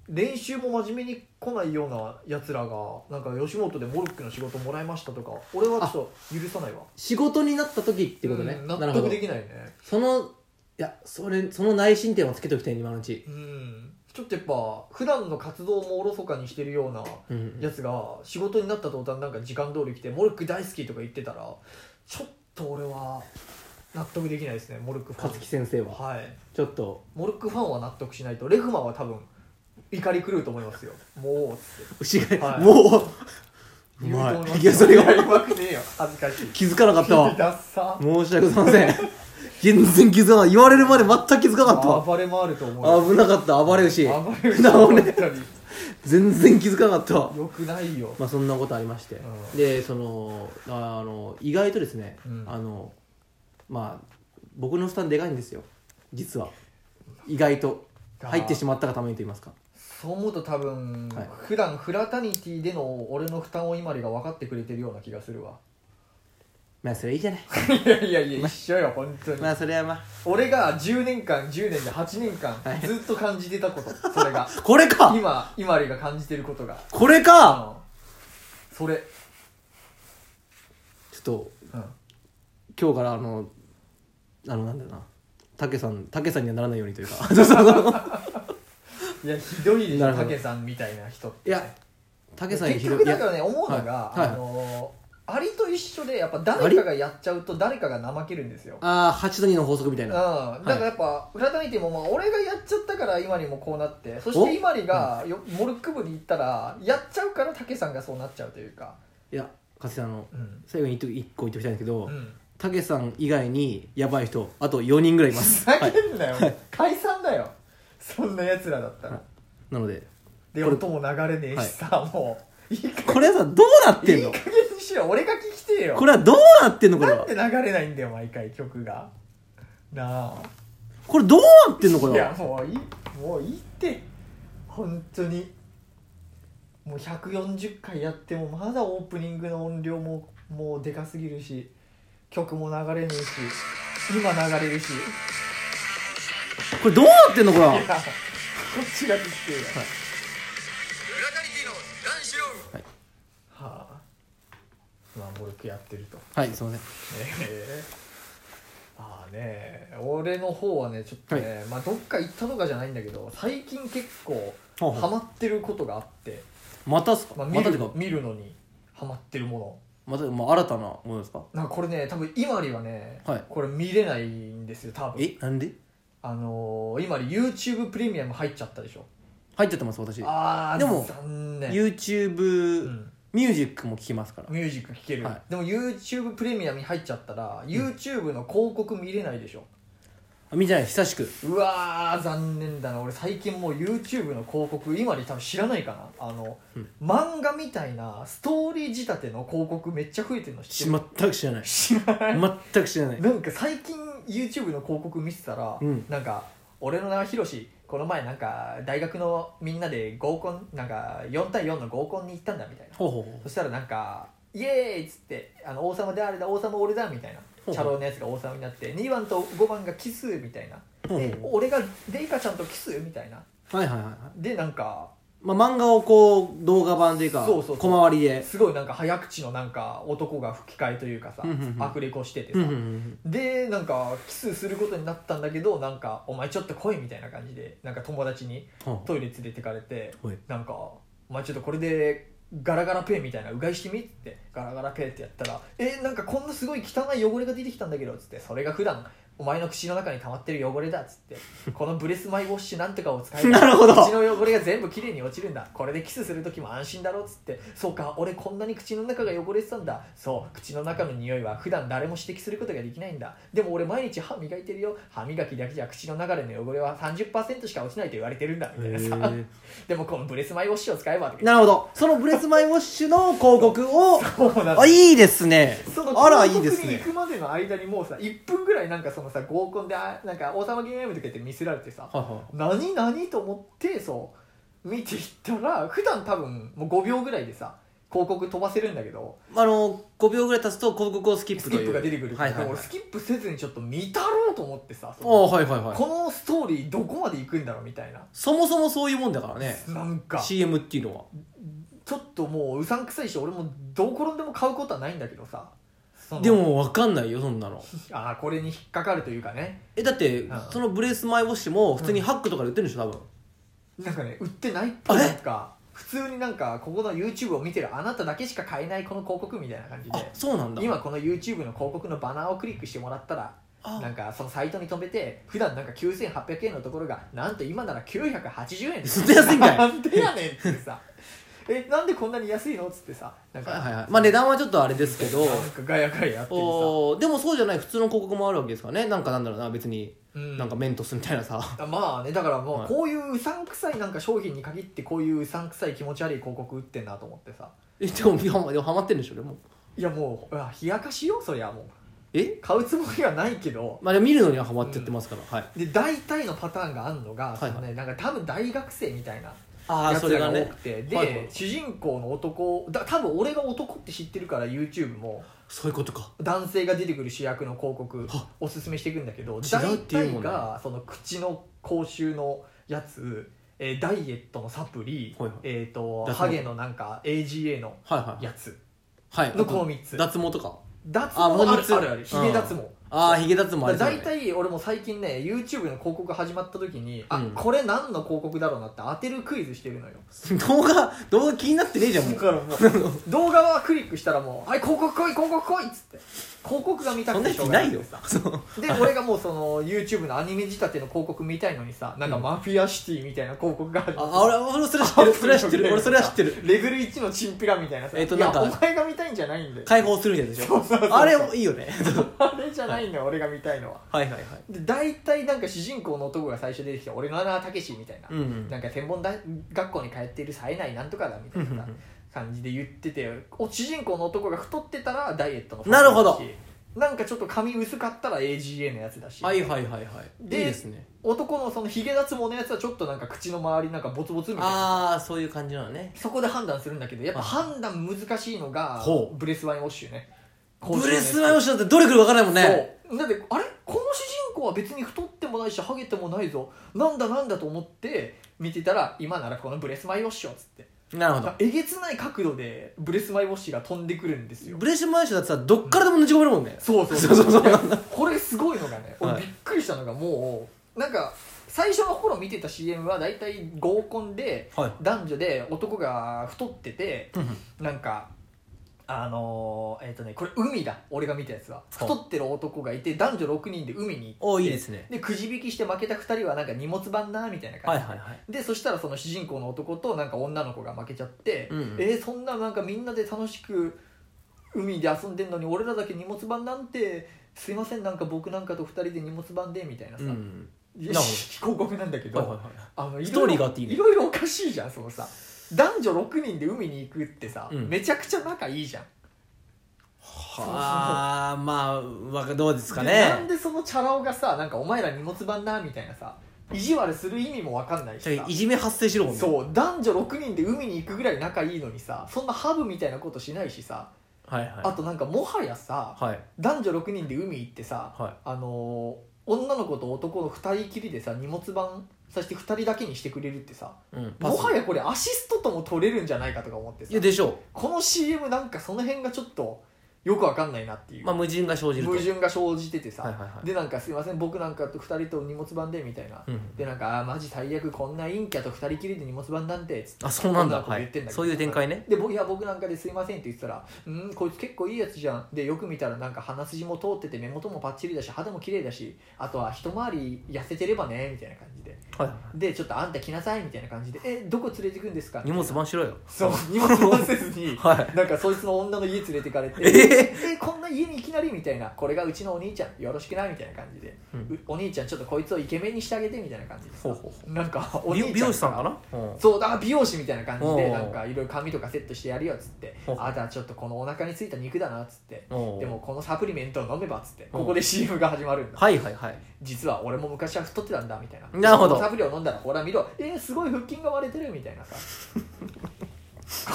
Speaker 4: 練習も真面目に来ないようなやつらがなんか吉本でモルックの仕事もらいましたとか俺はちょっと許さないわっ
Speaker 2: 仕事になった時ってことね、
Speaker 4: 納
Speaker 2: なるほ
Speaker 4: 得
Speaker 2: ど
Speaker 4: できないね
Speaker 2: そのいやそれその内申点をつけておきたい今のうち
Speaker 4: うんちょっとやっぱ普段の活動もおろそかにしてるような
Speaker 2: うん
Speaker 4: やつが仕事になった途端なんか時間通り来て「モルック大好き」とか言ってたらちょっと俺は納得できないですねモルックファン
Speaker 2: 勝木先生は
Speaker 4: はい
Speaker 2: ちょっと
Speaker 4: モルックファンは納得しないとレフマンは多分怒り狂うと思いますよもうっつって
Speaker 2: 牛が、
Speaker 4: はい
Speaker 2: もうう
Speaker 4: 言うと
Speaker 2: ま
Speaker 4: 思います
Speaker 2: いいやそれが
Speaker 4: うまくねえよ恥ずかしい
Speaker 2: 気づかなかったわ
Speaker 4: ダッサ
Speaker 2: 申し訳ございません全然気づかなかった言われるまで全く気づかなかったわ
Speaker 4: 暴れ回ると思うよ
Speaker 2: 危なかった暴れ牛
Speaker 4: 暴れる
Speaker 2: な
Speaker 4: と
Speaker 2: お
Speaker 4: 思
Speaker 2: ね
Speaker 4: ったり
Speaker 2: 全然気づかなかったわ
Speaker 4: よくないよ
Speaker 2: まあそんなことありまして、
Speaker 4: うん
Speaker 2: でそのあの意外とですね、
Speaker 4: うん
Speaker 2: あのまあ僕の負担でかいんですよ実は意外と
Speaker 4: あー
Speaker 2: 入ってしまったがためにと言いますか
Speaker 4: そう思うと多分、
Speaker 2: はい
Speaker 4: 普段フラタニティでの俺の負担を今里が分かってくれてるような気がするわ
Speaker 2: まあそれはいいじゃ ない
Speaker 4: いやいやいや一緒よ本当に、
Speaker 2: まあそれはまあ
Speaker 4: 俺が10年間10年で8年間
Speaker 2: はい
Speaker 4: ずっと感じてたことそれが
Speaker 2: これか
Speaker 4: 今今里が感じてることが
Speaker 2: これか
Speaker 4: うんそれ、
Speaker 2: ちょっと
Speaker 4: うん、
Speaker 2: 今日からあのあのなんだろうなたけさんたけさんにはならないようにというかそうそうそう
Speaker 4: いやひどいでし
Speaker 2: な
Speaker 4: ょ
Speaker 2: るほど
Speaker 4: たけさんみたいな人って
Speaker 2: いやたけさんに
Speaker 4: 結
Speaker 2: ひど
Speaker 4: 局
Speaker 2: いい
Speaker 4: だか
Speaker 2: や
Speaker 4: らね思うのが、
Speaker 2: はいはい
Speaker 4: あのーアリと一緒でやっぱ誰かがやっちゃうと誰かが怠けるんですよ
Speaker 2: ああ8と2の法則みたい
Speaker 4: うん、
Speaker 2: な
Speaker 4: だからやっぱ裏谷ってもまあ俺がやっちゃったから今にもこうなってそして今里がよモルック部に行ったらやっちゃうから武さんがそうなっちゃうというか
Speaker 2: いや勝木さんあの
Speaker 4: うん、
Speaker 2: 最後に一個一個言っておきたいんですけど、
Speaker 4: うん、
Speaker 2: たけさん以外にやばい人あと4人ぐらいいます、
Speaker 4: ふ
Speaker 2: は
Speaker 4: ざ
Speaker 2: い、
Speaker 4: けんなよ、解散だよそんなやつらだったら、
Speaker 2: はいなので
Speaker 4: で
Speaker 2: これ
Speaker 4: 音も流れねえしさ、もういいか
Speaker 2: これさどうなって
Speaker 4: い
Speaker 2: ん
Speaker 4: い
Speaker 2: の
Speaker 4: 加減にしろ俺が聞きてえよ
Speaker 2: これはどうなってんのこれ
Speaker 4: なん
Speaker 2: は
Speaker 4: で流れないんだよ毎回曲がなあ
Speaker 2: これどうなってんのこ
Speaker 4: い
Speaker 2: れ
Speaker 4: や
Speaker 2: は
Speaker 4: もういいもういいって本当にもう140回やってもまだオープニングの音量ももうでかすぎるし曲も流れねえし今流れるしい
Speaker 2: これどうなってんのこれは
Speaker 4: やこっちが聞きてえよ、
Speaker 3: フラタニティの男子ロー
Speaker 4: はあまあモルクやってると
Speaker 2: はいすいません
Speaker 4: ええまあね俺の方はねちょっとね、まあどっか行ったとかじゃないんだけど最近結構
Speaker 2: ほうほう
Speaker 4: ハマってることがあって、
Speaker 2: またっすか、
Speaker 4: まあ、
Speaker 2: ま
Speaker 4: 見
Speaker 2: た
Speaker 4: る
Speaker 2: てか
Speaker 4: 見るのにハマってるもの
Speaker 2: また、まあ、新たなものですか
Speaker 4: なんかこれね多分今里はね、
Speaker 2: はい
Speaker 4: これ見れないんですよ多分
Speaker 2: えなんで
Speaker 4: あのー、今里 YouTube プレミアム入っちゃったでしょ
Speaker 2: 入っちゃってます私
Speaker 4: ああ
Speaker 2: でも
Speaker 4: 残念、う
Speaker 2: YouTube、
Speaker 4: ん
Speaker 2: ミュージックも聴きますから
Speaker 4: ミュージック聴ける、
Speaker 2: はい
Speaker 4: でも YouTube プレミアムに入っちゃったら YouTube の広告見れないでしょ、
Speaker 2: あ見てない久しく
Speaker 4: うわー残念だな俺最近もう YouTube の広告今に多分知らないかなあの、
Speaker 2: うん
Speaker 4: 漫画みたいなストーリー仕立ての広告めっちゃ増えてるの知ってる
Speaker 2: 全く知らない
Speaker 4: 知らない
Speaker 2: 全く知らない
Speaker 4: なんか最近 YouTube の広告見てたら、
Speaker 2: うん
Speaker 4: なんか俺の名はヒロシこの前なんか大学のみんなで合コンなんか4対4の合コンに行ったんだみたいな
Speaker 2: ほうほうほ
Speaker 4: そしたらなんか「イエーイ!」っつって「あの王様であれだ王様俺だ」みたい
Speaker 2: ほう
Speaker 4: なチャロのやつが王様になって2番と5番がキスみたいな
Speaker 2: うほう
Speaker 4: で
Speaker 2: ほ
Speaker 4: 俺がレイカちゃんとキスみたいな
Speaker 2: うはいはいはいはい
Speaker 4: でなんか
Speaker 2: まあ、漫画をこう動画版というか
Speaker 4: そうそうそう
Speaker 2: 小回りです
Speaker 4: ごいなんか早口のなんか男が吹き替えというかさ
Speaker 2: うんうんうん
Speaker 4: アフレコしててさ
Speaker 2: うんうんうん
Speaker 4: でなんかキスすることになったんだけどなんか「お前ちょっと来い」みたいな感じでなんか友達に
Speaker 2: ほう
Speaker 4: トイレ連れてかれて
Speaker 2: ほい
Speaker 4: なんか「お前ちょっとこれでガラガラペンみたいなうがいしてみ」ってガラガラペンってやったら「えなんかこんなすごい汚い汚れが出てきたんだけど」っつってそれが普段お前の口の中に溜まってる汚れだっつってこのブレスマイウォッシュなんとかを使え ば
Speaker 2: なるほど
Speaker 4: 口の汚れが全部きれいに落ちるんだこれでキスする時も安心だろっつってそうか俺こんなに口の中が汚れてたんだそう口の中の匂いは普段誰も指摘することができないんだでも俺毎日歯磨いてるよ歯磨きだけじゃ口の中での汚れは30%しか落ちないと言われてるんだみたい なさ
Speaker 2: へ
Speaker 4: でもこのブレスマイウォッシュを使えばとか
Speaker 2: ーなるほどそのブレスマイウォッシュの広告を
Speaker 4: そうなんだ
Speaker 2: あいいですね
Speaker 4: その
Speaker 2: あ
Speaker 4: 広
Speaker 2: ら
Speaker 4: 告
Speaker 2: いい
Speaker 4: に
Speaker 2: ですね
Speaker 4: 行くまでの間にもうさ1分ぐらいなんかそのさ合コンであなんか王様ゲームとか言って見せられてさ
Speaker 2: はいは
Speaker 4: 何何と思ってそう見ていったら普段多分もう5秒ぐらいでさ広告飛ばせるんだけど
Speaker 2: いあの5秒ぐらい経つと広告をスキップ
Speaker 4: ス
Speaker 2: と
Speaker 4: キ
Speaker 2: いう
Speaker 4: ップが出てくる、
Speaker 2: はいはい、
Speaker 4: で
Speaker 2: はい
Speaker 4: 俺、スキップせずにちょっと見たろうと思ってさそ
Speaker 2: あ
Speaker 4: の
Speaker 2: あはいはいはい
Speaker 4: このストーリーどこまで行くんだろうみたいな
Speaker 2: そもそもそういうもんだからね
Speaker 4: なんか
Speaker 2: CM っていうのは
Speaker 4: ちょっともううさんくさいし俺もどう転んでも買うことはないんだけどさその
Speaker 2: でも分かんないよそんなの
Speaker 4: ああこれに引っかかるというかね
Speaker 2: えだって、
Speaker 4: ん
Speaker 2: そのブレスマイウォッシュも普通にハックとかで売ってるんでしょ多分、
Speaker 4: なんかね売ってないっぽい
Speaker 2: あれ
Speaker 4: なんか普通になんかここの YouTube を見てるあなただけしか買えないこの広告みたいな感じ
Speaker 2: あ
Speaker 4: で
Speaker 2: そうなんだ
Speaker 4: 今この YouTube の広告のバナーをクリックしてもらったら
Speaker 2: あ
Speaker 4: なんかそのサイトに飛べて普段なんか9800円のところがなんと今なら980円です
Speaker 2: ずっと安いんかい
Speaker 4: なんでやねんって さえなんでこんなに安いのっつってさなんか、
Speaker 2: はいはいはいまあ値段はちょっとあれですけど
Speaker 4: なんかガヤガヤやってるさ
Speaker 2: おーでもそうじゃない普通の広告もあるわけですからねなんかなんだろうな別に、
Speaker 4: うん
Speaker 2: なんかメントスみたいなさ
Speaker 4: あまあねだからも
Speaker 2: は
Speaker 4: う
Speaker 2: い
Speaker 4: こういううさんくさいなんか商品に限ってこういううさんくさい気持ち悪い広告売ってんなと思ってさ
Speaker 2: えでもハマでもハマってるんでしょでも
Speaker 4: いやもううわ冷やかしよそりゃもう
Speaker 2: え
Speaker 4: 買うつもりはないけど
Speaker 2: まあでも見るのにはハマっちゃってますから、はい
Speaker 4: で大体のパターンがあるのが、
Speaker 2: はいはい
Speaker 4: そのね、なんか多分大学生みたいな
Speaker 2: ああ
Speaker 4: やつ
Speaker 2: それが
Speaker 4: らが多
Speaker 2: ね
Speaker 4: くて、で、
Speaker 2: はいはい
Speaker 4: 主人公の男だ多分俺が男って知ってるから YouTube も
Speaker 2: そういうことか
Speaker 4: 男性が出てくる主役の広告
Speaker 2: は
Speaker 4: おすすめしていくんだけ
Speaker 2: 違
Speaker 4: ど
Speaker 2: う
Speaker 4: 大
Speaker 2: っていうも
Speaker 4: 体
Speaker 2: んね
Speaker 4: がその口の口臭のやつ、えーダイエットのサプリ、
Speaker 2: はいはい
Speaker 4: えー、と
Speaker 2: 脱毛
Speaker 4: ハゲのなんか AGA の
Speaker 2: はいはい
Speaker 4: やつ
Speaker 2: はい
Speaker 4: のこの3つ
Speaker 2: 脱毛とか
Speaker 4: 脱毛
Speaker 2: あもう
Speaker 4: あ
Speaker 2: 三つ
Speaker 4: るあるあるヒゲ脱毛、
Speaker 2: ああヒゲ脱毛ありそうだ
Speaker 4: 大
Speaker 2: ね
Speaker 4: 体俺も最近ね YouTube の広告始まった時に、
Speaker 2: うん
Speaker 4: あこれ何の広告だろうなって当てるクイズしてるのよ
Speaker 2: 動画動画気になってねえじゃんも
Speaker 4: だ
Speaker 2: う
Speaker 4: からもう 動画はクリックしたらもう「はい広告来い広告来い」っつって広告が見た
Speaker 2: そ
Speaker 4: く
Speaker 2: んな
Speaker 4: て
Speaker 2: や
Speaker 4: し
Speaker 2: つ
Speaker 4: ょう
Speaker 2: い
Speaker 4: が
Speaker 2: な
Speaker 4: ない
Speaker 2: い
Speaker 4: で
Speaker 2: よ
Speaker 4: さ
Speaker 2: そう
Speaker 4: で俺がもうその YouTube のアニメ仕立ての広告見たいのにさなんかマフィアシティみたいな広告がある
Speaker 2: あ あ俺俺それは知ってるそれは知 ってる俺それは知ってる
Speaker 4: レベル1のチンピラみたいなさ、
Speaker 2: えっと
Speaker 4: いや
Speaker 2: なんか
Speaker 4: お前が見たいんじゃないんだよ
Speaker 2: 解放するみたいなでし
Speaker 4: そうそうそう
Speaker 2: ょあれいいよね
Speaker 4: あれじゃないんだよ、俺が見たいのは
Speaker 2: はいはいはい
Speaker 4: で大体なんか主人公の男が最初出てきて俺の名はたけしみたいな、
Speaker 2: うんうん
Speaker 4: なんか天文大学校に通っている冴えないなんとかだみたい
Speaker 2: うんうんう
Speaker 4: なん感じで言っててお主人公の男が太ってたらダイエットの方法
Speaker 2: なるほど
Speaker 4: だしなんかちょっと髪薄かったら AGA のやつだ し、
Speaker 2: はいはいはいはいいい
Speaker 4: で
Speaker 2: ですね
Speaker 4: 男のそのヒゲ脱毛のやつはちょっとなんか口の周りなんかボツボツみたいな
Speaker 2: ああそういう感じなのね
Speaker 4: そこで判断するんだけどやっぱ判断難しいのが
Speaker 2: ほう
Speaker 4: ブレスワインウォッシュね
Speaker 2: ブレスワイオ
Speaker 4: シ
Speaker 2: シだってどれ来るか分からないもん
Speaker 4: ュ
Speaker 2: ね
Speaker 4: そうだってあれこの主人公は別に太ってもないしハゲてもないぞなんだなんだと思って見てたら今ならこのブレスマイウォッシュをっつって
Speaker 2: なるほ
Speaker 4: えげつない角度でブレスマイウォッシュが飛んでくるんです
Speaker 2: ど
Speaker 4: よ
Speaker 2: ブレスワイオシだってさどっからでもねじ込めるもんね
Speaker 4: そうそうそう
Speaker 2: そうそうそう
Speaker 4: いやこれすごいのがね俺
Speaker 2: はい
Speaker 4: びっくりしたのがもうなんか最初の頃見てた CM は大体合コンで
Speaker 2: はい
Speaker 4: 男女で男が太ってて
Speaker 2: うんうん
Speaker 4: なんかあのーえっ、とねこれ海だ俺が見たやつは太ってる男がいて男女6人で海に行
Speaker 2: お
Speaker 4: っ
Speaker 2: ー
Speaker 4: て
Speaker 2: いいですね
Speaker 4: でくじ引きして負けた2人はなんか荷物番なみたいな
Speaker 2: は
Speaker 4: 感
Speaker 2: い
Speaker 4: じ、
Speaker 2: はいはい
Speaker 4: でそしたらその主人公の男となんか女の子が負けちゃって、
Speaker 2: うんうん
Speaker 4: えーそんななんかみんなで楽しく海で遊んでんのに俺らだけ荷物番なんてすいませんなんか僕なんかと2人で荷物番でみたいなさ、
Speaker 2: うんうん
Speaker 4: いや
Speaker 2: なるほど
Speaker 4: 広告なんだけど、
Speaker 2: はいはいはい
Speaker 4: あの
Speaker 2: ストーリーがあっていいね
Speaker 4: いろいろおかしいじゃんそのさ男女6人で海に行くってさ、
Speaker 2: うん
Speaker 4: めちゃくちゃ仲いいじゃん
Speaker 2: はあまあわかどうですか
Speaker 4: でなん
Speaker 2: ね
Speaker 4: でそのチャラ男がさなんかお前ら荷物番なみたいなさ意地悪する意味も分かんないしさ
Speaker 2: いじめ発生しろもんね
Speaker 4: そう男女6人で海に行くぐらい仲いいのにさそんなハブみたいなことしないしさ、
Speaker 2: はいはい
Speaker 4: あとなんかもはやさ
Speaker 2: はい
Speaker 4: 男女6人で海行ってさ、
Speaker 2: は
Speaker 4: あのー女の子と男の2人きりでさ荷物番さして2人だけにしてくれるってさ
Speaker 2: い、うん、パ
Speaker 4: も
Speaker 2: ス
Speaker 4: はやこれアシストとも取れるんじゃないかとか思ってさ
Speaker 2: いやでしょ
Speaker 4: この CM なんかその辺がちょっとよくわかんないなっていうう、
Speaker 2: まあ矛盾が生じると
Speaker 4: 矛盾が生じててさ、
Speaker 2: はいはいはい
Speaker 4: でなんか「すいません僕なんかと2人と荷物番で」みたいな、
Speaker 2: うん
Speaker 4: でなんか「あーマジ最悪こんな陰キャと2人きりで荷物番なんて」つって
Speaker 2: あそうなんだ
Speaker 4: 女の子が
Speaker 2: は
Speaker 4: 言っ
Speaker 2: い
Speaker 4: てんだけど
Speaker 2: そういう展開ね
Speaker 4: で僕いや僕なんかですいませんって言ってたら「うんこいつ結構いいやつじゃん」でよく見たらなんか鼻筋も通ってて目元もパッチリだし肌も綺麗だしあとは一回り痩せてればねみたいな感じで
Speaker 2: はいは
Speaker 4: でちょっとあんた来なさいみたいな感じで「えどこ連れてくんですか?」
Speaker 2: い荷物番しろよ
Speaker 4: そう荷物をせ ずに、
Speaker 2: は
Speaker 4: なんかそいつの女の家連れてかれて
Speaker 2: え
Speaker 4: えこんな家にいきなりみたいなこれがうちのお兄ちゃんよろしくなみたいな感じで、
Speaker 2: うん
Speaker 4: うお兄ちゃんちょっとこいつをイケメンにしてあげてみたいな感じでさ
Speaker 2: ほうほう
Speaker 4: なんかお
Speaker 2: 美
Speaker 4: 兄ちゃ
Speaker 2: 容
Speaker 4: ん
Speaker 2: 美容師さんかな、うん
Speaker 4: そうだ美容師みたいな感じ
Speaker 2: お
Speaker 4: で
Speaker 2: う
Speaker 4: なんかいろいろ髪とかセットしてやるよっつって
Speaker 2: おう
Speaker 4: あとはちょっとこのお腹についた肉だなっつって
Speaker 2: おう
Speaker 4: でもこのサプリメントを飲めばっつって
Speaker 2: おう
Speaker 4: ここで CM が始まるんだ
Speaker 2: はいはいはい
Speaker 4: 実は俺も昔は太ってたんだみたいな
Speaker 2: なるほど
Speaker 4: サプリを飲んだらほら見ろえー、すごい腹筋が割れてるみたい なさ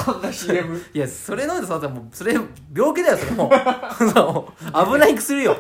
Speaker 4: こんな CM
Speaker 2: いやそれなんでさもうそれ病気だよそれもうそう危ない薬よ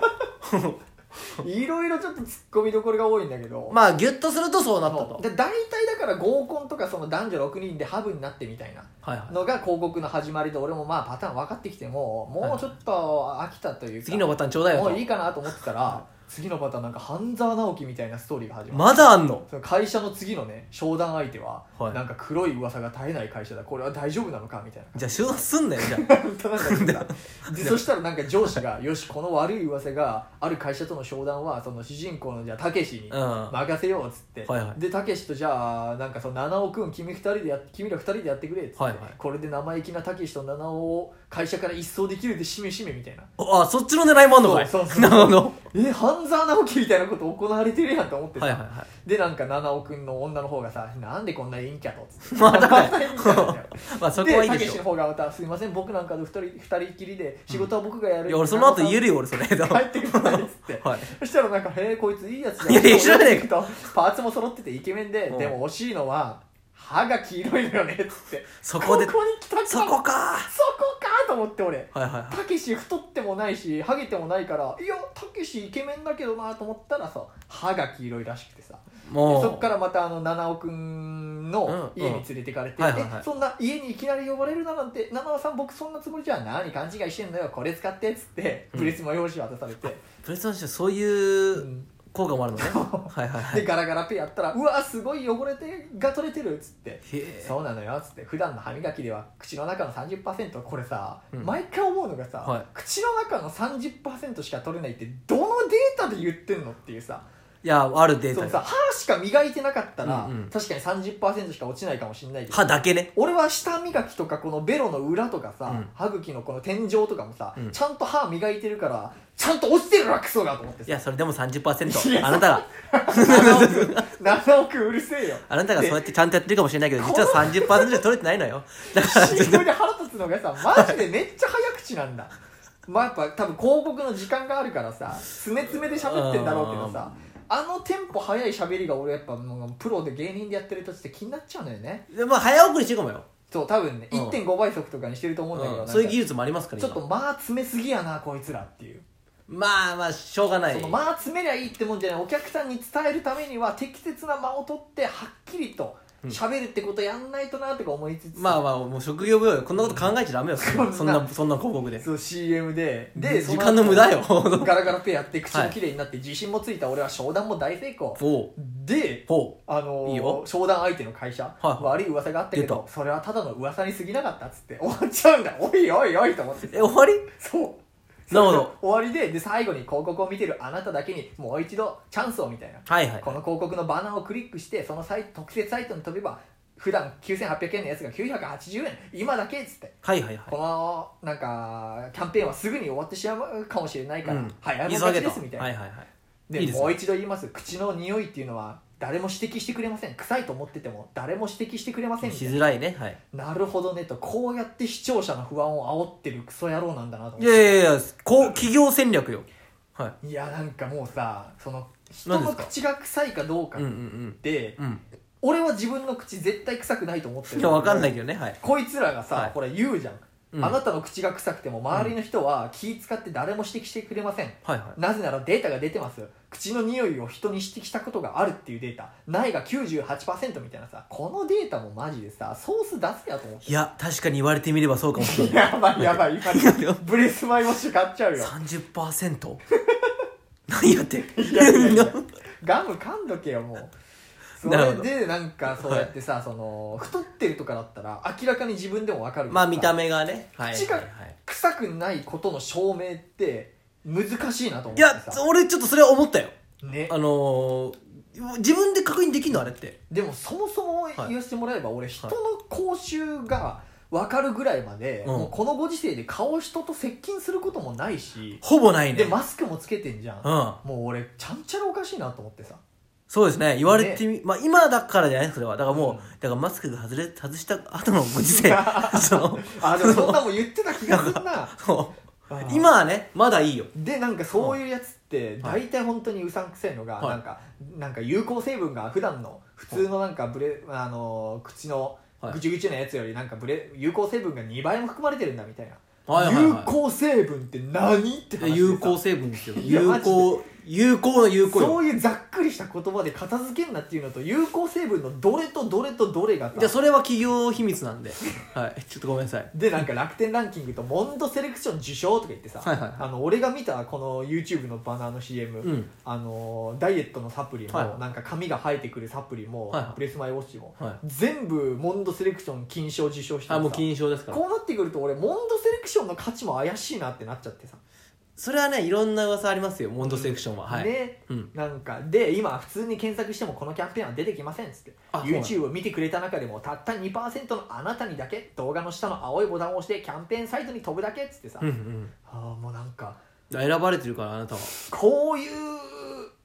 Speaker 4: いろいろちょっと突っ込みどころが多いんだけど
Speaker 2: まあギュッとするとそうなったと
Speaker 4: で大体だから合コンとかその男女6人でハブになってみたいな
Speaker 2: はいは
Speaker 4: のが広告の始まりで俺もまあパターン分かってきてもうもうちょっと飽きたという
Speaker 2: い
Speaker 4: か
Speaker 2: 次のパターンちょうだいよ
Speaker 4: も
Speaker 2: と
Speaker 4: ういいかなと思ってたら次のパターンなんか半沢直樹みたいなストーリーが始まる
Speaker 2: まだあんの
Speaker 4: その会社の次のね商談相手は、
Speaker 2: はい
Speaker 4: なんか黒い噂が絶えない会社だこれは大丈夫なのかみたいな
Speaker 2: じゃあ就活すんなよじゃ
Speaker 4: 本当なんだけどさでそしたらなんか上司が「よしこの悪い噂がある会社との商談はその主人公のじゃあたけしに
Speaker 2: あ
Speaker 4: 任せよう」っつって、
Speaker 2: はいはい
Speaker 4: でたけしとじゃあなんかその七尾君君二人でや君ら二人でやってくれっつって、
Speaker 2: はいはい
Speaker 4: これで生意気なたけしと七尾を会社から一掃できるでしめしめみたいな
Speaker 2: うんあそっちの狙いもあんのかい
Speaker 4: そうそうそ
Speaker 2: な
Speaker 4: う
Speaker 2: るほど
Speaker 4: え半沢直樹みたいなこと行われてるやんと思ってさ、
Speaker 2: はいはいは
Speaker 4: でなんか七尾君の女の方がさ「なんでこんな陰キャと」っつって
Speaker 2: いまだかい
Speaker 4: 陰キャなんだよ
Speaker 2: まあそこ
Speaker 4: で
Speaker 2: はいい
Speaker 4: た
Speaker 2: で
Speaker 4: け
Speaker 2: し
Speaker 4: し
Speaker 2: ょ
Speaker 4: の方がまた「すいません僕なんかで二人二人きりで仕事は僕がやる」
Speaker 2: いや俺その後言え
Speaker 4: る
Speaker 2: るよ俺それで
Speaker 4: 帰ってこないっ つって、
Speaker 2: はい
Speaker 4: そしたらなんか「へえこいついいやつ
Speaker 2: いや一緒じゃねえ
Speaker 4: か」パーツも揃っててイケメンで
Speaker 2: うん
Speaker 4: でも惜しいのは歯が黄色いのよねっつって
Speaker 2: そこで
Speaker 4: こに来たか
Speaker 2: そこか
Speaker 4: そこかと思って俺
Speaker 2: はいはいはい
Speaker 4: たけし太ってもないしハゲてもないからいやたけしイケメンだけどなと思ったらさ歯が黄色いらしくてさ
Speaker 2: もう
Speaker 4: そっからまたあの七尾くんの
Speaker 2: うん
Speaker 4: 家に連れてかれて、
Speaker 2: はいはいはい
Speaker 4: えそんな家にいきなり呼ばれるななんて七尾さん僕そんなつもりじゃ何勘違いしてんのよこれ使ってっつって
Speaker 2: うん
Speaker 4: プレスも用紙渡されて、
Speaker 2: プレスの人そういう効果もあるのねはいはいはい
Speaker 4: で
Speaker 2: へ
Speaker 4: ガラガラペンやったら「うわすごい汚れてが取れてる」っつって。
Speaker 2: え
Speaker 4: そうなのよっつって普段の歯磨きでは口の中の30%これさ、
Speaker 2: うん
Speaker 4: 毎回思うのがさ、
Speaker 2: はい
Speaker 4: 口の中の30%しか取れないってどのデータで言ってんのっていうさ
Speaker 2: いやあるデー
Speaker 4: そ
Speaker 2: タ
Speaker 4: の
Speaker 2: に
Speaker 4: さ歯しか磨いてなかったら、
Speaker 2: うんうん
Speaker 4: 確かに30%しか落ちないかもしれないけど
Speaker 2: 歯だけね
Speaker 4: 俺は舌磨きとかこのベロの裏とかさ、
Speaker 2: うん
Speaker 4: 歯茎のこの天井とかもさ、
Speaker 2: うん
Speaker 4: ちゃんと歯磨いてるからちゃんと落ちてるわクソがと思って
Speaker 2: い
Speaker 4: さ
Speaker 2: やそれでも
Speaker 4: いや
Speaker 2: 30%あなたが
Speaker 4: 7億うるせ えよ
Speaker 2: あなたがそうやってちゃんとやってるかもしれないけど実は30%しか取れてないのよだから
Speaker 4: 非常に腹立つのがさマジでめっちゃ早口なんだまあやっぱ多分広告の時間があるからさ詰め詰めで喋ってんだろうけどさあのテンポ早い喋りが俺やっぱもうプロで芸人でやってる人って気になっちゃうのよね
Speaker 2: でまあ早送りしてるかもよ
Speaker 4: そう多分ね、
Speaker 2: うん
Speaker 4: 1.5倍速とかにしてると思うんだけど、
Speaker 2: う
Speaker 4: なん
Speaker 2: ん
Speaker 4: か
Speaker 2: そういう技術もありますから
Speaker 4: ちょっと
Speaker 2: 今
Speaker 4: 間詰めすぎやなこいつらっていう、
Speaker 2: まあまあしょうがない
Speaker 4: その間詰めりゃいいってもんじゃないお客さんに伝えるためには適切な間を取ってはっきりと喋るってことやんないとなとか思いつつ、
Speaker 2: まあまあもう職業病よこんなこと考えちゃダメよそんなそんな広告で
Speaker 4: そう CM でで
Speaker 2: 時間の無駄よ
Speaker 4: そ後 ガラガラペアやって口
Speaker 2: は
Speaker 4: も
Speaker 2: い
Speaker 4: きれいになって自信もついた俺は商談も大成功
Speaker 2: おう
Speaker 4: で
Speaker 2: ほ
Speaker 4: あのー
Speaker 2: いいよ
Speaker 4: 商談相手の会社、
Speaker 2: はい
Speaker 4: 悪い噂があったけ
Speaker 2: 出
Speaker 4: どそれはただの噂に過ぎなかったっつって終わっちゃうんだおいおいおいと思って
Speaker 2: うえ終わり
Speaker 4: そう
Speaker 2: なるほど
Speaker 4: 終わりでで最後に広告を見てるあなただけにもう一度チャンスをみたいな
Speaker 2: はいはい
Speaker 4: この広告のバナーをクリックしてそのサイト特設サイトに飛べば普段9800円のやつが980円今だけっつって
Speaker 2: はいはいはい
Speaker 4: このなんかキャンペーンはすぐに終わってしまうかもしれないから、
Speaker 2: うん
Speaker 4: 早いもん
Speaker 2: 急
Speaker 4: 勝
Speaker 2: げと
Speaker 4: ちで
Speaker 2: は
Speaker 4: すみ
Speaker 2: い
Speaker 4: たいな、
Speaker 2: はいはい
Speaker 4: で
Speaker 2: いいですね
Speaker 4: もう一度言います口の匂いっていうのは誰も指摘してくれません臭いと思ってても誰も指摘してくれませんみた
Speaker 2: し
Speaker 4: いな
Speaker 2: づらいねはい
Speaker 4: なるほどねとこうやって視聴者の不安を煽ってるクソ野郎なんだなと思っ
Speaker 2: い
Speaker 4: て
Speaker 2: やいやいやこう企業戦略よはい
Speaker 4: やなんかもうさその人
Speaker 2: 何で
Speaker 4: の
Speaker 2: すか
Speaker 4: 口が臭いかどう
Speaker 2: い
Speaker 4: か
Speaker 2: うんう
Speaker 4: っ
Speaker 2: ん
Speaker 4: て、
Speaker 2: うん
Speaker 4: 俺は自分の口絶対臭くないと思って
Speaker 2: う
Speaker 4: る
Speaker 2: んいやわかんない
Speaker 4: い
Speaker 2: けどねはい
Speaker 4: こいつらがさ、
Speaker 2: はい
Speaker 4: これ言うじゃん、
Speaker 2: うん
Speaker 4: あなたの口が臭くても周りの人は気使って誰も指摘してくれません、
Speaker 2: はいは
Speaker 4: なぜならデータが出てます口の匂いを人に指摘したことがあるっていうデータないが98%みたいなさこのデータもマジでさソース出せやと 思って
Speaker 2: いいや確かに言われてみればそうかもしれ ない
Speaker 4: やばいや ばい今ブレスマイウォッシュ買っちゃうよ
Speaker 2: 30%? 何やって
Speaker 4: いやいやいやガム噛んどけよもうそ
Speaker 2: なる
Speaker 4: れ
Speaker 2: ほど
Speaker 4: でなんかそうやってさ、その太ってるとかだったら明らかに自分でもわかるけどさ
Speaker 2: まあ見た目がねはいはい
Speaker 4: 口が
Speaker 2: はい
Speaker 4: 臭くないことの証明って難しいなと思っ
Speaker 2: い
Speaker 4: てさ
Speaker 2: や俺ちょっとそれは思ったよ
Speaker 4: ね
Speaker 2: あのー自分で確認できんのあれって
Speaker 4: でもそもそも言わせてもらえば、俺人の口臭が分かるぐらいまで、
Speaker 2: うん
Speaker 4: もうこのご時世で顔人と接近することもないし、
Speaker 2: ほぼないね
Speaker 4: でマスクもつけてんじゃん、
Speaker 2: うん
Speaker 4: もう俺ちゃんちゃらおかしいなと思ってさ
Speaker 2: そうですね言われてみ、まあ今だからじゃないですかそれはだからもう、
Speaker 4: うん
Speaker 2: だからマスクが外れ外した後のご時 世その
Speaker 4: あでもそんなもん言ってた気がする な
Speaker 2: そう
Speaker 4: あー
Speaker 2: 今はねまだいいよ
Speaker 4: でなんかそういうやつって
Speaker 2: ん
Speaker 4: 大体本当にうさんくせえのが、
Speaker 2: はい
Speaker 4: なんかなんか有効成分が普段の普通のなんかブレ、あのー口の
Speaker 2: はい
Speaker 4: ぐちゅぐちゅなやつよりなんかブレ有効成分が2倍も含まれてるんだみたいな、
Speaker 2: はいはいはい
Speaker 4: 有効成分って何って話でさ
Speaker 2: 有効成分ですよ
Speaker 4: いや
Speaker 2: 有
Speaker 4: マジで
Speaker 2: 効
Speaker 1: 有効の有効
Speaker 4: そ
Speaker 1: よ
Speaker 4: ういうざっくりした言葉で片付けんなっていうのと有効成分のどれとどれとどれが
Speaker 2: じゃあそれは企業秘密 なんで、はい、ちょっとごめんなさい
Speaker 4: でなんか楽天ランキングとモンドセレクション受賞とか言ってさ、
Speaker 2: はいはいはい
Speaker 4: あの俺が見たこの YouTube のバナーの CM、
Speaker 2: うん
Speaker 4: あのダイエットのサプリも、
Speaker 2: はい
Speaker 4: なんか髪が生えてくるサプリも、
Speaker 2: はいはい
Speaker 4: プレスマイウォッチも、
Speaker 2: はい
Speaker 4: 全部モンドセレクション金賞受賞してるさ
Speaker 2: あもう金賞ですから
Speaker 4: こうなってくると俺モンドセレクションの価値も怪しいなってなっちゃってさ、
Speaker 2: それはねいろんな噂ありますよモンドセレクションは、はい、
Speaker 4: ね、
Speaker 2: うん
Speaker 4: なんかで今普通に検索してもこのキャンペーンは出てきませんっつって
Speaker 2: あそうなんだ
Speaker 4: YouTube を見てくれた中でもたった2%のあなたにだけ動画の下の青いボタンを押してキャンペーンサイトに飛ぶだけっつってさ、
Speaker 2: うんうん
Speaker 4: ああもうなんか
Speaker 2: 選ばれてるからあなたは
Speaker 4: こういう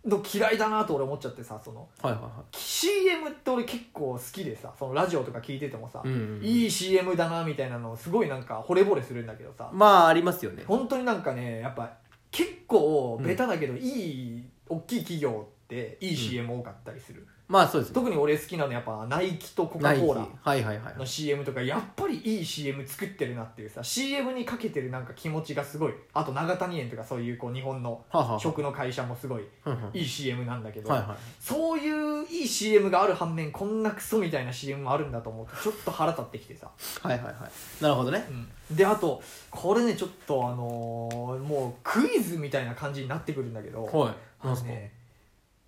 Speaker 4: の嫌いだなと俺思っちゃってさその
Speaker 2: はいはいは
Speaker 4: CM って俺結構好きでさそのラジオとか聞いててもさ、
Speaker 2: うんうんうん
Speaker 4: いい CM だなみたいなのをすごいなんか惚れ惚れするんだけどさ
Speaker 2: いまあありますよね
Speaker 4: 本当になんかねやっぱ結構ベタだけど、いい大きい企業っていい CM 多かったりする、
Speaker 2: まあそうですよ
Speaker 4: 特に俺好きなのやっぱナイキとコカ・
Speaker 2: ナイキ
Speaker 4: コー
Speaker 2: は
Speaker 4: ラ
Speaker 2: いはいはい
Speaker 4: の CM とかやっぱりいい CM 作ってるなっていうさ CM にかけてるなんか気持ちがすごいあと永谷園とかそういうこう日本の
Speaker 2: はあはあ
Speaker 4: 食の会社もすごい
Speaker 2: うんうん
Speaker 4: いい CM なんだけど、
Speaker 2: はいは
Speaker 4: そういういい CM がある反面こんなクソみたいな CM もあるんだと思うとちょっと腹立ってきてさ、
Speaker 2: いはいはいはいなるほどね
Speaker 4: うんであとこれねちょっとあのーもうクイズみたいな感じになってくるんだけど、
Speaker 2: はい
Speaker 4: あ
Speaker 2: なん
Speaker 4: の
Speaker 2: すか
Speaker 4: ね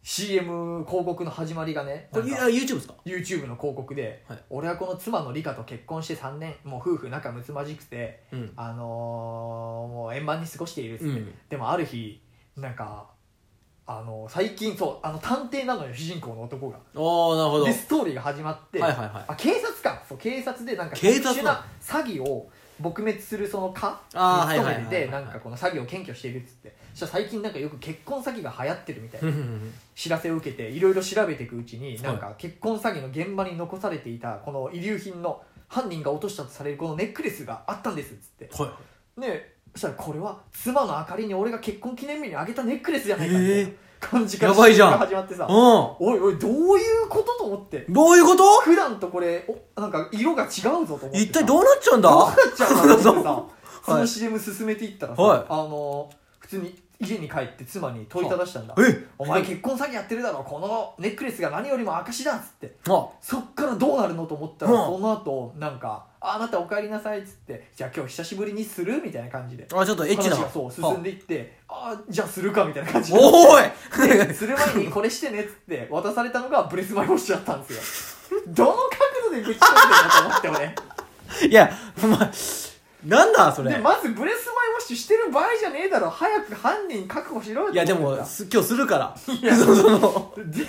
Speaker 4: CM 広告の始まりがね
Speaker 2: これ
Speaker 4: なん
Speaker 2: あ
Speaker 4: か
Speaker 2: YouTube ですか
Speaker 4: YouTube の広告で、
Speaker 2: はい
Speaker 4: 俺はこの妻の理香と結婚して3年もう夫婦仲睦まじくて、
Speaker 2: うん
Speaker 4: あのーもう円満に過ごしているっつって、
Speaker 2: うん
Speaker 4: でもある日なんかあの最近そうあの探偵なのよ主人公の男が
Speaker 2: ああなるほど
Speaker 4: でストーリーが始まって、
Speaker 2: はいはいはい
Speaker 4: あ警察官そう警察でなんか特
Speaker 2: 警察
Speaker 4: 殊な詐欺を撲滅するその課
Speaker 2: あー
Speaker 4: に勤め
Speaker 2: はいはいはい
Speaker 4: て
Speaker 2: はい
Speaker 4: てなんかこの詐欺を検挙しているっつってそしたら最近なんかよく結婚詐欺が流行ってるみたい
Speaker 2: うん
Speaker 4: な
Speaker 2: うんうん
Speaker 4: 知らせを受けていろいろ調べていくうちになんか結婚詐欺の現場に残されていたこの遺留品の犯人が落としたとされるこのネックレスがあったんですっつって
Speaker 2: はい
Speaker 4: ねそしたらこれは妻の明かりに俺が結婚記念日にあげたネックレスじゃないかみたいな
Speaker 2: え
Speaker 4: 感じから
Speaker 2: やばいじゃん
Speaker 4: が始まってさ
Speaker 2: う
Speaker 4: おいおいどういうことと思って
Speaker 2: んどういうこと
Speaker 4: 普段とこれおなんか色が違うぞと思って
Speaker 2: 一体
Speaker 4: う
Speaker 2: どうなっちゃうんだ
Speaker 4: なっちゃうのと思ってさ そ
Speaker 2: は
Speaker 4: の
Speaker 2: い
Speaker 4: CM 進めていったらさ、
Speaker 2: はい
Speaker 4: あの普通に家に帰って妻に問いただしたんだ
Speaker 2: え
Speaker 4: お前結婚詐欺やってるだろこのネックレスが何よりも証だっつって
Speaker 2: あ
Speaker 4: そっからどうなるのと思ったら、
Speaker 2: うん
Speaker 4: その後なんか「ああなたお帰りなさい」っつって「じゃあ今日久しぶりにする?」みたいな感じで
Speaker 2: あちょっとエッチな
Speaker 4: 話がそう進んでいって「ああじゃあするか」みたいな感じで
Speaker 2: おーい
Speaker 4: する前にこれしてねっつって渡されたのがブレスマイウォッチだったんですよどの角度でぶち込んでるのと思って
Speaker 2: いや、お前、なんだそれ。
Speaker 4: 俺でまずブレスマイウォッチしてる場合じゃねえだろ早く犯人確保しろよ
Speaker 2: いや、で
Speaker 4: と思って
Speaker 2: も、
Speaker 4: た
Speaker 2: す今日するから。 その
Speaker 4: で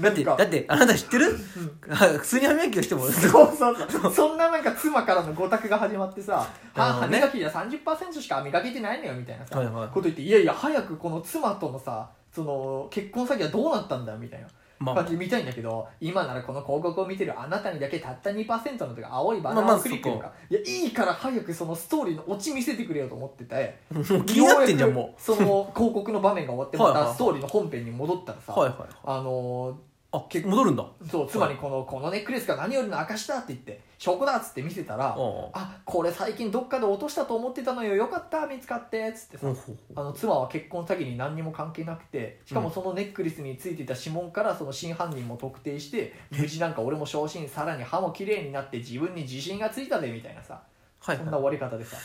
Speaker 2: だって、だ
Speaker 4: なんか
Speaker 2: って、あなた知ってる普通に歯磨きをしても、
Speaker 4: そうそうそうそんななんか妻からのごたくが始まってさ「
Speaker 2: なる
Speaker 4: あ
Speaker 2: ほ
Speaker 4: 歯
Speaker 2: どね
Speaker 4: 磨きじゃ30%しか磨けてないのよ」みたいなさ、
Speaker 2: はいはい
Speaker 4: こと言って「いやいや早くこの妻とのさその結婚詐欺はどうなったんだ」みたいな。
Speaker 2: まあ
Speaker 4: 感じ見たいんだけど今ならこの広告を見てるあなたにだけたった2%のとか青いバナ
Speaker 2: まあ
Speaker 4: ー
Speaker 2: ま
Speaker 4: を
Speaker 2: あ
Speaker 4: クリックとか、いやいいから早くそのストーリーのオチ見せてくれよと思ってて
Speaker 2: もう気になってんじゃん、
Speaker 4: よう
Speaker 2: も
Speaker 4: やくその広告の場面が終わってま
Speaker 2: はいは
Speaker 4: た
Speaker 2: い
Speaker 4: ストーリーの本編に戻ったら
Speaker 2: う。
Speaker 4: さ、
Speaker 2: はいはいはい。
Speaker 4: あのー
Speaker 2: あ、結戻るんだ。
Speaker 4: そうつまりこのこのネックレスが何よりの証だって言って証拠だっつって見せたら
Speaker 2: おうおう
Speaker 4: あこれ最近どっかで落としたと思ってたのよよかった見つかってっつってさ
Speaker 2: ほうほう
Speaker 4: あの妻は結婚詐欺に何にも関係なくてしかもそのネックレスについていた指紋からその真犯人も特定して無事なんか俺も昇進さらに歯も綺麗になって自分に自信がついたぜみたい なさ
Speaker 2: はい
Speaker 4: そんな
Speaker 2: はい。
Speaker 4: 終わり方でさ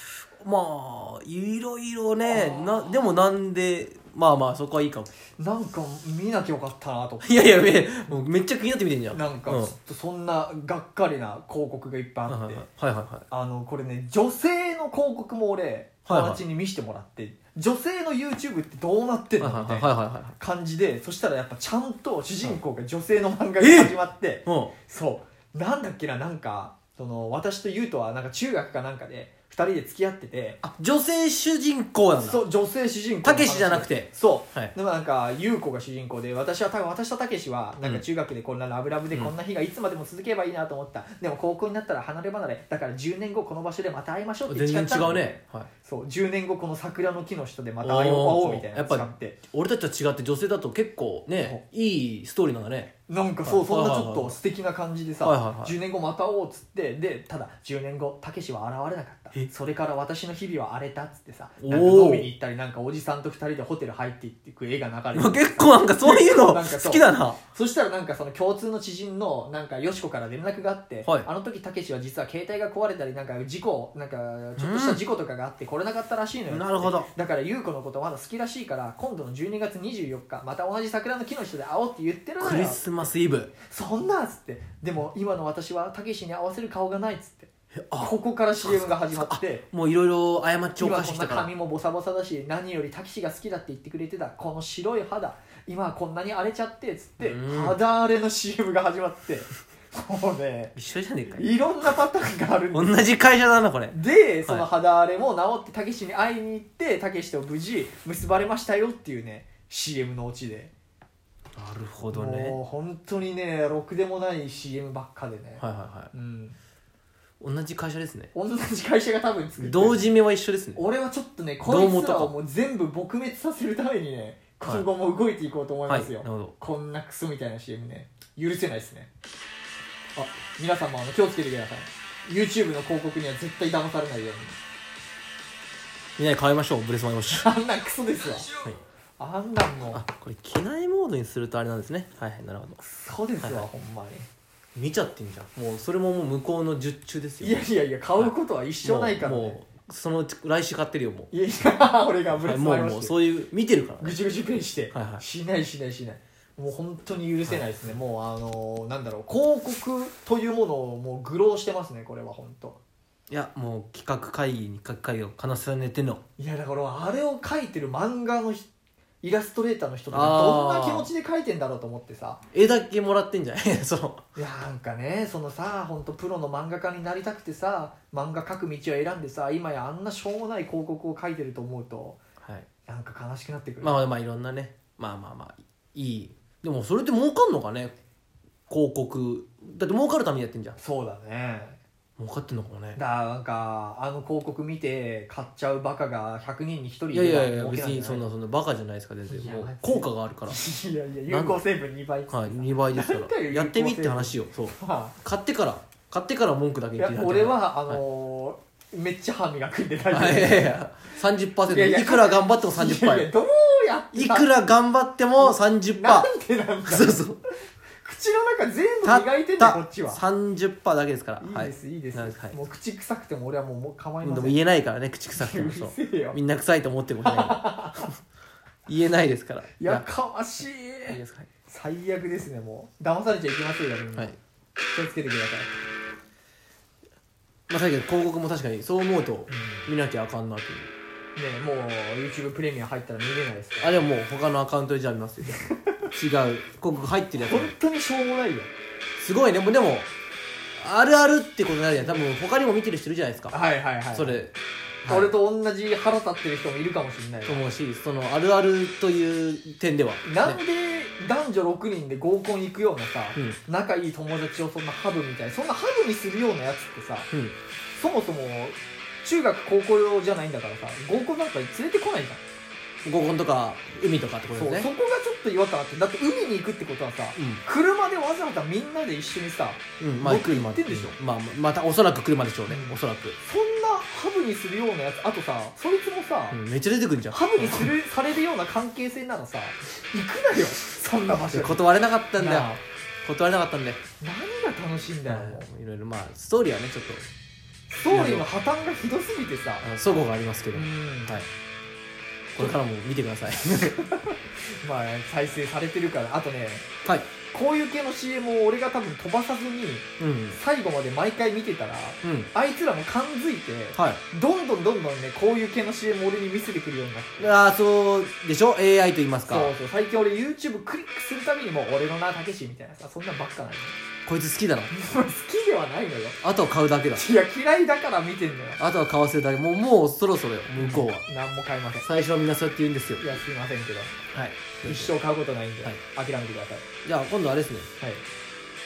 Speaker 2: まあ、いろいろね
Speaker 4: あ、ー
Speaker 2: な、でもなんで、まあまあ、そこはいいかも。
Speaker 4: なんか見なきゃよかったなと
Speaker 2: いやいや、めもうめっちゃ気になってみてんじゃん。
Speaker 4: なんかち
Speaker 2: う
Speaker 4: ょ
Speaker 2: は
Speaker 4: っ
Speaker 2: い
Speaker 4: とそんながっかりな広告がいっぱいあっ
Speaker 2: はい
Speaker 4: て
Speaker 2: はい。はいはいはい。
Speaker 4: あのこれね女性の広告も俺
Speaker 2: はいはい
Speaker 4: 友達に見せてもらって、女性の YouTube ってどうなってんの
Speaker 2: はい
Speaker 4: み
Speaker 2: は
Speaker 4: た
Speaker 2: い
Speaker 4: い
Speaker 2: は
Speaker 4: ない
Speaker 2: はいは
Speaker 4: 感じでそしたらやっぱちゃんと主人公が女性の漫画
Speaker 2: え
Speaker 4: が始まって
Speaker 2: い。うん。
Speaker 4: そうなんだっけななんかその私と優斗はなんか中学かなんかで2人で付き合ってて
Speaker 2: あ、女性主人公なんだ。
Speaker 4: そう女性主人公
Speaker 2: たけしじゃなくて
Speaker 4: そう、
Speaker 2: はい
Speaker 4: でもなんか優子が主人公で私は多分私とたけしはなんか中学でこんなラブラブで
Speaker 2: うん
Speaker 4: こんな日がいつまでも続けばいいなと思った、でも高校になったら離れ離れだから10年後この場所でまた会いましょうって
Speaker 2: 全
Speaker 4: 誓
Speaker 2: 然
Speaker 4: った
Speaker 2: 違
Speaker 4: の
Speaker 2: うね。はい。
Speaker 4: そう10年後この桜の木の下でまた会おう
Speaker 2: おー
Speaker 4: 会おうみたいな
Speaker 2: や
Speaker 4: の
Speaker 2: っぱ
Speaker 4: 使って
Speaker 2: 俺たちと違って女性だと結構ねいいストーリーなんだね
Speaker 4: なんかそう、
Speaker 2: はい
Speaker 4: そんなちょ
Speaker 2: は
Speaker 4: っ
Speaker 2: いはい
Speaker 4: と
Speaker 2: はい
Speaker 4: 素敵な感じでさ、
Speaker 2: はいはいはい
Speaker 4: 10年後また会おうっつってでただ10年後たけしは現れなかったそれから私の日々は荒れたっつってさなんか
Speaker 2: おー
Speaker 4: 飲みに行ったりなんかおじさんと2人でホテル入っていってく映画流れ
Speaker 2: まあ
Speaker 4: て
Speaker 2: 結構なんかそういうの
Speaker 4: なんかそう
Speaker 2: 好きだな
Speaker 4: そしたらなんかその共通の知人のなんかよしこから連絡があって、
Speaker 2: はい
Speaker 4: あの時たけしは実は携帯が壊れたりなんか事故なんかちょっとした事故とかがあって来れなかったらしいのよ
Speaker 2: なるほど
Speaker 4: だから優子のことまだ好きらしいから今度の12月24日また同じ桜の木の人で会おうって言ってるの
Speaker 2: クリ
Speaker 4: よ
Speaker 2: スマスイブ
Speaker 4: そんなっつってでも今の私はたけしに合わせる顔がないっつって
Speaker 2: あ
Speaker 4: ここから CM が始まって
Speaker 2: もういろいろ過ちを
Speaker 4: 今
Speaker 2: 犯して
Speaker 4: こん
Speaker 2: きた
Speaker 4: な
Speaker 2: から
Speaker 4: 髪もボサボサだし何よりタキシが好きだって言ってくれてたこの白い肌今はこんなに荒れちゃってっつって
Speaker 2: うん
Speaker 4: 肌荒れの CM が始まってもうね
Speaker 2: 一緒じゃねえかよ
Speaker 4: いろんなパターンがあるん
Speaker 2: 同じ会社だなこれ
Speaker 4: でその肌荒れも治ってたけしに会いに行ってたけしと無事結ばれましたよっていうね CM のオチで
Speaker 2: なるほどね
Speaker 4: もう本当にねろくでもない CM ばっかでね、
Speaker 2: はいは
Speaker 4: うん
Speaker 2: いはい同じ会社ですね
Speaker 4: 同じ会社が多分作ってる
Speaker 2: 同時目は一緒ですね
Speaker 4: 俺はちょっとねこ
Speaker 2: どう思
Speaker 4: い
Speaker 2: っ
Speaker 4: つ
Speaker 2: たから
Speaker 4: をもう全部撲滅させるためにね
Speaker 2: はい
Speaker 4: 今後も動いていこうと思いますよ、
Speaker 2: はいなるほど
Speaker 4: こんなクソみたいな CM ね許せないですねあ皆さんもあの気をつけてください YouTube の広告には絶対騙されないように
Speaker 2: みんなで変えましょうブレスマイウォッシュ
Speaker 4: あんなんクソですわ
Speaker 2: はい
Speaker 4: あんなんもう
Speaker 2: あこれ機内モードにするとあれなんですねはいはいなるほど
Speaker 4: そうですわ、
Speaker 2: はいは
Speaker 4: ほんま
Speaker 2: 見ちゃってんじゃんもうそれももう向こうの術中ですよ
Speaker 4: にいやいやいや買うことは一生ないから、ね
Speaker 2: もうもうそのうち来週買ってるよも
Speaker 4: いやいや 俺が
Speaker 2: う、
Speaker 4: ブ
Speaker 2: は
Speaker 4: レ
Speaker 2: い、
Speaker 4: ス
Speaker 2: も
Speaker 4: マ
Speaker 2: う
Speaker 4: イ
Speaker 2: も
Speaker 4: を
Speaker 2: う
Speaker 4: して
Speaker 2: そういう見てるから、
Speaker 4: ぐちぐちペンして、
Speaker 2: はいはい
Speaker 4: しないしないしないもう本当に許せないですね、もうあのーなんだろう広告というものをもう愚弄してますねこれは本当
Speaker 2: いやもう企画会議に企画会議を重ねての
Speaker 4: いやだからあれを描いてる漫画のひイラストレーターの人とかどん
Speaker 2: あー
Speaker 4: な気持ちで描いてんだろうと思ってさ
Speaker 2: 絵だけもらってん じゃないそう
Speaker 4: いやなんかねそのさ本当プロの漫画家になりたくてさ漫画描く道を選んでさ今やあんなしょうもない広告を描いてると思うと
Speaker 2: はい
Speaker 4: なんか悲しくなってくる、
Speaker 2: まあまあいろんなねまあまあまあいいでもそれって儲かんのかね広告だって儲かるためにやってんじゃん
Speaker 4: そうだね
Speaker 2: 儲かってんのかもね
Speaker 4: だからなんかあの広告見て買っちゃうバカが100人に1人
Speaker 2: い
Speaker 4: い
Speaker 2: やい
Speaker 4: れば
Speaker 2: やいや別にそん
Speaker 4: 儲
Speaker 2: なそんなバカじゃないですか全然
Speaker 4: いや
Speaker 2: もう効果があるから
Speaker 4: けないんじゃないいやいや有効成分2倍
Speaker 2: はい2倍です
Speaker 4: なん
Speaker 2: か
Speaker 4: だ
Speaker 2: ら
Speaker 4: よ
Speaker 2: やってみって話よそう
Speaker 4: は
Speaker 2: 買ってから買ってから文句だ
Speaker 4: あ
Speaker 2: け
Speaker 4: い
Speaker 2: 言っ
Speaker 4: や
Speaker 2: て
Speaker 4: 俺はあのーめっちゃ歯磨くんで大
Speaker 2: はいい
Speaker 4: 丈
Speaker 2: やいや
Speaker 4: いやいや
Speaker 2: 30%いくら頑張っても
Speaker 4: 夫
Speaker 2: 30%
Speaker 4: いやい
Speaker 2: よ
Speaker 4: やどうやって
Speaker 2: いくら頑張っても30%
Speaker 4: なんでなんだ
Speaker 2: そうそう
Speaker 4: 口の中全部
Speaker 2: たっ
Speaker 4: 磨いてんだ
Speaker 2: た
Speaker 4: よこっちは
Speaker 2: 30%だけですから
Speaker 4: いいですいいです、
Speaker 2: なんはい
Speaker 4: もう口臭くても俺はもうもう構い
Speaker 2: で
Speaker 4: ま
Speaker 2: も
Speaker 4: せん
Speaker 2: 言えないからね口臭くてもそう
Speaker 4: うるせえよ
Speaker 2: みんな臭いと思ってること ないから言えないですから
Speaker 4: やかましい
Speaker 2: いやいいですか
Speaker 4: 最悪ですねもう騙されちゃいけませんよみんな、
Speaker 2: はい、
Speaker 4: 気をつけてください
Speaker 2: まあ、確かに広告も確かにそう思うと見なきゃあかんなという
Speaker 4: ねえもう YouTube プレミアム入ったら見れないですから
Speaker 2: あれはもう他のアカウントでじゃあ見ますよ違う広告入ってるやつ
Speaker 4: 本当にしょうもないよ
Speaker 2: すごいねもうでもあるあるってことになるやん多分他にも見てる人いるじゃないですか
Speaker 4: はいはいは
Speaker 2: それはい
Speaker 4: 俺と同じ腹立ってる人もいるかもしれない
Speaker 2: と思うしそのあるあるという点では
Speaker 4: なん
Speaker 2: ね
Speaker 4: で男女6人で合コン行くようなさ、
Speaker 2: う
Speaker 4: 仲いい友達をそんなハブみたいなそんなハブにするようなやつってさ
Speaker 2: うん
Speaker 4: そもそも中学高校用じゃないんだからさ合コンなんか連れてこないじゃ
Speaker 2: 合コンとか海とかってこ
Speaker 4: ん
Speaker 2: と
Speaker 4: そう、
Speaker 2: です
Speaker 4: そ
Speaker 2: ね
Speaker 4: こがちょっと違和感あってだって海に行くってことはさ、
Speaker 2: うん
Speaker 4: 車でわざわざみんなで一緒にさ
Speaker 2: うんまあ
Speaker 4: 僕
Speaker 2: 車
Speaker 4: 行ってんでしょ
Speaker 2: まあまたおそらく車でしょうね
Speaker 4: うん
Speaker 2: おそらく
Speaker 4: そんなハブにするようなやつあとさそいつもさ、
Speaker 2: うんめっちゃ出てくるじゃん
Speaker 4: ハブにするされるような関係性ならさ行くなよそんな場所に
Speaker 2: 断れなかったんだよ
Speaker 4: なあ
Speaker 2: 断れなかったんで
Speaker 4: 何が楽しいんだよもう
Speaker 2: いろいろまあストーリーはねちょっと
Speaker 4: ストーリーの破綻がひどすぎてさ
Speaker 2: あの齟齬がありますけ
Speaker 4: う
Speaker 2: ど、
Speaker 4: ん
Speaker 2: はいこれからも見てくださ い
Speaker 4: まあ再生されてるからあとね
Speaker 2: はい
Speaker 4: こういう系の CM を俺が多分飛ばさずに
Speaker 2: うん
Speaker 4: 最後まで毎回見てたら
Speaker 2: うん
Speaker 4: あいつらも感づいて
Speaker 2: はい
Speaker 4: どんどんどんどんねこういう系の CM を俺に見せてくるようになって
Speaker 2: ああそうでしょ AI と言います
Speaker 4: そ
Speaker 2: か
Speaker 4: うそう最近俺 YouTube クリックするたびにもう俺の名たけしみたいなさそんなんばっかなの
Speaker 2: こいつ好きだな
Speaker 4: 好きではないのよ
Speaker 2: あとは買うだけだ
Speaker 4: いや嫌いだから見てんのよ
Speaker 2: あとは買わせるだけもうもうそろそろよ向こうは
Speaker 4: 何も買いません
Speaker 2: 最初はみんなそうやって言うんですよ
Speaker 4: いやすいませんけど
Speaker 2: はい
Speaker 4: 一生買うことないんで、
Speaker 2: はい
Speaker 4: 諦めてください
Speaker 2: じゃあ今度あれですね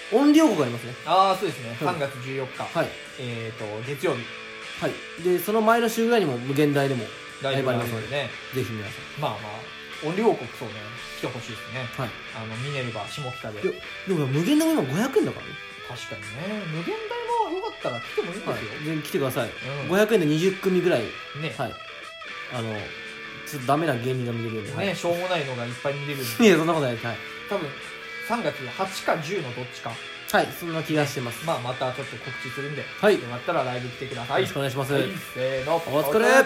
Speaker 4: はい
Speaker 2: 音量国がありますね
Speaker 4: ああそうですね
Speaker 2: うん
Speaker 4: 3月14日、
Speaker 2: はい
Speaker 4: えっ、と月曜日
Speaker 2: はいでその前の週ぐらいにも無限大でも
Speaker 4: ライブがあるのでね
Speaker 2: ぜひ皆さん
Speaker 4: まあまあ音量王国そうね来てほしいですね
Speaker 2: はい
Speaker 4: あのミネルヴァ下北で
Speaker 2: ででも無限大も今500円だからね
Speaker 4: 確かにね無限大もよかったら来てもいいんですよ、
Speaker 2: はい全然来てください、
Speaker 4: うん
Speaker 2: 500円で20組ぐらい
Speaker 4: ね,、
Speaker 2: はいあのちょっとダメな芸人が見れるんで、はい、
Speaker 4: ねしょうもないのがいっぱい見れるんで
Speaker 2: いやそんなことないですはい、
Speaker 4: 多分3月8か10のどっちか、
Speaker 2: はい、そんな気がしてます、
Speaker 4: まあ、またちょっと告知するんで、
Speaker 2: はい
Speaker 4: よかったらライブ来てくださ
Speaker 2: よ
Speaker 4: い
Speaker 2: ろしくお願いします、
Speaker 4: はい、せーの
Speaker 2: お疲れ
Speaker 4: せーの